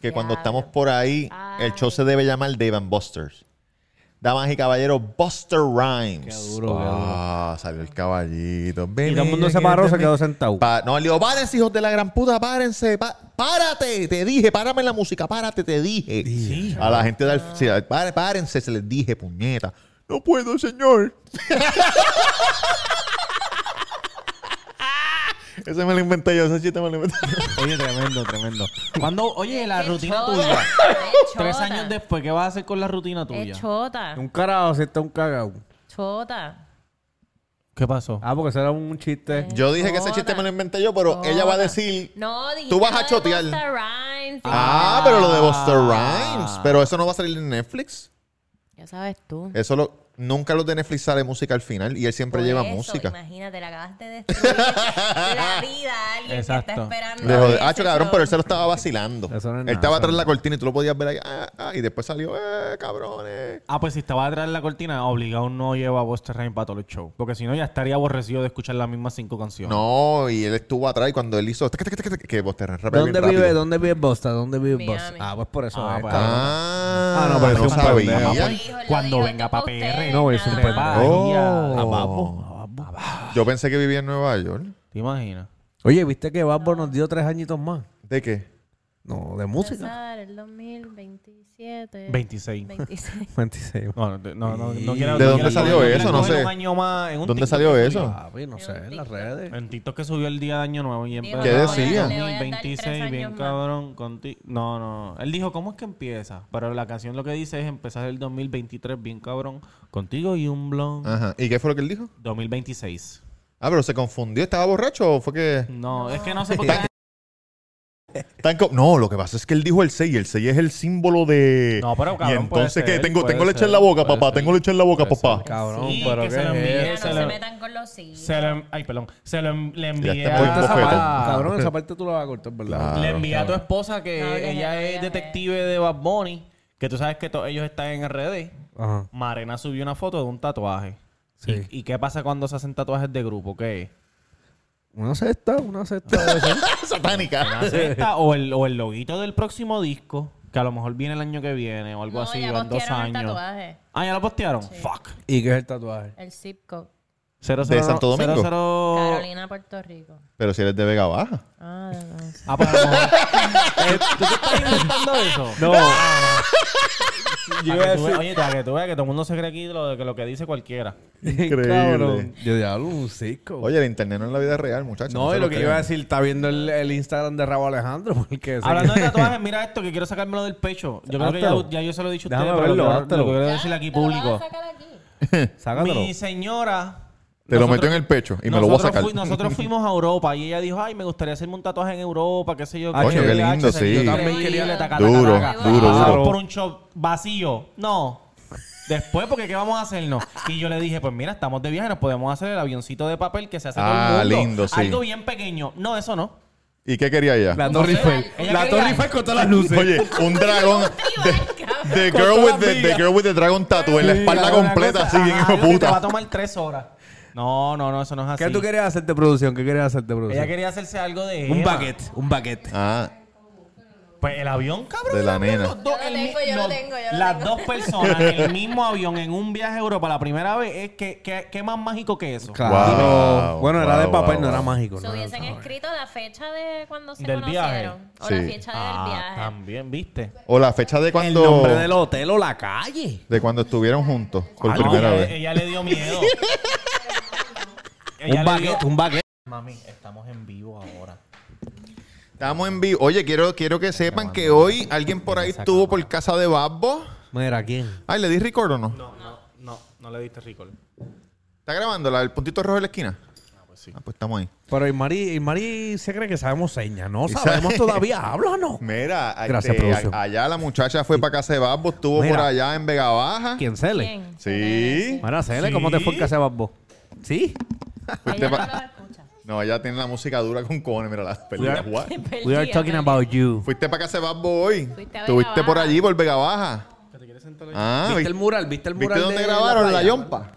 B: que cuando estamos por ahí, el show se debe llamar Dave and Busters. Damas y caballeros, Buster Rhymes.
A: Qué duro, qué duro.
B: ah, salió el caballito.
A: Y todo el mundo se paró, se quedó sentado.
B: Pa- no, le digo, párense, hijos de la gran puta, párense. pa- párate, te dije, párame la música, párate, te dije. a la gente del... sí, a- pare- párense, se les dije, puñeta. No puedo, señor. Ese me lo inventé yo, ese chiste me lo inventé.
E: Oye, tremendo, tremendo. Cuando, oye, la
H: Qué
E: rutina
H: chota,
E: tuya.
H: es
E: Tres
H: chota,
E: años después, ¿qué vas a hacer con la rutina tuya?
H: Es chota,
A: Un carajo, si está un cagao.
H: chota.
E: ¿Qué pasó?
A: Ah, porque ese era un chiste.
B: Yo dije que ese chiste me lo inventé yo, pero ella va a decir...
H: No, dijiste
B: Tú vas a
H: lo de
B: chotear.
H: Busta Rhymes,
B: Ah, pero lo de Buster Rhymes. Pero eso no va a salir en Netflix.
H: Ya sabes tú.
B: Eso lo... Nunca los de Netflix sale música al final y él siempre
H: Por
B: lleva
H: eso,
B: música.
H: Imagínate, le acabaste de destruir la vida a alguien que
E: Exacto.
H: está esperando.
B: Le jode-
H: ese
B: Ah, cho, cabrón, pero él
H: show.
B: se lo estaba vacilando.
A: Eso no es
B: él
A: nada,
B: estaba
A: eso
B: atrás
A: no
B: de
A: es
B: la cortina y tú lo podías ver ahí. ah, ah, y después salió, eh, cabrones.
E: Ah, pues si estaba detrás de la cortina, obligado no lleva a Buster Rhymes para todos los shows. Porque si no, ya estaría aborrecido de escuchar las mismas cinco canciones.
B: No, y él estuvo atrás y cuando él hizo... tac, tac, tac, tac, Que vos te rápido.
A: ¿Dónde vive, ¿Dónde vive Bosta? ¿Dónde vive
H: Miami.
A: Bosta? Ah, pues por eso.
E: Ah,
A: es,
E: pues,
A: cabrón.
B: Ah,
A: Ah,
B: no,
A: no, pero
B: pero no
A: es un pendejo, Ah, pues,
B: sabía.
H: Lo dijo, lo
E: Cuando
H: dijo,
E: venga pa'
H: esto pa' ustedes,
E: PR,
A: no, es un
H: nada más.
A: pendejo.
E: Ah,
A: Ah,
E: María.
B: Oh. Yo pensé que vivía en Nueva York.
E: ¿Te imaginas?
A: Oye, ¿viste que Babbo nos dio tres añitos más?
B: ¿De qué?
A: No, de música.
H: Empezar el
E: Eh,
H: 2027.
E: 26.
H: 26.
A: 26.
E: No, no, no, no,
A: ¿De
E: no quiero-
B: dónde
E: no quiero-
B: salió
E: quiero
B: eso? No
E: coger
B: sé.
E: un año más en un
B: ¿Dónde
E: TikTok
B: salió
E: que
B: eso?
A: Papi, no sé, en las redes.
E: subió. En TikTok que subió el día de año nuevo y empezó.
B: ¿Qué decía?
H: Le voy a dar tres
E: 2026, bien
H: años más.
E: cabrón. Conti no, no. Él dijo, ¿cómo es que empieza? Pero la canción lo que dice es empezar el 2023 bien cabrón. Contigo y un blog.
B: Ajá. ¿Y qué fue lo que él dijo?
E: 2026.
B: Ah, pero se confundió. ¿Estaba borracho o fue que...?
E: No, es que no sé por qué.
B: Tan co- No, lo que pasa es que él dijo el 6 y el 6 es el símbolo de...
E: No, pero, cabrón,
B: Y entonces,
E: puede
B: ¿qué?
E: ser,
B: tengo
E: puede
B: tengo leche en
E: ser,
B: la boca,
E: puede
B: papá.
E: ser.
B: Tengo leche en la boca,
E: Puede
B: papá.
E: ser.
A: Cabrón,
E: Sí,
A: pero
E: que
A: ¿qué
E: se lo
A: es
E: envié,
H: Mira, no
E: se
H: se
E: lo-
H: metan con los hijos.
E: se lo en- Ay, perdón. Se lo en- le envié
B: está muy
E: a...
B: bofetón.
E: Ah,
A: Cabrón, esa parte tú la vas a cortar, ¿verdad?
B: Claro.
E: Le envié a tu esposa que
H: No, le-
E: ella
H: le-
E: es
H: le-
E: detective de Bad Bunny, que tú sabes que todos ellos están en RD.
A: Ajá.
E: Marena subió una foto de un tatuaje.
A: Sí.
E: ¿Y, y qué pasa cuando se hacen tatuajes de grupo? ¿Qué?
A: Una cesta, una cesta. de esas.
B: Satánica.
E: Esta o el, o el loguito del próximo disco, que a lo mejor viene el año que viene o algo
H: No,
E: así,
H: ya
E: o en dos
H: postearon el
E: años.
H: tatuaje.
E: Ah, ya lo postearon. Fuck.
A: ¿Y qué es el tatuaje?
H: El zip code.
E: 00
B: ¿De Santo Domingo?
E: 00
H: Carolina, Puerto Rico.
B: Pero si eres de Vega Baja.
H: Ah, no sé.
E: Ah, pues, a lo mejor. Eh, ¿Tú te estás inventando eso? No. oye, para que tú veas que todo el mundo se cree aquí lo, de que lo que dice cualquiera.
B: Increíble.
C: Cabrón. Yo diablo, un cisco.
B: Oye, el internet no es la vida real, muchachos.
C: no,
B: se
C: y lo que yo
B: crean.
C: iba a decir, está viendo el, el Instagram de Rabo Alejandro, porque... ese-
E: Hablando de tatuajes, mira esto que quiero sacármelo del pecho. Yo creo que ya,
C: Háztelo.
E: ya yo se lo he dicho a
C: Déjame
E: ustedes, pero lo,
C: verlo,
E: quiero- lo
C: háztelo.
E: quiero decir aquí
H: ¿Te lo vas a
E: público.
H: sacar aquí?
C: Sácatelo.
E: Mi señora.
B: Te lo
E: nosotros-
B: metió en el pecho y me lo voy a
E: nosotros
B: sacar.
E: fui- nosotros fuimos a Europa y ella dijo, ay, me gustaría hacerme un tatuaje en Europa, qué sé yo.
C: Ah, coño,
E: yo
C: qué
E: dije, "Ah,
B: lindo,
E: che,
B: sí.
E: Yo también
H: Qué
E: quería
H: lindo.
E: taca, taca,
B: Duro,
E: taca".
B: duro,
E: Ah,
B: duro.
E: Por un shop vacío. No. Después, porque ¿qué vamos a hacernos? Y yo le dije, pues mira, estamos de viaje, nos podemos hacer el avioncito de papel que se hace todo
B: Ah,
E: el mundo.
B: lindo, sí.
E: Algo bien pequeño. No, eso no.
B: ¿Y qué quería ella?
C: La Torre
E: sé,
C: Eiffel.
E: ella
C: La
E: quería-
C: Torre Eiffel con todas las luces.
B: Oye, un dragón. The, the girl with the, the girl with the dragon tattoo en la
C: Sí,
B: espalda
C: una
B: completa,
E: cosa,
B: así bien
E: ajá,
B: hijo de
E: algo que Te va a
B: puta.
E: tomar tres horas. No, no, no, eso no es así.
C: ¿Qué tú querías hacerte producción? ¿Qué querías hacerte
E: Ella
C: producción?
E: quería hacerse algo de...
C: Un
E: Emma.
C: baguette, un baguette.
B: Ah,
E: Pues el avión, cabrón.
B: De la
E: el avión,
B: nena.
E: los dos,
H: Yo lo
E: el
H: tengo,
E: mi-
H: yo lo
E: los-
H: tengo, yo lo
E: Las
H: tengo.
E: dos personas en el mismo avión en un viaje a Europa la primera vez es que, que- ¿qué más mágico que eso.
C: Claro.
B: Wow,
C: bueno, era
B: wow,
C: de papel,
B: wow,
C: no era
B: wow.
C: mágico.
H: Se
C: no era
H: hubiesen
C: de papel.
H: escrito la fecha de cuando se
E: Del viaje.
H: conocieron. O la
B: Sí.
H: fecha
E: Ah,
H: del viaje.
E: también, ¿viste?
B: o la fecha de
C: El
B: cuando
C: nombre del hotel o la calle.
B: de cuando estuvieron juntos por
E: Ah, no,
B: primera
E: ella,
B: vez.
E: ella le dio miedo. Ella
C: Un
E: le dio-
C: baguette, un baguette.
E: Mami, estamos en vivo ahora.
B: Estamos en vivo. Oye, quiero, quiero que sepan que hoy alguien por ahí estuvo por casa de Babbo.
C: Mira, ¿quién?
B: Ay, ¿le di record o no?
E: No, no, no, no le diste record.
B: ¿Está grabando la, el puntito rojo de la esquina? Ah, pues sí. Ah, pues estamos ahí.
C: Pero y Mari, y Mari se cree que sabemos señas. No sabemos todavía. Háblanos.
B: Mira, este,
C: Gracias, producción.
B: a- allá la muchacha fue para casa de Babbo, estuvo
C: Mira.
B: por allá en Vega Baja.
C: ¿Quién Cele?
H: ¿Quién?
B: Sí.
C: Mira, Cele,
E: Sí.
C: ¿cómo te fue en casa de Babbo? Sí.
B: Fuiste
H: Ella no
B: pa-
H: lo escucha.
B: No, ella tiene la música dura con cojones, mira las películas. What?
C: We are talking about you.
B: Fuiste para casa de Babbo hoy.
H: Fuiste a Vega
B: Estuviste por
H: Baja.
B: allí, por Vega Baja. Ah,
C: ¿Viste
B: ¿viste,
C: el mural? ¿Viste el
B: ¿viste
C: mural?
B: dónde
C: de
B: grabaron la
C: playa?
B: yompa?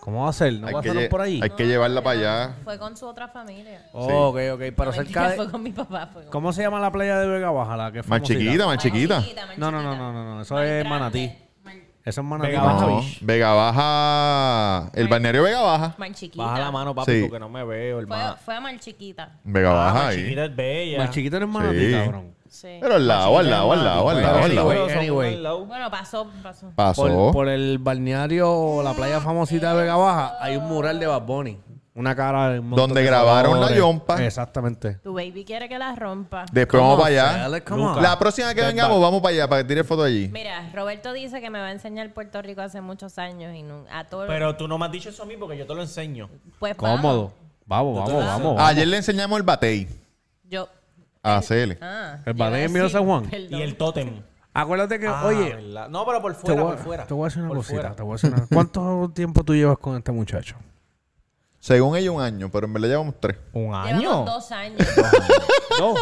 C: ¿Cómo va a ser? ¿No
B: Hay que
C: pasaron
B: lle-
C: por ahí?
B: Hay que llevarla para allá.
H: Fue con su otra familia.
C: Oh, ok, ok. Pero
H: No,
C: cerca
H: mentira,
C: de...
H: Fue con mi papá. Fue con
C: ¿Cómo se llama la playa de Vega Baja? La que es
B: Más
C: famosita?
B: chiquita, más chiquita.
H: más
C: No, no, no, no,
H: chiquita.
C: no, no, Eso
H: Más
C: es
H: grande,
C: Manatí.
H: más-
C: Eso es Manatí. Ah,
E: Vega
C: No.
E: Baja.
B: No, Vega Baja. El balneario Vega Baja.
H: Más chiquita.
E: Baja la mano, papi,
B: Sí.
E: porque no me veo, hermano.
H: Fue, fue a mal chiquita.
B: Vega
E: Ah,
B: Baja
E: más
B: ahí.
E: chiquita es bella.
C: Más chiquita no es Manatí,
B: Sí.
C: cabrón.
H: Sí.
B: Pero al lado, al lado, al
E: Ah,
B: lado, al lado, al
E: Anyway,
B: lado.
C: Anyway,
E: son
C: anyway.
E: al lado.
H: Bueno, pasó, pasó.
C: Por,
B: Pasó.
C: por el balneario o la playa famosita de Vega Baja hay un mural de Bad Bunny. Una cara de un montón
B: Donde
C: de
B: grabaron la
C: colores.
B: yompa.
C: Exactamente.
H: Tu baby quiere que la rompa.
B: Después vamos para allá.
C: Alex, come on.
B: La próxima que vengamos, vamos para allá para que tire foto allí.
H: Mira, Roberto dice que me va a enseñar Puerto Rico hace muchos años y nun- a todo.
E: Pero tú no me has dicho eso a mí porque yo te lo enseño.
H: pues vamos.
F: Cómodo. Vamos, vamos, vamos. vamos.
B: Ayer le enseñamos el batey
H: Yo.
B: a CL.
H: Ah.
C: El
H: yo iba a
C: Badén de
H: decir,
C: San Juan.
H: perdón.
E: Y el tótem.
C: Acuérdate que,
E: Ah,
C: oye,
E: verdad. No, pero por
C: te
E: fuera,
C: voy,
E: por fuera.
C: a- te voy a decir una
E: Por
C: cosita.
E: fuera.
C: Te voy a decir una- ¿Cuánto tiempo tú llevas con este muchacho?
B: Según ella, un año, pero en verdad llevamos tres.
E: ¿Un año?
H: Llevamos dos años.
E: Dos.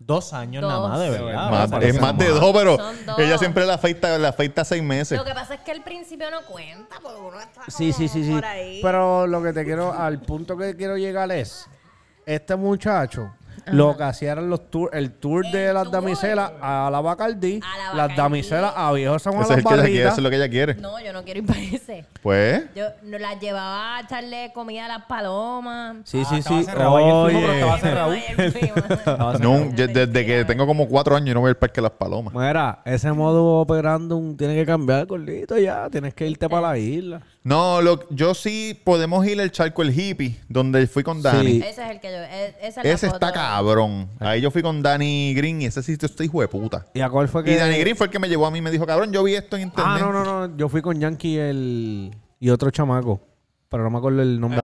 E: Dos años
H: Dos.
E: nada más, de
C: Ah,
E: verdad.
B: Más-
E: Parece
B: es más de
E: como-
B: dos, pero
H: Son dos.
B: ella siempre la afeita, la afeita seis meses.
H: Lo que pasa es que al principio no cuenta, porque uno está como
C: Sí, sí, sí, sí.
H: por ahí.
C: Pero lo que te quiero, al punto que quiero llegar es, este muchacho, lo que hacía eran los tours, el tour de
H: El
C: las
H: tour.
C: damiselas a la Bacardí,
H: A la
C: las
H: Bacardí.
C: damiselas a Viejo San Juan
B: Ese
C: a
B: es
C: las
B: el que ella quiere,
C: barritas.
B: eso es lo que ella quiere.
H: No, yo no quiero ir para ese.
B: Pues,
H: Yo no la llevaba a echarle comida a las palomas.
C: Sí,
E: Ah,
C: sí,
E: estaba
C: sí.
E: cerrado ayer, fuimos, pero
C: Oye.
E: estaba cerrado.
B: no, yo- desde que tengo como cuatro años yo no voy al Parque Las Palomas.
C: Mira, ese modo operandum tiene que cambiar, gordito, ya. Tienes que irte para la
H: Eh.
C: isla.
B: No, lo, yo sí podemos ir al charco El Hippie, donde fui con Dani.
C: Sí.
H: Ese es el que yo. e- Esa es la
B: Ese está
H: foto.
B: cabrón. Ahí yo fui con Danny Green y ese sitio está hijo de puta.
C: ¿Y a cuál fue que...?
B: Y Danny Green fue el que me llevó a mí y me dijo, cabrón, yo vi esto en internet.
C: Ah, no, no, no. Yo fui con Yankee el... y otro chamaco. Pero no me acuerdo el nombre.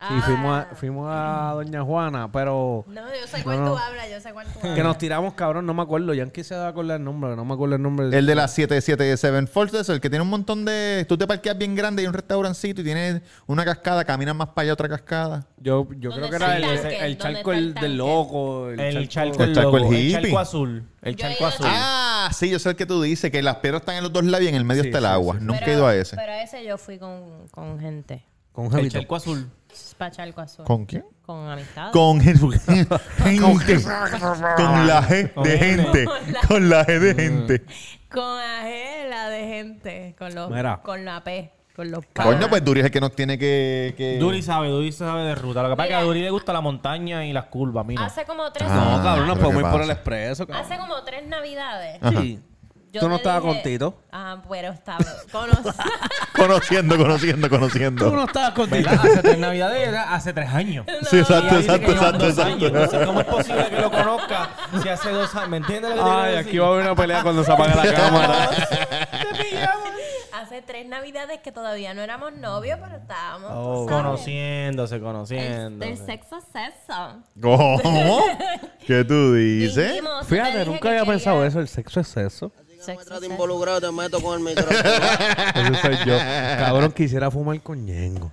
H: Ah.
C: Y fuimos a, fuimos a Doña Juana, pero...
H: No, yo sé cuál
C: No, no.
H: tú hablas, yo sé cuál tú
C: Que
H: hablas.
C: nos tiramos, cabrón, no me acuerdo. Yankee se da con el nombre, no me acuerdo el nombre.
B: El de las 777 Forces, el que tiene un montón de... Tú te parqueas bien grande y hay un restaurancito y tienes una cascada, caminas más para allá otra cascada.
C: yo yo creo
H: ¿Dónde
C: que
H: está
C: era el,
H: el tanque?
C: el charco
H: ¿Dónde está el
C: el del
H: tanque?
C: loco.
E: El
B: El
E: charco, el,
B: charco, el
E: loco, el
B: hippie.
E: charco azul. El
H: Yo he
E: charco
H: ido
E: azul.
B: Ah, sí, yo sé el que tú dices, que las piedras están en los dos lados y en el medio
C: Sí,
B: está el
C: sí,
B: agua.
C: sí, sí.
B: Nunca he ido a ese.
H: Pero a ese yo fui con, con gente.
C: Con
E: El
C: Javito.
E: charco azul.
H: Para Chalco Azul.
B: ¿Con quién?
H: Con amistad.
B: Con gente. con la G de gente. Con la G de gente.
C: Mm.
H: Con la G, la de gente. Con, los,
C: Mira.
H: con la P. con los padres.
B: Coño, pues Duri es el que nos tiene que. que-
E: Duri sabe, Duri sabe de ruta. Lo que pasa es que a
H: Mira.
E: Duri le gusta la montaña y las curvas, mira.
H: Hace como tres,
B: Ah,
C: No, cabrón, nos
B: pero
C: podemos
B: ¿qué
C: ir por el
B: pasa?
C: expreso, cabrón.
H: hace como tres navidades.
B: Ajá.
C: Sí. Ah,
H: yo
C: Tú no
H: te
C: estabas
H: dije-
C: con Tito.
H: Ah, pero estaba. Conocí.
B: Conociendo, conociendo,
C: Tú
B: conociendo.
C: no estabas con Tito.
E: ¿Verdad? hace tres navidades era hace tres años.
B: Sí, exacto,
E: Ella dice
B: exacto,
E: que llevan
B: exacto,
E: dos años. Entonces,
B: exacto.
E: ¿Cómo es posible que lo conozca si hace dos años? ¿Me entiendes lo que te quiero
F: Ay,
E: decir?
F: aquí va a haber una pelea cuando se apague la cámara.
H: hace tres navidades que todavía no éramos novios, pero estábamos.
E: Oh,
H: tú sabes,
E: conociéndose,
H: el-
E: conociendo.
H: Del sexo es sexo.
B: ¿Cómo? ¿Qué tú
H: Y
B: dices?
H: dijimos, yo te
C: Fíjate,
H: dije
C: nunca
H: que
C: había
H: quería-
C: pensado eso. El sexo es eso.
H: Sexo es
I: Trato
H: sexo.
I: involucrado, te meto con el micrófono.
C: Eso soy yo. Cabrón, quisiera fumar con Ñengo.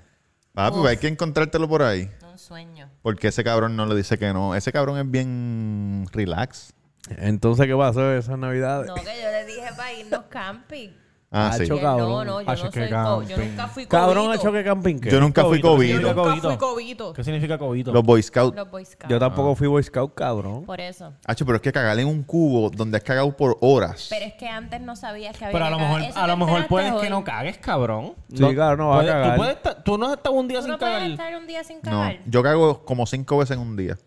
B: Papi, pues hay que encontrártelo por ahí.
H: Un sueño.
B: Porque ese cabrón no le dice que no. Ese cabrón es bien relax.
C: Entonces, ¿qué pasó esas navidades?
H: No, que yo le dije para irnos camping.
B: Ah, sí.
H: Y él, no,
C: cabrón.
H: no, yo
E: Hacho,
H: no
E: que
H: soy co- Yo
E: camping.
H: nunca fui
C: Cabrón,
H: cobito.
C: hecho que camping. ¿qué?
B: Yo nunca fui
E: Cobito.
B: cobito.
H: Nunca fui
E: Cobito.
H: cobito.
E: ¿Qué significa cobito?
B: Los Boy Scouts.
H: Los Boy Scouts.
C: Yo tampoco fui Boy Scout, cabrón.
H: Por eso.
B: Hacho, pero es que cagarle en un cubo donde has cagado por horas.
H: Pero es que antes no sabías que había.
E: Pero a lo
H: que
E: mejor,
H: cagar. Eso
E: a lo
H: te
E: mejor
H: enteraste
E: puedes
H: hoy.
E: que no cagues, cabrón.
C: Sí, claro, no vas a
E: puedes-
C: cagar.
E: Tú, puedes estar- tú no has estado un día
H: Tú
E: sin
H: no puedes
E: cagar.
H: estar un día sin
B: No,
H: cagar.
B: yo cago como cinco veces en un día.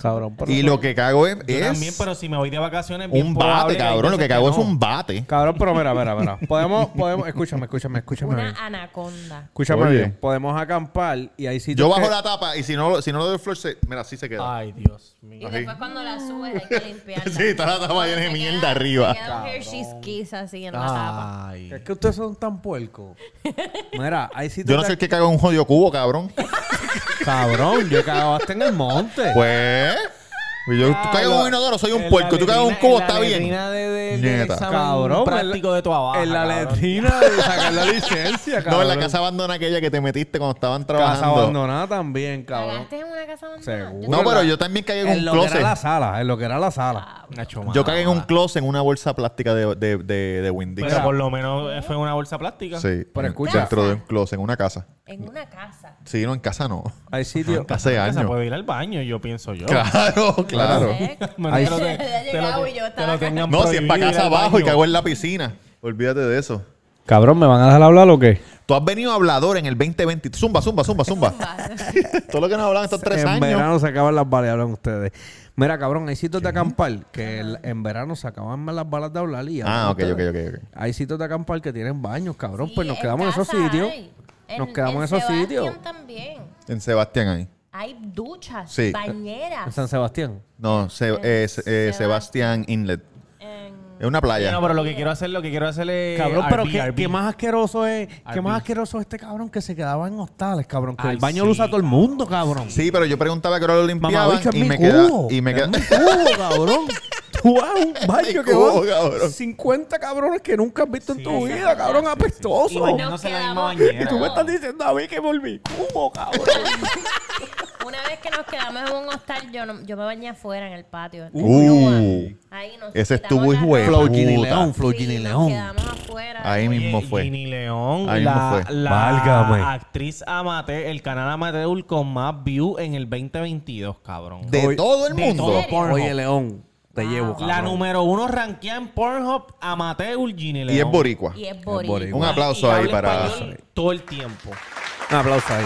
C: Cabrón, pero-
B: Y lo que cago es,
E: Yo
B: es
E: también, pero si me voy de vacaciones, bien
B: un
E: probable
B: bate,
E: que hay
B: cabrón. Lo que
E: veces
B: cago es
E: no.
B: un bate.
C: Cabrón, pero mira, mira, mira. Podemos, podemos, escúchame, escúchame, escúchame.
H: Una
C: bien.
H: anaconda.
C: Escúchame
B: Oye.
C: bien. Podemos acampar y ahí sí.
B: Yo bajo la tapa y si no, si no le doy el flush, se- mira, así se queda.
E: Ay, Dios mío.
H: Y después cuando la subes hay que limpiarla.
B: sí, está la tapa llena de
H: Se queda-
B: mierda arriba.
H: Se queda un Hershey's Kiss así
C: Ah,
H: en la tapa.
E: Ay.
C: Es que ustedes son tan puercos. Mira, ahí sí
B: Yo no soy el que cago en un jodido cubo, cabrón.
C: Cabrón, yo cagaste en el monte.
B: Pues. Yo
E: Ah,
B: tú cagas en un inodoro, soy un puerco. Tú cagas en un cubo, está bien. Nieta. pues,
E: Cabrón. Práctico de tu abajo.
C: En la letrina de sacar la licencia,
B: No,
C: cabrón.
B: en la casa abandonada aquella que te metiste cuando estaban
C: Casa
B: trabajando.
C: abandonada también, cabrón.
H: ¿Cagaste en una casa abandonada?
C: Seguro.
H: Yo
B: No, pues, pero yo también cagué en un
C: En lo que era la
B: closet.
C: sala, en lo que era la sala.
B: Yo cagué en un closet en una bolsa plástica de, de, de, de Windex.
E: Pero por lo menos fue una bolsa plástica.
B: Sí.
C: Pero
B: en-
C: escucha.
B: Dentro de un closet, en una casa.
H: En una casa.
B: Sí, no, en casa no.
C: Hay sitios.
B: Hace
E: Que Se
B: años.
E: puede ir al baño, yo pienso yo.
B: Claro, claro.
E: Menos
C: Ahí
E: que lo
H: sí.
E: te-
H: Ya
E: te lo-
H: llegaba y yo
E: te lo
H: estaba-
E: tengan
B: No, si es para
E: prohibido ir
B: casa
E: al
B: abajo y
E: baño.
B: cago en la piscina. Olvídate de eso.
F: Cabrón, ¿me van a dejar hablar o qué?
B: Tú has venido hablador en el 2020. Zumba, zumba, zumba, zumba. Todo lo que nos hablaban estos tres
C: en
B: años.
C: verano se acaban las balas de hablar ustedes. Mira, cabrón, hay sitios de acampar que el- en verano se acaban las balas de hablar y hablan
B: Ah, ok, ok,
C: ustedes.
B: ok. ok.
C: Hay sitios de acampar que tienen baños, cabrón.
H: Sí,
C: pues nos
H: en
C: quedamos en esos
H: casa
C: sitios.
H: hay.
C: Nos quedamos en esos
H: Sebastián
C: sitios.
H: también.
B: En Sebastián ahí.
H: Hay duchas,
B: Sí.
C: En
H: bañeras.
C: San Sebastián.
B: No, Se- eh, se- eh, Sebastián Inlet.
H: en-
B: Es una playa.
E: No, pero lo que quiero hacer, lo que quiero hacer es.
C: Cabrón, pero qué,
E: RB.
C: qué más asqueroso es, qué
E: Eh, Airbnb.
C: más asqueroso es este cabrón que se quedaba en hostales, cabrón. Que
E: Ay,
C: el baño
E: sí,
C: lo usa todo el mundo, cabrón.
B: Sí, pero yo preguntaba que ahora lo limpiaban
C: Mamabicho, es
B: y
C: mi
B: me queda
C: cubo.
B: y me
C: Es
B: queda
C: mi cubo, cabrón. Tú vas a un baño
B: Mi
C: que
B: cubo,
C: van
B: cabrón.
C: 50 cabrones que nunca has visto en tu
E: Sí,
C: vida, cabrón,
E: sí, sí.
C: apestoso.
E: Y bañándose en la misma
H: Nos
E: bañera.
H: quedamos-
C: Y tú me estás diciendo a mí que por mi cubo, cabrón.
H: Una vez que nos quedamos en un hostal, yo, no- yo me bañé afuera en el patio.
B: Uh.
H: Ahí nos
B: Ese
H: quitamos
B: estuvo
H: la
B: hijo de
H: ropa.
B: Flow Gini
C: Gini
B: puta. León,
C: León, Flow
H: Sí,
C: Gini
H: nos
C: León.
H: quedamos afuera.
B: Ahí mismo
E: Oye,
B: fue.
E: Ginny León,
B: Ahí mismo
E: la,
B: fue.
E: la
C: Válgame.
E: actriz amateur, el canal amateur con más views en el 2022, cabrón.
B: De todo el
E: de
B: mundo.
E: todo Pornhub.
C: Oye, León, te llevo,
E: Ah, la
C: cabrón.
E: número uno ranquea en Pornhub amateur Ginny León.
B: Y es boricua.
H: Y es
C: boricua.
H: boricua.
B: Un aplauso
E: Y
B: ahí
E: habla
B: para.
E: español Todo el tiempo.
C: Un aplauso ahí.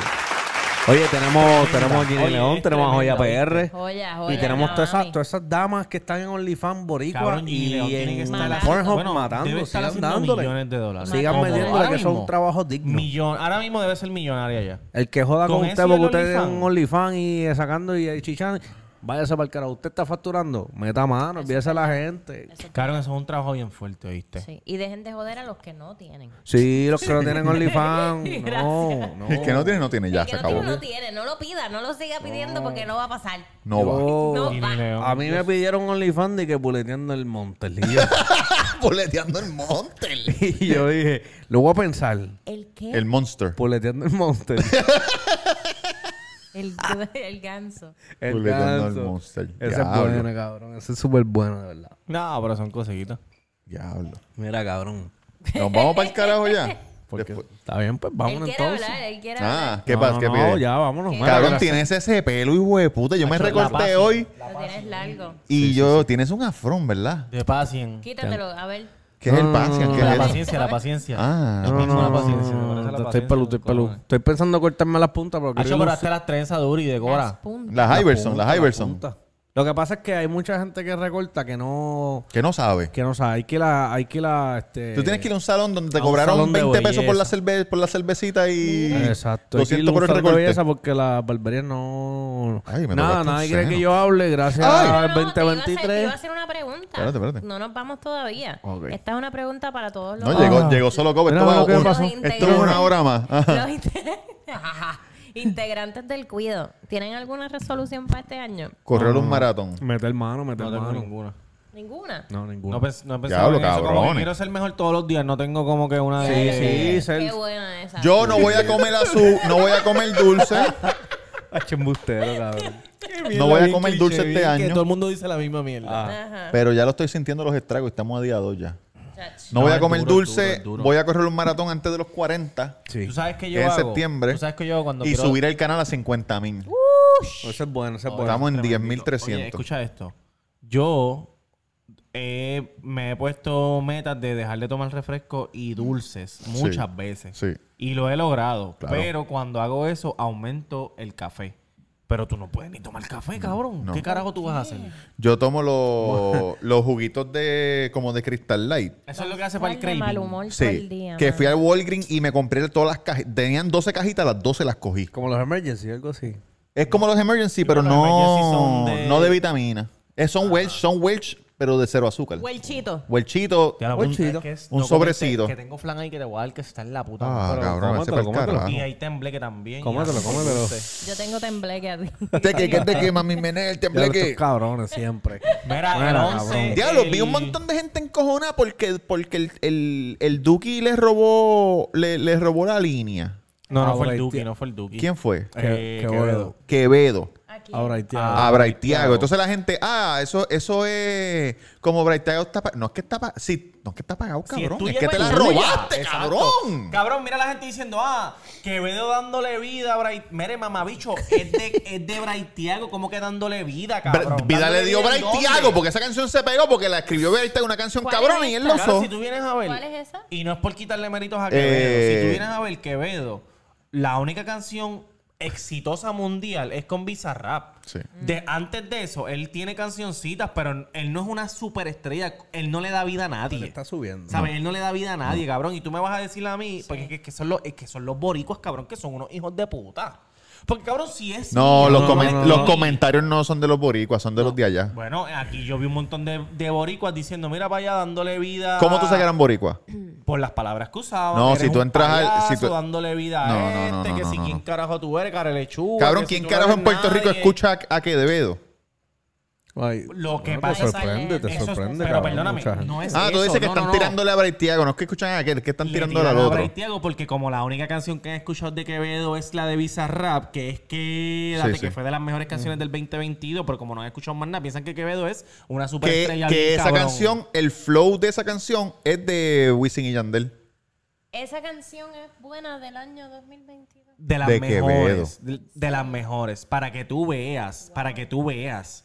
C: Oye, tenemos, tenemos a Gini
E: Oye,
C: León,
E: es
C: tenemos a Joya
E: tremenda,
C: PR.
H: Joya, joya.
C: Y tenemos
H: la
C: todas esas,
H: mami.
C: todas esas damas que están en OnlyFans Boricua
E: Cabrón, Ginny
C: y
E: León tiene que
C: en
E: estar haciendo-
C: Pornhub
E: bueno, debe
C: matando,
E: estar
C: sigan
E: haciendo
C: dándole.
E: millones de dólares.
C: Sigan
E: Como
C: metiéndole
E: ahora
C: que son
E: mismo.
C: trabajos dignos.
E: Millón, ahora mismo debe ser millonaria ya.
C: El que joda con,
E: Con
C: usted
E: eso y
C: porque
E: el
C: usted es
E: OnlyFans.
C: un OnlyFans y eh, sacando y eh, chichando, váyase para el carajo. Usted está facturando, meta mano, olvídese a la gente.
E: Cabrón, eso es un trabajo bien fuerte, ¿oíste?
H: Sí, Y dejen de joder a los que no tienen.
C: Sí, los que no tienen OnlyFans, no,
H: Gracias.
C: no.
B: El que no tiene, no tiene, ya
H: El
B: se
H: que no
B: acabó.
H: tiene, no tiene. No lo pida, no lo siga pidiendo porque no va a pasar.
B: No va.
C: Yo-
H: No
E: Ginny
H: va.
E: León.
C: A mí me pidieron OnlyFans de que puleteando el monte.
B: Boleteando el Monster.
C: Y yo dije, lo voy a pensar.
H: ¿El qué?
B: El Monster.
C: Puleteando el monte.
H: El, el ganso.
C: El
B: Puleteando
C: ganso.
B: el monster.
C: Ese es
B: Diablo.
C: bueno, cabrón. Ese es súper bueno, de verdad.
E: No, pero son cositas.
B: Diablo.
C: Mira, cabrón.
B: Nos vamos para el carajo ya.
C: Porque
B: Después-
C: está bien, pues
H: Él
C: vámonos
H: quiere
C: entonces.
H: hablar, él quiere
B: Ah,
H: hablar.
B: ¿qué
C: No,
B: pasa?
C: no,
B: ¿Qué
C: no,
B: pide?
C: ya, vámonos. mano.
B: Cabrón,
C: Gracias.
B: tienes ese pelo, hijo de puta. Yo me
E: Hacho, la
B: recorté
E: pasa.
B: hoy
H: Lo tienes largo.
B: y yo... Tienes un afrón, ¿verdad?
E: De pacien.
H: Quítatelo, a ver.
B: ¿Qué es el paciencia? ¿Qué
E: La
B: es eso?
E: paciencia, la paciencia.
B: Ah,
E: Lo mismo, la paciencia. me parece la
C: Estoy
E: paciencia,
C: pelu, estoy pelu.
E: cojones.
C: Estoy pensando en cortarme las puntas porque
E: Hacho, pero hazte las trenzas duras y
H: Las
E: decora.
H: puntas.
B: Las Iverson, las Iverson.
C: Lo que pasa es que hay mucha gente que recorta que no
B: Que no sabe.
C: que no sabe, hay que la hay que la este
B: Tú tienes que ir a un salón donde te
C: a un
B: cobraron
C: salón de
B: 20 pesos por la,
C: belleza.
B: cerve- por la cervecita y
C: Exacto,
B: 200 por el
C: recorte.
B: recorte.
C: belleza porque las barberías no
B: Ay, me
C: nada,
B: tocaste un
C: nadie quiere
B: seno.
C: que yo hable gracias
B: Ay.
C: al
H: te iba a hacer- Te iba a
C: 2023.
H: hacer una pregunta.
B: Espérate, espérate.
H: No nos vamos todavía.
C: Ok.
H: Esta es una pregunta para todos los.
B: No, llegó, llegó solo Cobo.
C: Ah. Mira
B: Esto va
C: lo que
B: un-
C: pasó.
B: esto va una hora más. Ajá.
H: Los inte- integrantes del cuido. ¿Tienen alguna resolución para este año?
C: Ah.
B: Correr un maratón.
C: Meter mano, meter
E: No tengo
C: mano.
E: ninguna.
H: Ninguna.
C: No, ninguna.
E: No, pens- no he pensado
B: Diablo,
E: en eso. Como que
B: cabrones.
E: quiero ser mejor todos los días. No tengo como que una de...
C: sí, sí,
H: Qué
C: el
H: buena esa.
B: Yo no voy a comer azúcar, no voy a comer dulce.
E: embustero, cabrón.
B: No voy a comer dulce este
E: Que todo
B: año.
E: el mundo dice la misma mierda.
H: Ajá.
B: Pero ya lo estoy sintiendo los estragos. Estamos a día 2 ya.
H: Chacho.
B: No, voy a comer
E: es duro, es
B: dulce.
E: duro, es duro.
B: Voy a correr un maratón antes de los 40.
E: Tú sabes que yo
B: Que es
E: hago...
B: septiembre.
E: Tú sabes que yo hago cuando
B: y
E: quiero-
B: subir el canal a 50 mil.
C: Ese es bueno,
E: Oh,
C: ese es bueno.
B: Estamos en
E: Oye,
B: 10.300.
E: escucha esto. Yo he- me he puesto metas de dejar de tomar refresco y dulces muchas veces.
B: sí.
E: Y lo he logrado.
B: Claro.
E: Pero cuando hago eso, aumento el café. Pero tú no puedes ni tomar café, cabrón.
B: no.
E: ¿Qué carajo tú vas a hacer?
B: Yo tomo los, los juguitos de como de Crystal Light.
E: Eso es lo que hace para el
H: Estar de
E: craving.
H: mal humor todo
B: Sí.
H: el día.
B: que
H: mano.
B: fui al Walgreens y me compré todas las cajitas. Tenían 12 cajitas, las 12 las cogí.
C: Como los emergency, algo así.
B: Es como los emergency, pero
E: los emergency
B: no,
E: son de- Ah.
B: no de vitamina. Eh, son Welch, son Welch, pero de cero azúcar.
H: Huelchito.
B: Welchito.
E: Te lo
C: Un
E: apunto,
C: chido.
E: es que es-
B: Un
E: no comiste,
B: sobrecito.
E: Que tengo flan ahí que te voy a dar que está en la puta.
B: Ah,
E: madre.
B: cabrón, ese
C: cómetelo,
B: pa'l
C: cómetelo.
B: carajo.
E: Y ahí tembleque también.
C: Cómetelo,
E: Y-
C: cómetelo.
H: Yo tengo tembleque a ti.
B: Te Este que, que te que, mami menea, el
C: Ya
B: temple
C: estos
B: que.
C: cabrones siempre.
E: Mira, el
C: Bueno,
E: 11,
C: cabrón.
B: Diablo,
E: el-
B: vi un montón de gente encojonada porque, porque el, el, el Duki le robó, le, le robó la línea.
E: No, no fue
C: Ahora,
E: el Duki,
C: tía.
E: no fue el Duki.
B: ¿Quién fue?
E: Eh,
C: Qué- qué
E: Quevedo.
C: bueno.
B: Quevedo.
H: Aquí.
C: Ahora hay
E: Ah,
B: a Braithiago. Entonces la gente, ah, eso, eso es como Braithiago está pagado. No es que está pagado. no es que está pagado,
E: Si
B: cabrón.
E: tuya,
B: es que te
E: pues,
B: la
E: tuya.
B: robaste,
E: Exacto.
B: cabrón.
E: Cabrón, mira la gente diciendo, ah, Quevedo dándole vida a Bray. Mire, mamabicho, es de, es de Braithiago, ¿cómo que dándole vida,
B: Bra-
E: cabrón?
B: Vida
E: ¿Dándole
B: le dio
E: vida en
B: Braithiago
E: dónde?
B: porque esa canción se pegó porque la escribió Braithiago, una canción
H: ¿Cuál es
B: cabrona y él la
H: esta?
E: Claro,
B: usó.
E: si tú vienes a ver.
H: ¿Cuál es esa?
E: Y no es por quitarle méritos a Quevedo.
B: Eh.
E: Si tú vienes a ver Quevedo, la única canción exitosa mundial es con Bizarrap.
B: Sí.
E: De, antes de eso, él tiene cancioncitas, pero él no es una superestrella. Él no le da vida a nadie.
C: Está subiendo.
E: ¿Sabes? Él no le da vida a nadie, cabrón. Y tú me vas a decir a mí, porque es que son los, es que son los boricuas, cabrón, que son unos hijos de puta. Porque, cabrón, si es.
B: No, los,
E: no,
B: comen-
E: no, no,
B: los
E: no.
B: comentarios no son de los boricuas, son de los de allá.
E: Bueno, aquí yo vi un montón de, de boricuas diciendo, mira para allá, dándole vida.
B: ¿Cómo tú sabes que eran boricuas?
E: Por las palabras que usaban.
B: No,
E: eres
B: si tú
E: un
B: entras al-
E: payaso,
B: si tú-
E: dándole vida
B: No,
E: a
B: no, no,
E: este,
B: no,
E: que
B: no,
E: si
B: no,
E: quién
B: no.
E: carajo tú eres, cara lechuga.
B: Cabrón,
E: que si
B: ¿quién
E: tú no
B: carajo
E: eres
B: en Puerto Rico
E: nadie.
B: escucha a, a Quevedo?
C: Ay,
E: Lo que
C: bueno,
E: pasa
C: te
E: es-
C: sorprende, te
E: eso es-
C: sorprende.
E: Pero
C: cabrón,
E: perdóname,
C: mucha gente.
E: no es
B: Ah, tú
E: eso,
B: dices que
E: no, no,
B: están
E: no.
B: tirándole a Braithiago, no es que escuchan a aquel, que están
E: Le
B: tirándole al
E: tiran a
B: otro.
E: Braithiago porque como la única canción que he escuchado de Quevedo es la de Bizarrap, que es que,
B: Sí,
E: date,
B: sí.
E: que fue de las mejores
C: Mm.
E: canciones del 2022, pero como no he escuchado más nada, piensan que Quevedo es una
B: Que,
E: superestrella. bien
B: que esa
E: cabrón.
B: canción, el flow de esa canción es de Wisin y Yandel.
H: Esa canción es buena del año 2022.
E: de las
B: de
E: mejores, de, de las mejores, para que tú veas, para que tú veas.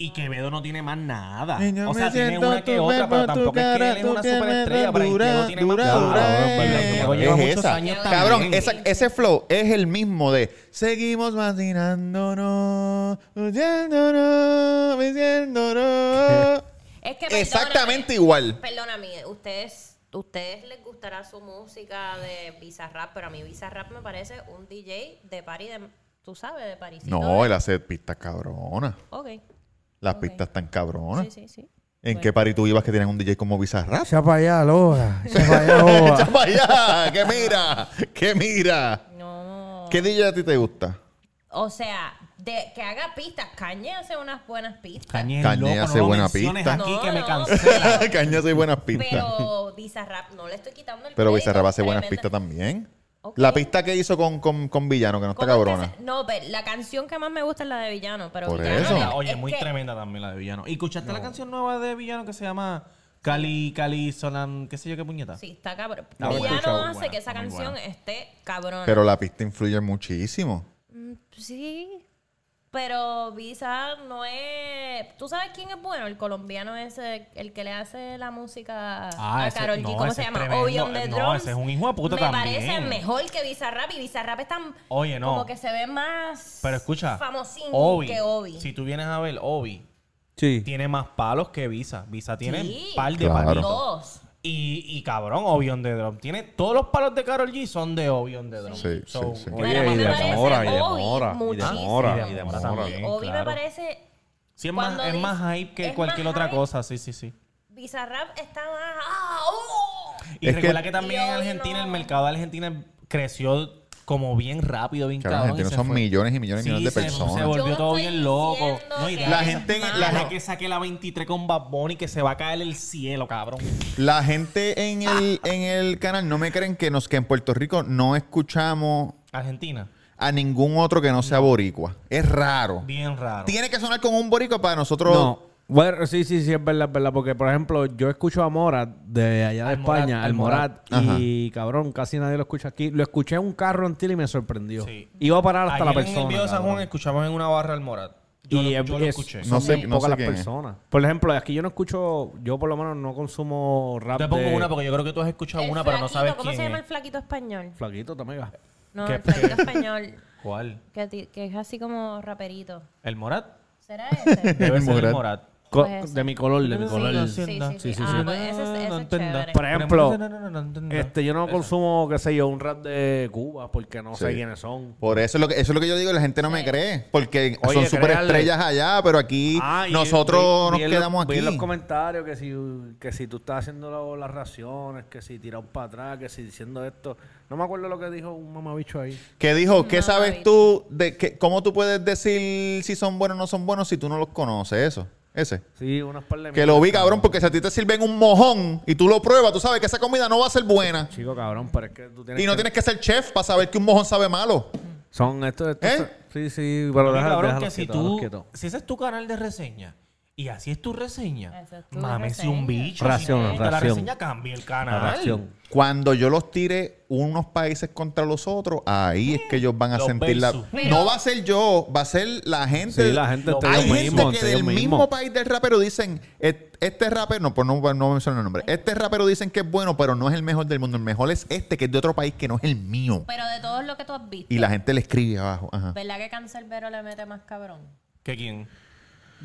E: Y Quevedo no tiene más nada.
B: Niño,
E: Ah, o sea,
B: me
E: tiene
B: siento
E: una que
B: tu
E: otra, pero
B: cuerpo, tu
E: tampoco es que
B: cara,
E: él es
B: tu
E: una
B: pierna
E: superestrella. Para
B: dura,
E: no tiene más
B: dura,
E: nada.
B: dura,
E: Cabrón, ¿verdad?
B: eh.
E: Quevedo lleva
B: Es
E: muchos
B: esa.
E: años
B: Cabrón,
E: también.
B: esa- ese flow es el mismo de seguimos vacinándonos, huyéndonos, venciéndonos.
H: Es que perdóname.
B: Exactamente igual.
H: Perdóname, ustedes, ustedes les gustará su música de Bizarrap, pero a mí Bizarrap me parece un DJ de París, de, tú sabes, de París.
B: No, él hace pistas cabronas.
H: Ok,
B: Las
H: Ok.
B: pistas están cabronas.
H: sí, sí, sí.
B: ¿En qué party tú ibas que tenían un DJ como Bizarrap?
C: Echa para allá, loja. Echa para allá, loja.
B: ¡Echa para allá! ¡Que mira! ¡Que mira!
H: No.
B: ¿Qué DJ a ti te gusta?
H: O sea, de que haga pistas. Cañé hace unas buenas pistas.
E: Cañé,
B: Cañé
E: loco,
B: hace
E: no
B: buena
E: buena
B: pista.
E: pista. aquí que me
H: No, no.
E: cansé.
B: Cañas y buenas pistas.
H: Pero Bizarrap, no le estoy quitando el
B: Pero
H: crédito,
B: Bizarrap hace buenas
H: tremenda-
B: pistas también.
H: Ok.
B: La pista que hizo con, con, con Villano, que no está
H: ¿Cómo es que
B: cabrona.
H: se- No, pero la canción que más me gusta es la de Villano, pero
B: Por
H: Villano
B: eso.
H: le-
E: Oye,
H: es
E: muy
H: que-
E: tremenda también la de Villano. ¿Y escuchaste la canción nueva de Villano que se llama Cali, Cali, Sonan, qué sé yo qué puñeta?
H: Sí, está cabrón.
E: Está buena.
H: Villano
E: Escucha,
H: hace
E: buena,
H: que esa
E: está muy
H: canción
E: buena.
H: esté cabrona. Mm,
B: Pero la pista influye muchísimo.
H: Sí. Pero Visa no es. ¿Tú sabes quién es bueno? El colombiano ese, el que le hace la música
E: Ah,
H: a
E: ese-
H: Karol G.
E: no,
H: ¿Cómo
E: ese
H: se
E: es
H: llama?
E: tremendo. Eh,
H: Hoy on the
E: No,
H: Drums.
E: ese es un hijo de puta
H: Me
E: también.
H: parece mejor que Bizarrap y Bizarrap es tan.
E: Oye, no.
H: Como que se ve más.
E: Pero escucha,
H: Famosín
E: Obi,
H: que Obi.
E: Si tú vienes a ver, Obi
F: Sí.
E: tiene más palos que Visa. Visa tiene
H: Sí.
E: par de
B: Claro.
E: palitos.
H: Dos.
E: Y, y cabrón, Obi on the Drop. Tiene todos los palos de Carol G son de Obi on the Drop.
B: Sí,
E: So,
B: sí, sí.
H: Oye, Pero a mí me
F: y de
H: parece
F: Mora, y de
H: Obi
F: Mora, y de
H: muchísimo.
F: Mora.
E: Y
F: Y
E: de
F: de
E: Mora también.
H: Obi me
E: claro.
H: parece.
E: Sí, es, más,
H: cuando
E: es
H: dice-
E: más hype que
H: es
E: cualquier
H: más
E: otra
H: hype.
E: cosa. Sí, sí, sí.
H: Bizarrap está más. ¡Ah! ¡Oh!
E: Y
B: Es que-
E: recuerda que, también en
H: Dios,
E: Argentina,
H: no.
E: el mercado de Argentina creció como bien rápido, bien
B: Claro,
E: cabrón.
B: argentinos
E: y se
B: son
E: fue.
B: millones y millones y
E: Sí,
B: millones de
E: se- Se
B: personas.
E: volvió
H: Yo
E: todo
H: estoy
E: bien loco.
H: diciendo
E: No, y
H: que
E: la
B: La
E: gente
B: gente,
H: Malo.
B: la,
E: que saque la 23 con Bad Bunny que se va a caer el cielo, cabrón.
B: La gente en el, en el canal no me creen que nos que en Puerto Rico no escuchamos
E: Argentina.
B: a ningún otro que no sea boricua. Es raro.
E: Bien raro.
B: Tiene que sonar con un boricua para nosotros.
C: No. Bueno, sí, sí, sí, es verdad, es verdad. Porque, por ejemplo, yo escucho a Morat de allá de
E: Al Morat,
C: España,
E: al
C: al Morat, y cabrón, casi nadie lo escucha aquí. Lo escuché en un carro en Tila y me sorprendió.
E: Sí.
C: Iba a parar hasta
E: Ayer
C: la persona.
E: En el video de San
C: cabrón.
E: Juan escuchamos en una barra al Morat. Yo,
C: y
E: lo,
C: es-
E: yo lo
C: es-
E: escuché.
B: No
C: son
B: sé-
C: muy
B: no sé
C: pocas las
B: quién es.
C: personas. Por ejemplo, aquí yo no escucho, yo por lo menos no consumo rap.
E: Te pongo
C: de-
E: una porque yo creo que tú has escuchado
H: El
E: una, pero no
H: flaquito,
E: sabes
H: ¿Cómo
E: quién
H: se llama
E: es.
H: el flaquito español?
C: Flaquito, te mega.
H: No,
E: ¿Qué-
H: el flaquito español.
E: ¿Cuál?
H: Que, ti- que es así como raperito.
E: ¿El Morat?
H: ¿Será ese?
E: Debe
B: El
E: ser el
B: Morat.
E: Morat.
C: Co-
H: ese.
C: de mi color, de mi color.
H: sí, sí, sí. Ah, pues ese es- ese es chévere.
C: Por ejemplo, Este, yo no consumo, qué sé yo, un rap de Cuba porque no sé
B: Sí.
C: quiénes son.
B: Por eso es, lo que, eso es lo que yo digo, la gente no me cree. Porque
C: Oye,
B: son
C: créale.
B: súper estrellas allá, pero aquí
C: Ah, y
B: nosotros
C: vi- vi
B: nos
C: en los-
B: quedamos
C: Vi en los
B: aquí.
C: comentarios que si, que si tú estás haciendo lo- las raciones, que si tirado para atrás, que si diciendo esto. No me acuerdo lo que dijo un mamabicho ahí.
B: Que dijo, ¿qué
H: No,
B: sabes
H: David.
B: tú? de qué- ¿Cómo tú puedes decir si son buenos o no son buenos si tú no los conoces? Eso, ese.
C: Sí, unas par de
B: Que lo vi, cabrón, porque si a ti te sirven un mojón y tú lo pruebas, tú sabes que esa comida no va a ser buena.
C: Chico, pues, cabrón, pero es que tú tienes
B: Y no
C: que-
B: tienes que ser chef para saber que un mojón sabe malo.
C: Son estos... estos
B: ¿Eh?
C: Sí, sí, pero
E: Oye,
C: déjalo,
E: cabrón,
C: déjalo
E: que si
C: quieto,
E: tú,
C: déjalo quieto.
E: si ese es tu canal de reseña y así es tu reseña,
H: Esa es tu
E: mames si
H: reseña.
E: un bicho.
C: Ración,
E: si no te gusta la
C: ración.
E: reseña cambia el canal.
C: La reacción.
B: Cuando yo los tire unos países contra los otros, ahí es que ellos van a
E: Los
B: sentir la.
E: versus.
B: No va a ser yo, va a ser la gente.
C: Sí, la gente entre
B: Hay
C: ellos
B: gente
C: mismos,
B: que
C: entre
B: del
C: ellos
B: mismo
C: mismos.
B: país del rapero dicen, "Et- este rapero, no, pues no, no menciono el nombre. Este rapero dicen que es bueno, pero no es el mejor del mundo. El mejor es este, que es de otro país que no es el mío.
H: Pero de todos los que tú has visto,
B: Y la gente le escribe abajo. Ajá.
H: ¿verdad que Cancerbero le mete más cabrón?
E: ¿Que quién?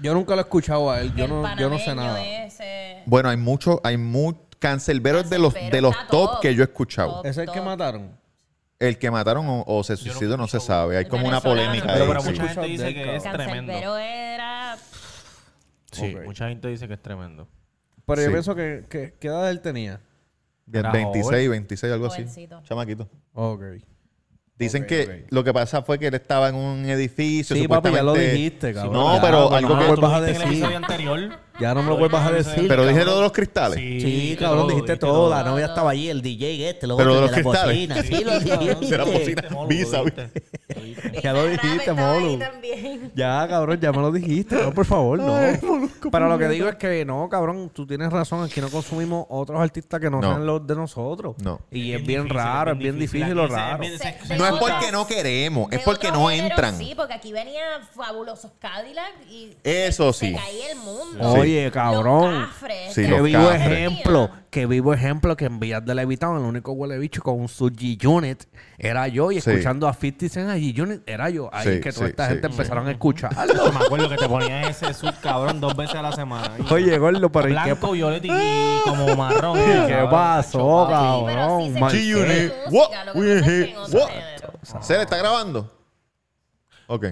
C: Yo nunca lo he escuchado a él. Yo
H: El
C: no, yo no sé
H: panameño
C: nada.
H: Ese,
B: Bueno, hay mucho, hay mucho. Cancelbero es de los, de
H: Cancerbero
B: los
H: está
B: top
H: top,
B: que yo he escuchado.
H: top.
C: ¿Es el que
H: Todo.
C: mataron?
B: El que mataron o, o se suicidó no se sabe. Hay como una
H: Venezolano.
B: polémica.
E: Pero,
B: ahí,
E: pero
B: sí.
E: mucha gente
C: Escucho
E: dice
C: del
E: que es tremendo.
H: Cancerbero era...
E: Sí, mucha gente dice que es tremendo.
C: Pero
B: Sí.
C: yo pienso que, que... ¿Qué edad él tenía?
B: De
E: Era
B: 26, 26, algo así.
H: Jovencito.
B: Chamaquito.
C: Ok.
B: Dicen que lo que pasa fue que él estaba en un edificio.
C: Sí, papi, ya lo
B: supuestamente-
C: dijiste, cabrón.
B: No,
C: Ya,
B: pero
C: bueno,
B: algo
C: no
B: que-
C: me vuelvas a
E: ¿Viste en el
C: decir.
E: episodio anterior?
C: Ya no me lo vuelvas a decir.
B: Pero dije lo de los cristales.
F: Sí,
E: todo,
F: cabrón, dijiste todo. La
H: todo,
F: novia
H: todo.
F: estaba allí, el DJ este, lo
B: Pero de
F: otro,
B: los
F: la
B: cristales.
F: bocina. Sí, lo
B: De la
F: dijiste.
B: bocina. Visa,
C: Ya lo dijiste,
H: estaba ahí
C: Molu.
H: también.
C: Ya, cabrón, ya me lo dijiste. No, por favor, no. Pero lo que digo es que no, cabrón, tú tienes razón. Aquí no consumimos otros artistas que no,
B: No.
C: sean los de nosotros.
B: No.
C: Y es bien raro, es bien difícil lo raro.
H: De
B: No es
H: otras-
B: porque no queremos, es
H: de
B: porque
H: otros
B: no
H: géneros,
B: entran.
H: Sí, porque aquí venía fabulosos Cadillac y...
B: Eso
H: se-
B: sí.
H: Se caía el mundo.
C: Oye,
H: Los
C: cabrón.
H: cafres,
B: Sí,
H: que
C: Que
B: los
H: se
C: vivo
B: cafres.
H: vendían.
C: ejemplo, que vivo ejemplo que en Villas de Levitown el único huele bicho con un G Unit era yo y
B: Sí.
C: escuchando a 50 Cent a G Unit era yo. Ahí
B: Sí,
C: es que toda
B: sí,
C: esta
B: sí.
C: gente empezaron a escuchar.
E: Me acuerdo que te ponían ese sub cabrón dos veces a la semana.
C: Oye, gordo, pero ¿y qué
E: Blanco, violeta y como marrón.
C: ¿Qué pasó,
H: Sí, pero
C: cabrón?
H: así se
C: Man,
H: consume
B: G-Unit.
H: música,
B: Eh, What? Eh,
H: lo que pasa es que en otro
B: What?
H: género.
B: ¿Se le está grabando? Ok.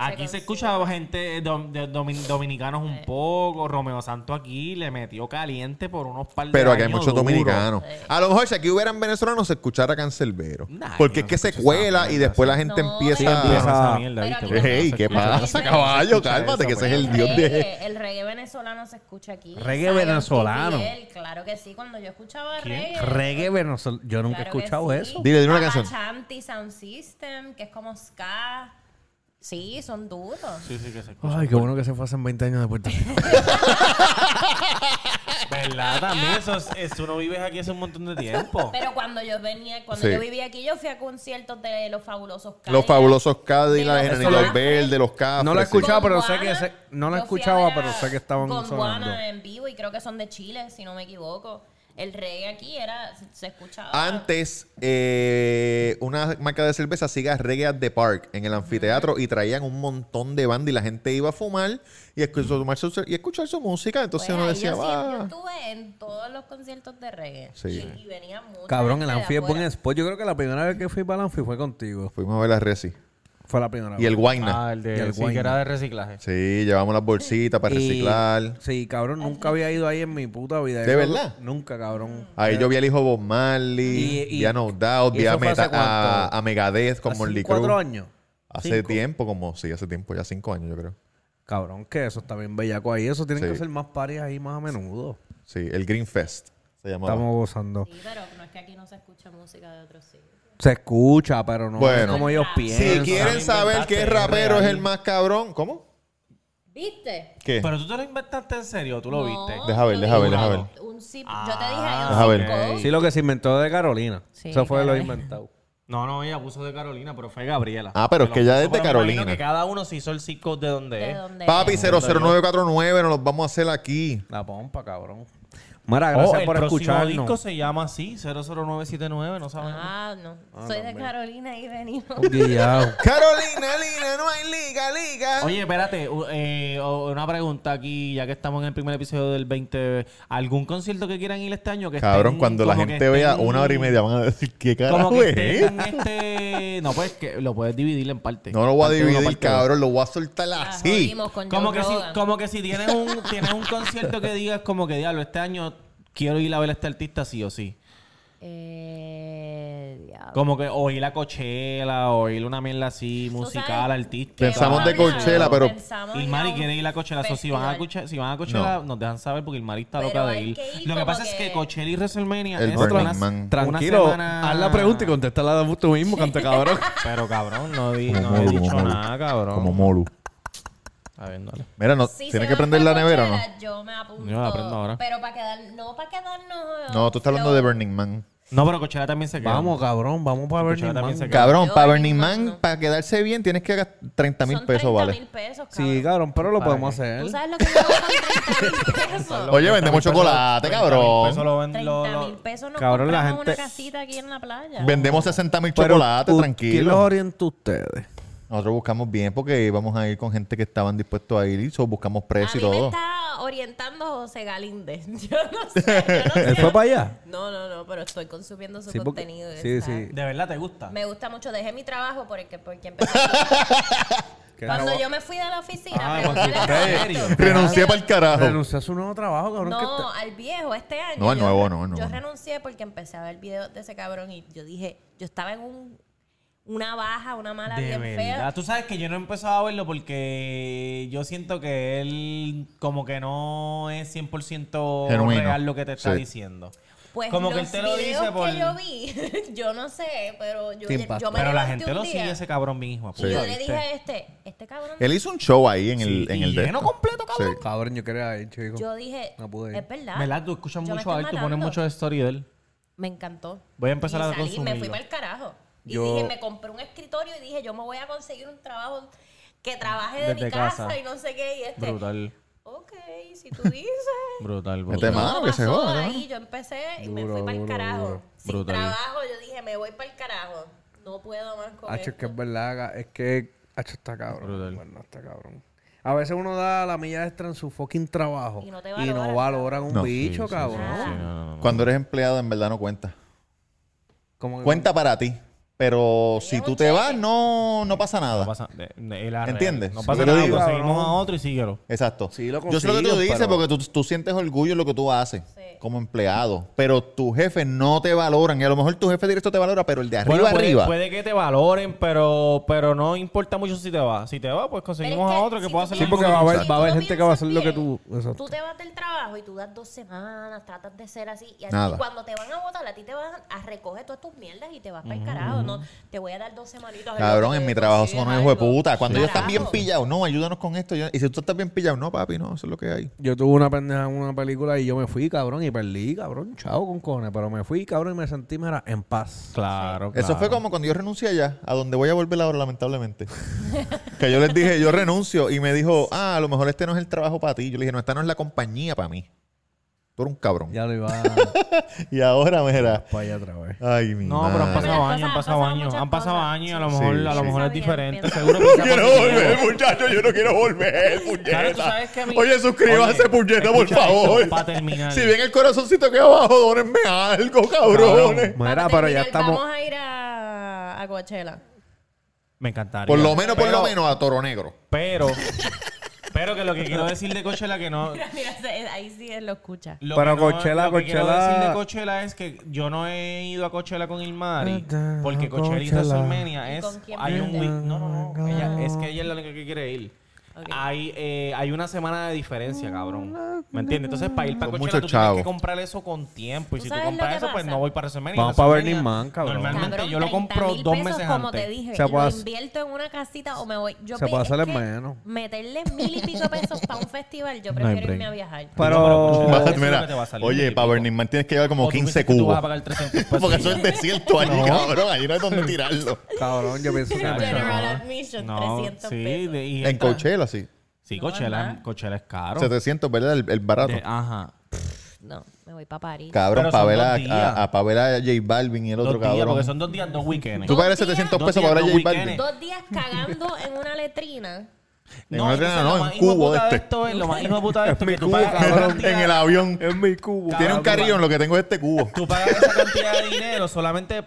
E: Aquí se escucha gente dom- de domin- dominicanos
C: Eh.
E: un poco. Romeo Santo aquí le metió caliente por unos par de
B: Pero aquí hay
E: años
B: muchos
E: duros.
B: dominicanos. A lo mejor si aquí hubieran venezolanos se escuchara Cancelbero.
E: Nah,
B: Porque
E: yo
B: es
E: no
B: que se
E: escucho
B: cuela
E: esa
B: y después la
H: mierda.
B: gente
H: No,
B: empieza...
H: sí, empieza-
E: Esa mierda,
H: Pero
E: ¿viste?
H: aquí
E: Porque no
B: Ey,
E: se
B: ¿qué
E: escucha.
B: pasa,
H: escucha
B: caballo?
E: eso,
B: Cálmate, que ese
E: pero-
B: es el dios de...
H: reggae, el reggae venezolano se escucha aquí.
C: Reggae
H: Zion
C: venezolano.
H: Tipiel, claro que sí, cuando yo escuchaba
E: ¿Quién?
H: reggae.
C: Reggae venezolano. Yo nunca he
H: claro que
C: escuchado
H: sí.
C: eso.
B: Dile, dile una canción.
H: Apachanti Sound System, que es como ska. Sí, son duros.
E: Sí, sí, que se escucha.
C: Ay, qué bueno que se fue hace 20 años de Puerto Rico.
E: ¿Verdad? También eso, es, eso no vives aquí hace un montón de tiempo.
H: Pero cuando yo venía, cuando
B: Sí.
H: yo vivía aquí, yo fui a conciertos de los fabulosos
B: Los fabulosos Cádiz,
H: Eso
B: los,
H: lo-
B: los verdes, los cafres.
C: No lo he
B: sí.
C: escuchado. pero sé que se- no la
H: yo fui a
C: escuchaba,
H: ver a
C: pero sé que estaban
H: Gondwana
C: sonando.
H: en vivo y creo que son de Chile, si no me equivoco. El reggae aquí era, se- se escuchaba.
B: Antes, eh, una marca de cerveza hacía Reggae at the Park en el anfiteatro y traían un montón de banda y la gente iba a fumar y escuchar, tomarse su, y escuchar su música.
H: Pues
B: Entonces
H: ahí
B: uno decía,
H: yo, sí- yo
B: va.
H: estuve en todos los conciertos de reggae.
B: Sí.
H: Y, y venía mucha
C: Cabrón,
H: gente
C: el
H: de
C: Anfi es buen
H: afuera.
C: spot. Yo creo que la primera vez que fui para el Anfi fue contigo.
B: Fuimos a ver la Resi
C: Fue la primera
B: y el
C: vez.
B: Guayna.
E: Ah, el
C: Y
E: de
C: el
E: sí, que era de reciclaje.
B: Sí, llevamos las bolsitas para
C: Y-
B: reciclar.
C: Sí, cabrón, nunca había ido ahí en mi puta vida.
B: ¿De
C: Yo-
B: verdad?
C: Nunca, cabrón.
B: Ahí yo vi al hijo Bob Marley,
C: eh, Y- y-
B: vi a No Doubt,
C: ¿y
B: vi a,
C: eso fue hace
B: Meta- a,
C: cuánto?
B: a Megadeth con
C: Hace
B: Morley
C: cuatro
B: Cruz.
C: años.
B: Hace
C: Cinco.
B: tiempo, como sí, hace tiempo, ya cinco años yo creo.
C: Cabrón, que eso está bien bellaco ahí. Eso tienen
B: Sí.
C: que hacer más pares ahí más a menudo.
B: Sí, el Green Fest se llamaba.
C: Estamos gozando.
H: Sí, pero no es que aquí no se escucha música de otros sitios.
C: Se escucha, pero no
B: Bueno.
C: es como ellos
B: Si
C: piensan.
B: quieren saber qué
E: inventaste,
B: rapero
E: es
B: es
E: real.
B: el más cabrón, ¿cómo?
H: ¿Viste?
B: ¿Qué?
E: Pero tú te lo inventaste en serio, tú lo viste.
B: Deja ver,
H: yo
B: deja ver,
H: dije
B: deja ver.
H: un- Un zip. yo te dije, hay un
B: Deja ver.
H: zip code.
C: Sí, lo que se inventó de Carolina.
H: Sí,
C: Eso fue lo
H: Carolina.
C: inventado.
E: No, no, ella puso de Carolina, pero fue Gabriela.
B: Ah, pero es
E: lo
B: que ella
E: puso,
B: es de
E: pero me imagino
B: Carolina.
E: que cada uno se hizo el circo de donde
H: ¿De
E: es.
H: dónde
B: Papi
H: es?
B: 00949, nos los vamos a hacer aquí.
C: La pompa, cabrón. Mara,
E: Oh,
C: gracias
E: el
C: por
E: próximo disco
C: escucharnos.
E: se llama así, 00979, no sabemos.
H: Ah, no. Soy de Carolina y venimos.
C: Un guillao.
B: Carolina, Lina, no hay liga, liga.
E: Oye, espérate, u- eh, o- una pregunta aquí, ya que estamos en el primer episodio del 20. ¿Algún concierto que quieran ir este año? Que
B: Cabrón,
E: estén-
B: cuando la
E: como que
B: gente vea
E: estén-
B: una hora y media van a decir, ¿qué
E: Como
B: carajo
E: que
B: es
E: estén
B: esto?"
E: este... No, pues que lo puedes dividir en partes.
B: No lo voy a
E: Parte uno,
B: dividir,
E: parte dos.
B: cabrón, lo voy a soltar
H: La
B: así.
H: jodimos Ah, con
E: Como
H: Joe
E: que, si,
H: Rogan.
E: como que si tienes un, tienes un concierto que digas como que, diablo, este año quiero ir a ver a este artista sí o sí.
H: Eh, diablo.
E: Como que o ir a Coachella, o ir a una mierda así, musical,
H: sabes
E: artista.
B: Pensamos de
H: Vamos a
B: Coachella,
H: hablar,
B: pero
H: pensamos en
E: Ilmari
H: un
E: quiere ir a Coachella. So, si, van a
H: festival.
E: Coachella si van a Coachella, nos dejan saber porque Ilmari está
H: Pero
E: loca de
H: hay
E: ir.
H: que ir
E: Lo que
H: como
E: pasa es
H: que-
E: que Coachella y WrestleMania
B: El
E: es
B: Burning
E: una-
B: Man.
E: una
F: Tranquilo,
E: semana-
F: haz la pregunta y contéstala tú mismo, canta cabrón.
E: Pero cabrón, no, di-
B: Como
E: no he
B: Molu,
E: dicho
B: como Molu.
E: nada, cabrón.
B: Como Molu.
E: A ver, dale.
B: Mira, no,
H: Si
B: ¿tiene
H: se
B: que
H: van
B: prender
H: pa'
B: la nevera o no?
H: Coachella, Yo me apunto.
E: Yo la prendo ahora.
H: Pero para quedar, no para quedarnos. eh,
B: No, tú estás hablando de Burning Man.
E: No, pero Coachella también se queda.
C: Vamos, cabrón, vamos para
E: Coachella
C: Burning Man.
E: también se queda.
B: Cabrón,
H: Yo
B: para
H: ahí
B: Burning
H: no,
B: Man,
H: no.
B: para quedarse bien, tienes que gastar 30 mil
H: Son
B: pesos,
H: 30
B: vale.
H: mil pesos, cabrón.
C: Sí, cabrón, pero lo
E: ¿Para
C: podemos
E: qué?
C: hacer.
H: ¿Tú sabes lo que yo hago con 30 mil pesos?
B: Oye, vendemos chocolate,
E: Eso
B: cabrón.
E: lo ven-
H: 30
E: lo-
H: mil
E: lo-
H: pesos nos
C: Cabrón, la
H: compramos una
C: gente-
H: casita aquí en la playa.
B: Vendemos 60 mil
C: Pero,
B: chocolates,
C: ¿u- ¿Quién los
B: tranquilo.
C: orienta ustedes?
B: Nosotros buscamos bien porque íbamos a ir con gente que estaban dispuestos a ir y so, buscamos
H: A
B: precio
H: mí
B: y
H: me
B: todo.
H: está orientando José Galíndez. Yo no sé. Yo no
C: ¿Él fue
H: sé.
C: para allá?
H: No, no, no, pero estoy consumiendo su
C: Sí, porque-
H: contenido.
C: sí,
H: está-
C: sí.
E: ¿De verdad te gusta?
H: Me gusta mucho. Dejé mi trabajo porque, porque empecé. Cuando yo me fui de la oficina,
C: Ah,
H: preguntarle
C: cuando
H: a
C: usted-
H: Roberto.
B: Renuncié para el carajo.
C: Renuncié a su nuevo trabajo, cabrón. que
H: No,
C: está-
H: al viejo este año.
B: No, al
H: yo-
B: nuevo, no, al nuevo,
H: Yo
B: no.
H: renuncié porque empecé a ver videos de ese cabrón y yo dije, yo estaba en un, una baja, una mala
E: De
H: bien
E: verdad.
H: fea.
E: Tú sabes que yo no he empezado a verlo porque yo siento que él como que no es 100%
B: Genuino.
E: real lo que te está
B: Sí.
E: diciendo.
H: Pues
E: Como
H: como
E: que
H: los
E: él te lo
H: videos
E: dice
H: que
E: por-
H: yo vi, yo no sé, pero yo,
C: Te
H: yo
C: impactó.
H: me
E: Pero la
H: levanté
E: gente
H: un
E: lo
H: día
E: sigue ese cabrón mismo.
H: Y yo le dije a este, este cabrón,
B: Él hizo un show ahí en el,
E: Sí,
B: en
E: y
B: el de
E: lleno
B: esto.
E: completo, cabrón.
B: Sí.
C: Cabrón, yo quería ir, chico.
H: yo dije,
C: No pude ir.
H: es verdad.
E: ¿Verdad? Tú escuchas
H: "Ah, yo me
E: mucho a él,
H: estoy
E: tú pones
H: matando.
E: mucho story de él.
H: Me encantó.
E: Voy a empezar
H: Y
E: a
H: salí, Me fui
E: consumirlo.
H: para el carajo. Y
C: Yo-
H: dije, me compré un escritorio y dije, yo me voy a conseguir un trabajo que trabaje de
E: Desde
H: mi casa,
E: casa.
H: y no sé qué. Y este,
E: Brutal,
H: ok, si tú dices.
E: brutal,
B: Mete
E: brutal.
H: Y
B: mano,
H: todo
B: que se
H: pasó
B: joda, ¿no?
H: Ahí yo empecé y me
C: Duro,
H: fui para el
C: duro,
H: carajo.
C: duro.
H: Sin
E: Brutal.
H: trabajo, yo dije, me voy para el carajo. No puedo más con
C: Hacho, es que
H: esto.
C: es verdad, ga- es que Hacho está cabrón.
E: Brutal.
C: Bueno, está cabrón. A veces uno da la milla extra en su fucking trabajo
H: Y no te
C: y no
H: valoran.
C: valoran un
B: No.
C: bicho, cabrón.
B: Cuando eres empleado, en verdad no cuenta.
C: Como que-
B: Cuenta para ti. Pero si
H: un
B: tú te
H: cheque.
B: vas, no, no pasa
E: No
B: nada.
E: pasa, de- de- él arregla.
B: ¿Entiendes?
E: No
B: Sí,
E: pasa
B: yo
E: nada,
B: digo,
E: conseguimos
C: cabrón.
E: a otro y síguelo.
B: Exacto.
C: Sí, lo
B: Yo sé lo que tú
C: consigues,
B: dices
C: pero-
B: porque tú, tú sientes orgullo en lo que tú haces
H: Sí.
B: como empleado. Pero tus jefes no te valoran. Y a lo mejor tu jefe directo te valora, pero el de arriba
E: Bueno, puede,
B: arriba.
E: puede que te valoren, pero, pero no importa mucho si te va. Si te va, pues
H: Pero es
E: conseguimos a
H: que
E: otro que
H: si
E: pueda
H: tú
E: hacer
C: Sí,
E: lo
C: porque
E: mismo
C: va a
E: que
C: haber,
E: tú.
H: Si
C: va a haber
H: tú
C: gente que va a hacer lo que tú.
H: piensas
C: exacto.
H: Tú te vas del trabajo y tú das dos semanas, tratas de ser así. Y, a ti-
B: Nada.
E: Mm.
H: cuando te van a votar, a ti te van a recoger todas tus mierdas y te vas para el carajo. no, te voy a dar dos semanitas. de lo
B: Cabrón,
H: que
B: en
H: te
B: mi trabajo
H: consigues
B: son unos hijos de
H: algo.
B: puta. Cuando ellos están bien
H: Carajo.
B: pillados, no, ayúdanos con esto. Y si tú estás bien pillado, no, papi, no, eso es lo que hay.
C: Yo tuve una pendeja en una película y yo me fui, cabrón, y perdí, cabrón, chao con cojones. Pero me fui, cabrón, y me sentí, mira, en paz.
E: Claro,
B: Eso fue como cuando yo renuncié allá, a donde voy a volver ahora, lamentablemente. que yo les dije, yo renuncio. Y me dijo, ah, a lo mejor este no es el trabajo para ti. Yo le dije, no, esta no es la compañía para mí. Tú eres un cabrón.
C: Ya lo iba
B: Y ahora, mira.
C: para allá otra vez.
B: Ay, mi
E: No, pero han
B: madre.
E: pasado
H: Pero
E: años, han pasado años. Han pasado años y a lo
H: Sí,
E: mejor, a lo
B: sí.
E: mejor es
H: Está bien,
E: diferente.
H: piensa.
E: Seguro que sea porque tiene-
B: muchachos. Yo no quiero volver,
E: Claro, tú sabes que a mí- Oye, escucha esto, pa' terminar.
B: el corazoncito que abajo, donenme algo, cabrones.
C: Mira, pero ya
H: Terminar,
C: estamos.
H: Vamos a ir a, a Coachella.
E: Me encantaría.
B: Por lo menos, por
E: Pero-
B: lo menos a Toro Negro.
E: Pero, pero que lo que quiero decir de Coachella que no...
H: Mira, mira, se- ahí sí él lo escucha.
E: Lo
C: Pero
E: que no-
C: Coachella,
E: lo que quiero
C: Coachella-
E: decir de Coachella es que yo no he ido a Coachella con Ilmari
C: Ah,
E: porque Coachella y
C: Coachella.
E: WrestleMania
H: ¿Y con
E: es
H: quién
E: hay un
H: fuiste?
E: week- no no no ella- es que ella es la única que quiere ir hay eh, hay una semana de diferencia cabrón ¿me entiendes? entonces para ir para
B: Son
E: Coachella
B: muchos
E: tú
B: chavos.
E: tienes que comprar eso con tiempo y
H: ¿Tú
E: si tú
H: sabes lo
E: compras
H: que
E: eso pues
H: pasa?
E: no voy para WrestleMania
C: Vamos pa'
E: WrestleMania,
C: Burning Man, cabrón.
E: normalmente
H: Cabrón,
E: yo lo
H: 30
E: compro
H: mil
E: dos
H: pesos,
E: meses
H: como
E: antes
H: te dije,
C: Se puede
H: lo
C: hacer-
H: invierto en una casita o me voy. Yo
C: Se
H: pi-
C: puede
H: es
C: hacerle
H: que
C: menos.
H: Meterle mil y pico pesos para un festival, yo
C: hay
H: prefiero
C: break.
H: irme a viajar.
C: Pero.
E: Eso es lo que
B: Mira,
E: te va a salir,
B: oye,
E: veintipico.
B: para Burning Man tienes que llevar
E: O
B: como
E: tú
B: 15
E: piensas que tú vas a
B: cubos.
E: pagar 300 pesos
B: Porque
E: y
B: eso es
E: ya.
B: desierto allí, cabrón. Ahí no hay donde tirarlo.
C: Cabrón, yo pienso que menos.
H: General Admission,
E: No,
H: 300
E: sí,
H: pesos.
E: de- y
B: En
E: esta-
B: Coachella, sí.
E: sí
H: No,
E: Coachella
H: ¿verdad?
E: Coachella es caro
B: 700, ¿verdad? El, el barato.
E: De- ajá
H: No, me voy para París.
B: Cabrón,
E: Pero son
B: Pavela,
E: dos días.
B: a, a Pavela J Balvin y el
E: dos
B: otro
E: días
B: cabrón.
E: porque son dos días dos weekends
B: Tú
H: Dos
B: pagas
H: días.
B: 700
E: Dos
B: pesos
E: días,
B: para ver a
E: dos
B: J Balvin.
E: weekends.
H: Dos días cagando en una letrina.
B: En una arena
E: entonces
B: no,
E: lo
B: en
E: más
B: cubo
E: hijueputa
B: este.
E: esto es- lo más hijo de puta de esto es que tú
C: cubo,
E: pagas esa
C: cabrón,
E: cantidad-
B: En el avión.
C: Es mi cubo.
B: Tiene un
E: Cabrón,
B: carrillo en lo que tengo es este cubo.
E: Tú pagas esa cantidad de dinero solamente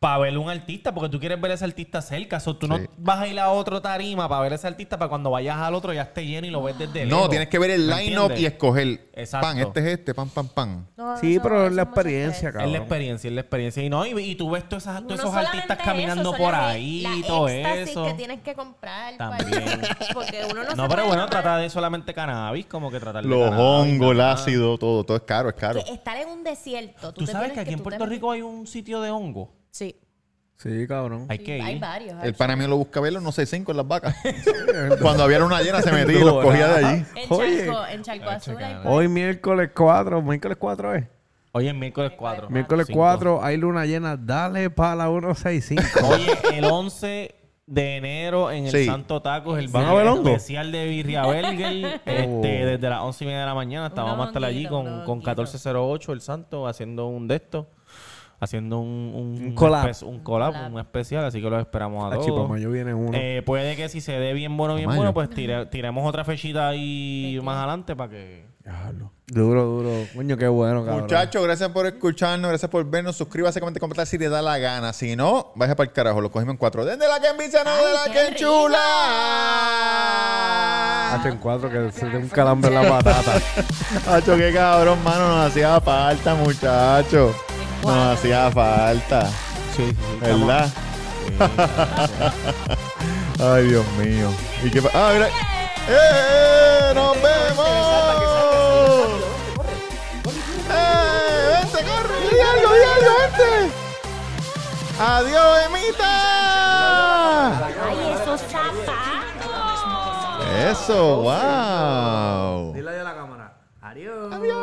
E: para ver un artista, porque tú quieres ver a ese artista cerca. O sea, tú no
B: Sí.
E: vas a ir a otro tarima para ver a ese artista, para cuando vayas al otro ya esté lleno y lo ves desde lejos.
B: No, tienes que ver el
E: ¿Me
B: line-up y
E: entiendes?
B: escoger.
E: Exacto.
B: Pan, este es este, pan, pan, pan.
H: No,
C: Sí,
H: eso-
C: pero es
H: eso
C: la
H: es mucho
C: experiencia,
H: estrés.
E: Es la
C: cabrón.
E: experiencia, es la experiencia. Y no, y, y tú ves todos esos,
H: No
E: artistas
H: solamente
E: caminando
H: eso,
E: por
H: son las-
E: ahí
H: la
E: y todo
H: éxtasis
E: eso.
H: que tienes que comprar. para-
E: También.
H: Porque uno no se
E: No,
H: puede
E: pero bueno,
H: tomar-
E: trata de solamente cannabis, como que tratar de
B: Los
E: cannabis,
B: hongos, el
E: nada.
B: ácido, todo. Todo es caro, es caro.
H: que estar en un desierto.
E: Tú
H: te
E: sabes
H: tienes
E: que aquí en
H: tú
E: Puerto
H: tienes-
E: Rico hay un sitio de hongo.
H: Sí.
C: Sí, cabrón.
E: Hay que ir.
H: Hay varios.
B: El pana mío lo busca verlo, no sé, cinco en las vacas. Cuando había una llena se metía y los cogía de allí.
H: En
C: Oye.
H: Charco, en Charco Azul hay
C: Hoy miércoles 4, miércoles 4 es.
E: Oye, el miércoles 4.
C: Miércoles 4 hay luna llena, dale para la 165.
E: Oye, el 11 de enero en el
B: Sí.
E: Santo Tacos, el
C: ¿Van a ver
E: bar
C: hongo? Oh.
E: especial de Birria Belger, este, desde las 11 y media de la mañana hasta
H: Unos
E: vamos a estar allí
H: honguitos,
E: con,
H: unos
E: con
H: honguitos.
E: 1408 el Santo haciendo un de estos, haciendo un, un,
C: Un collab.
E: espe- un collab, un especial, así que los esperamos a
C: Ah,
E: todos.
C: chico, mayo viene uno.
E: Eh, puede que si se dé bien bueno, bien
B: Mayo.
E: bueno, pues tire- tiremos otra fechita ahí más adelante para que...
C: Diablo. Duro, duro. Coño, qué bueno, cabrón.
B: Muchachos, gracias por escucharnos, gracias por vernos. Suscríbase, comente, compartir si le da la gana. Si no, vaya para el carajo, lo cogimos en cuatro. Desde la que envicia, no de la
H: qué
B: que
H: rico!
B: chula.
C: Hacho en 4 que se dé un calambre en la patata.
B: Hacho, qué cabrón, mano, nos hacía falta, muchacho. Nos hacía falta,
E: Sí,
B: ¿verdad? Ay, Dios mío. ¿Y qué pa- Ah, mira. ¡Eh! ¡Nos vemos! ¡Eh! ¡Vente, corre! ¡Di algo, di algo, vente! ¡Adiós, Emita!
H: Ay, esos zapatos.
B: Eso, wow.
C: Dile a la cámara. Adiós. Adiós.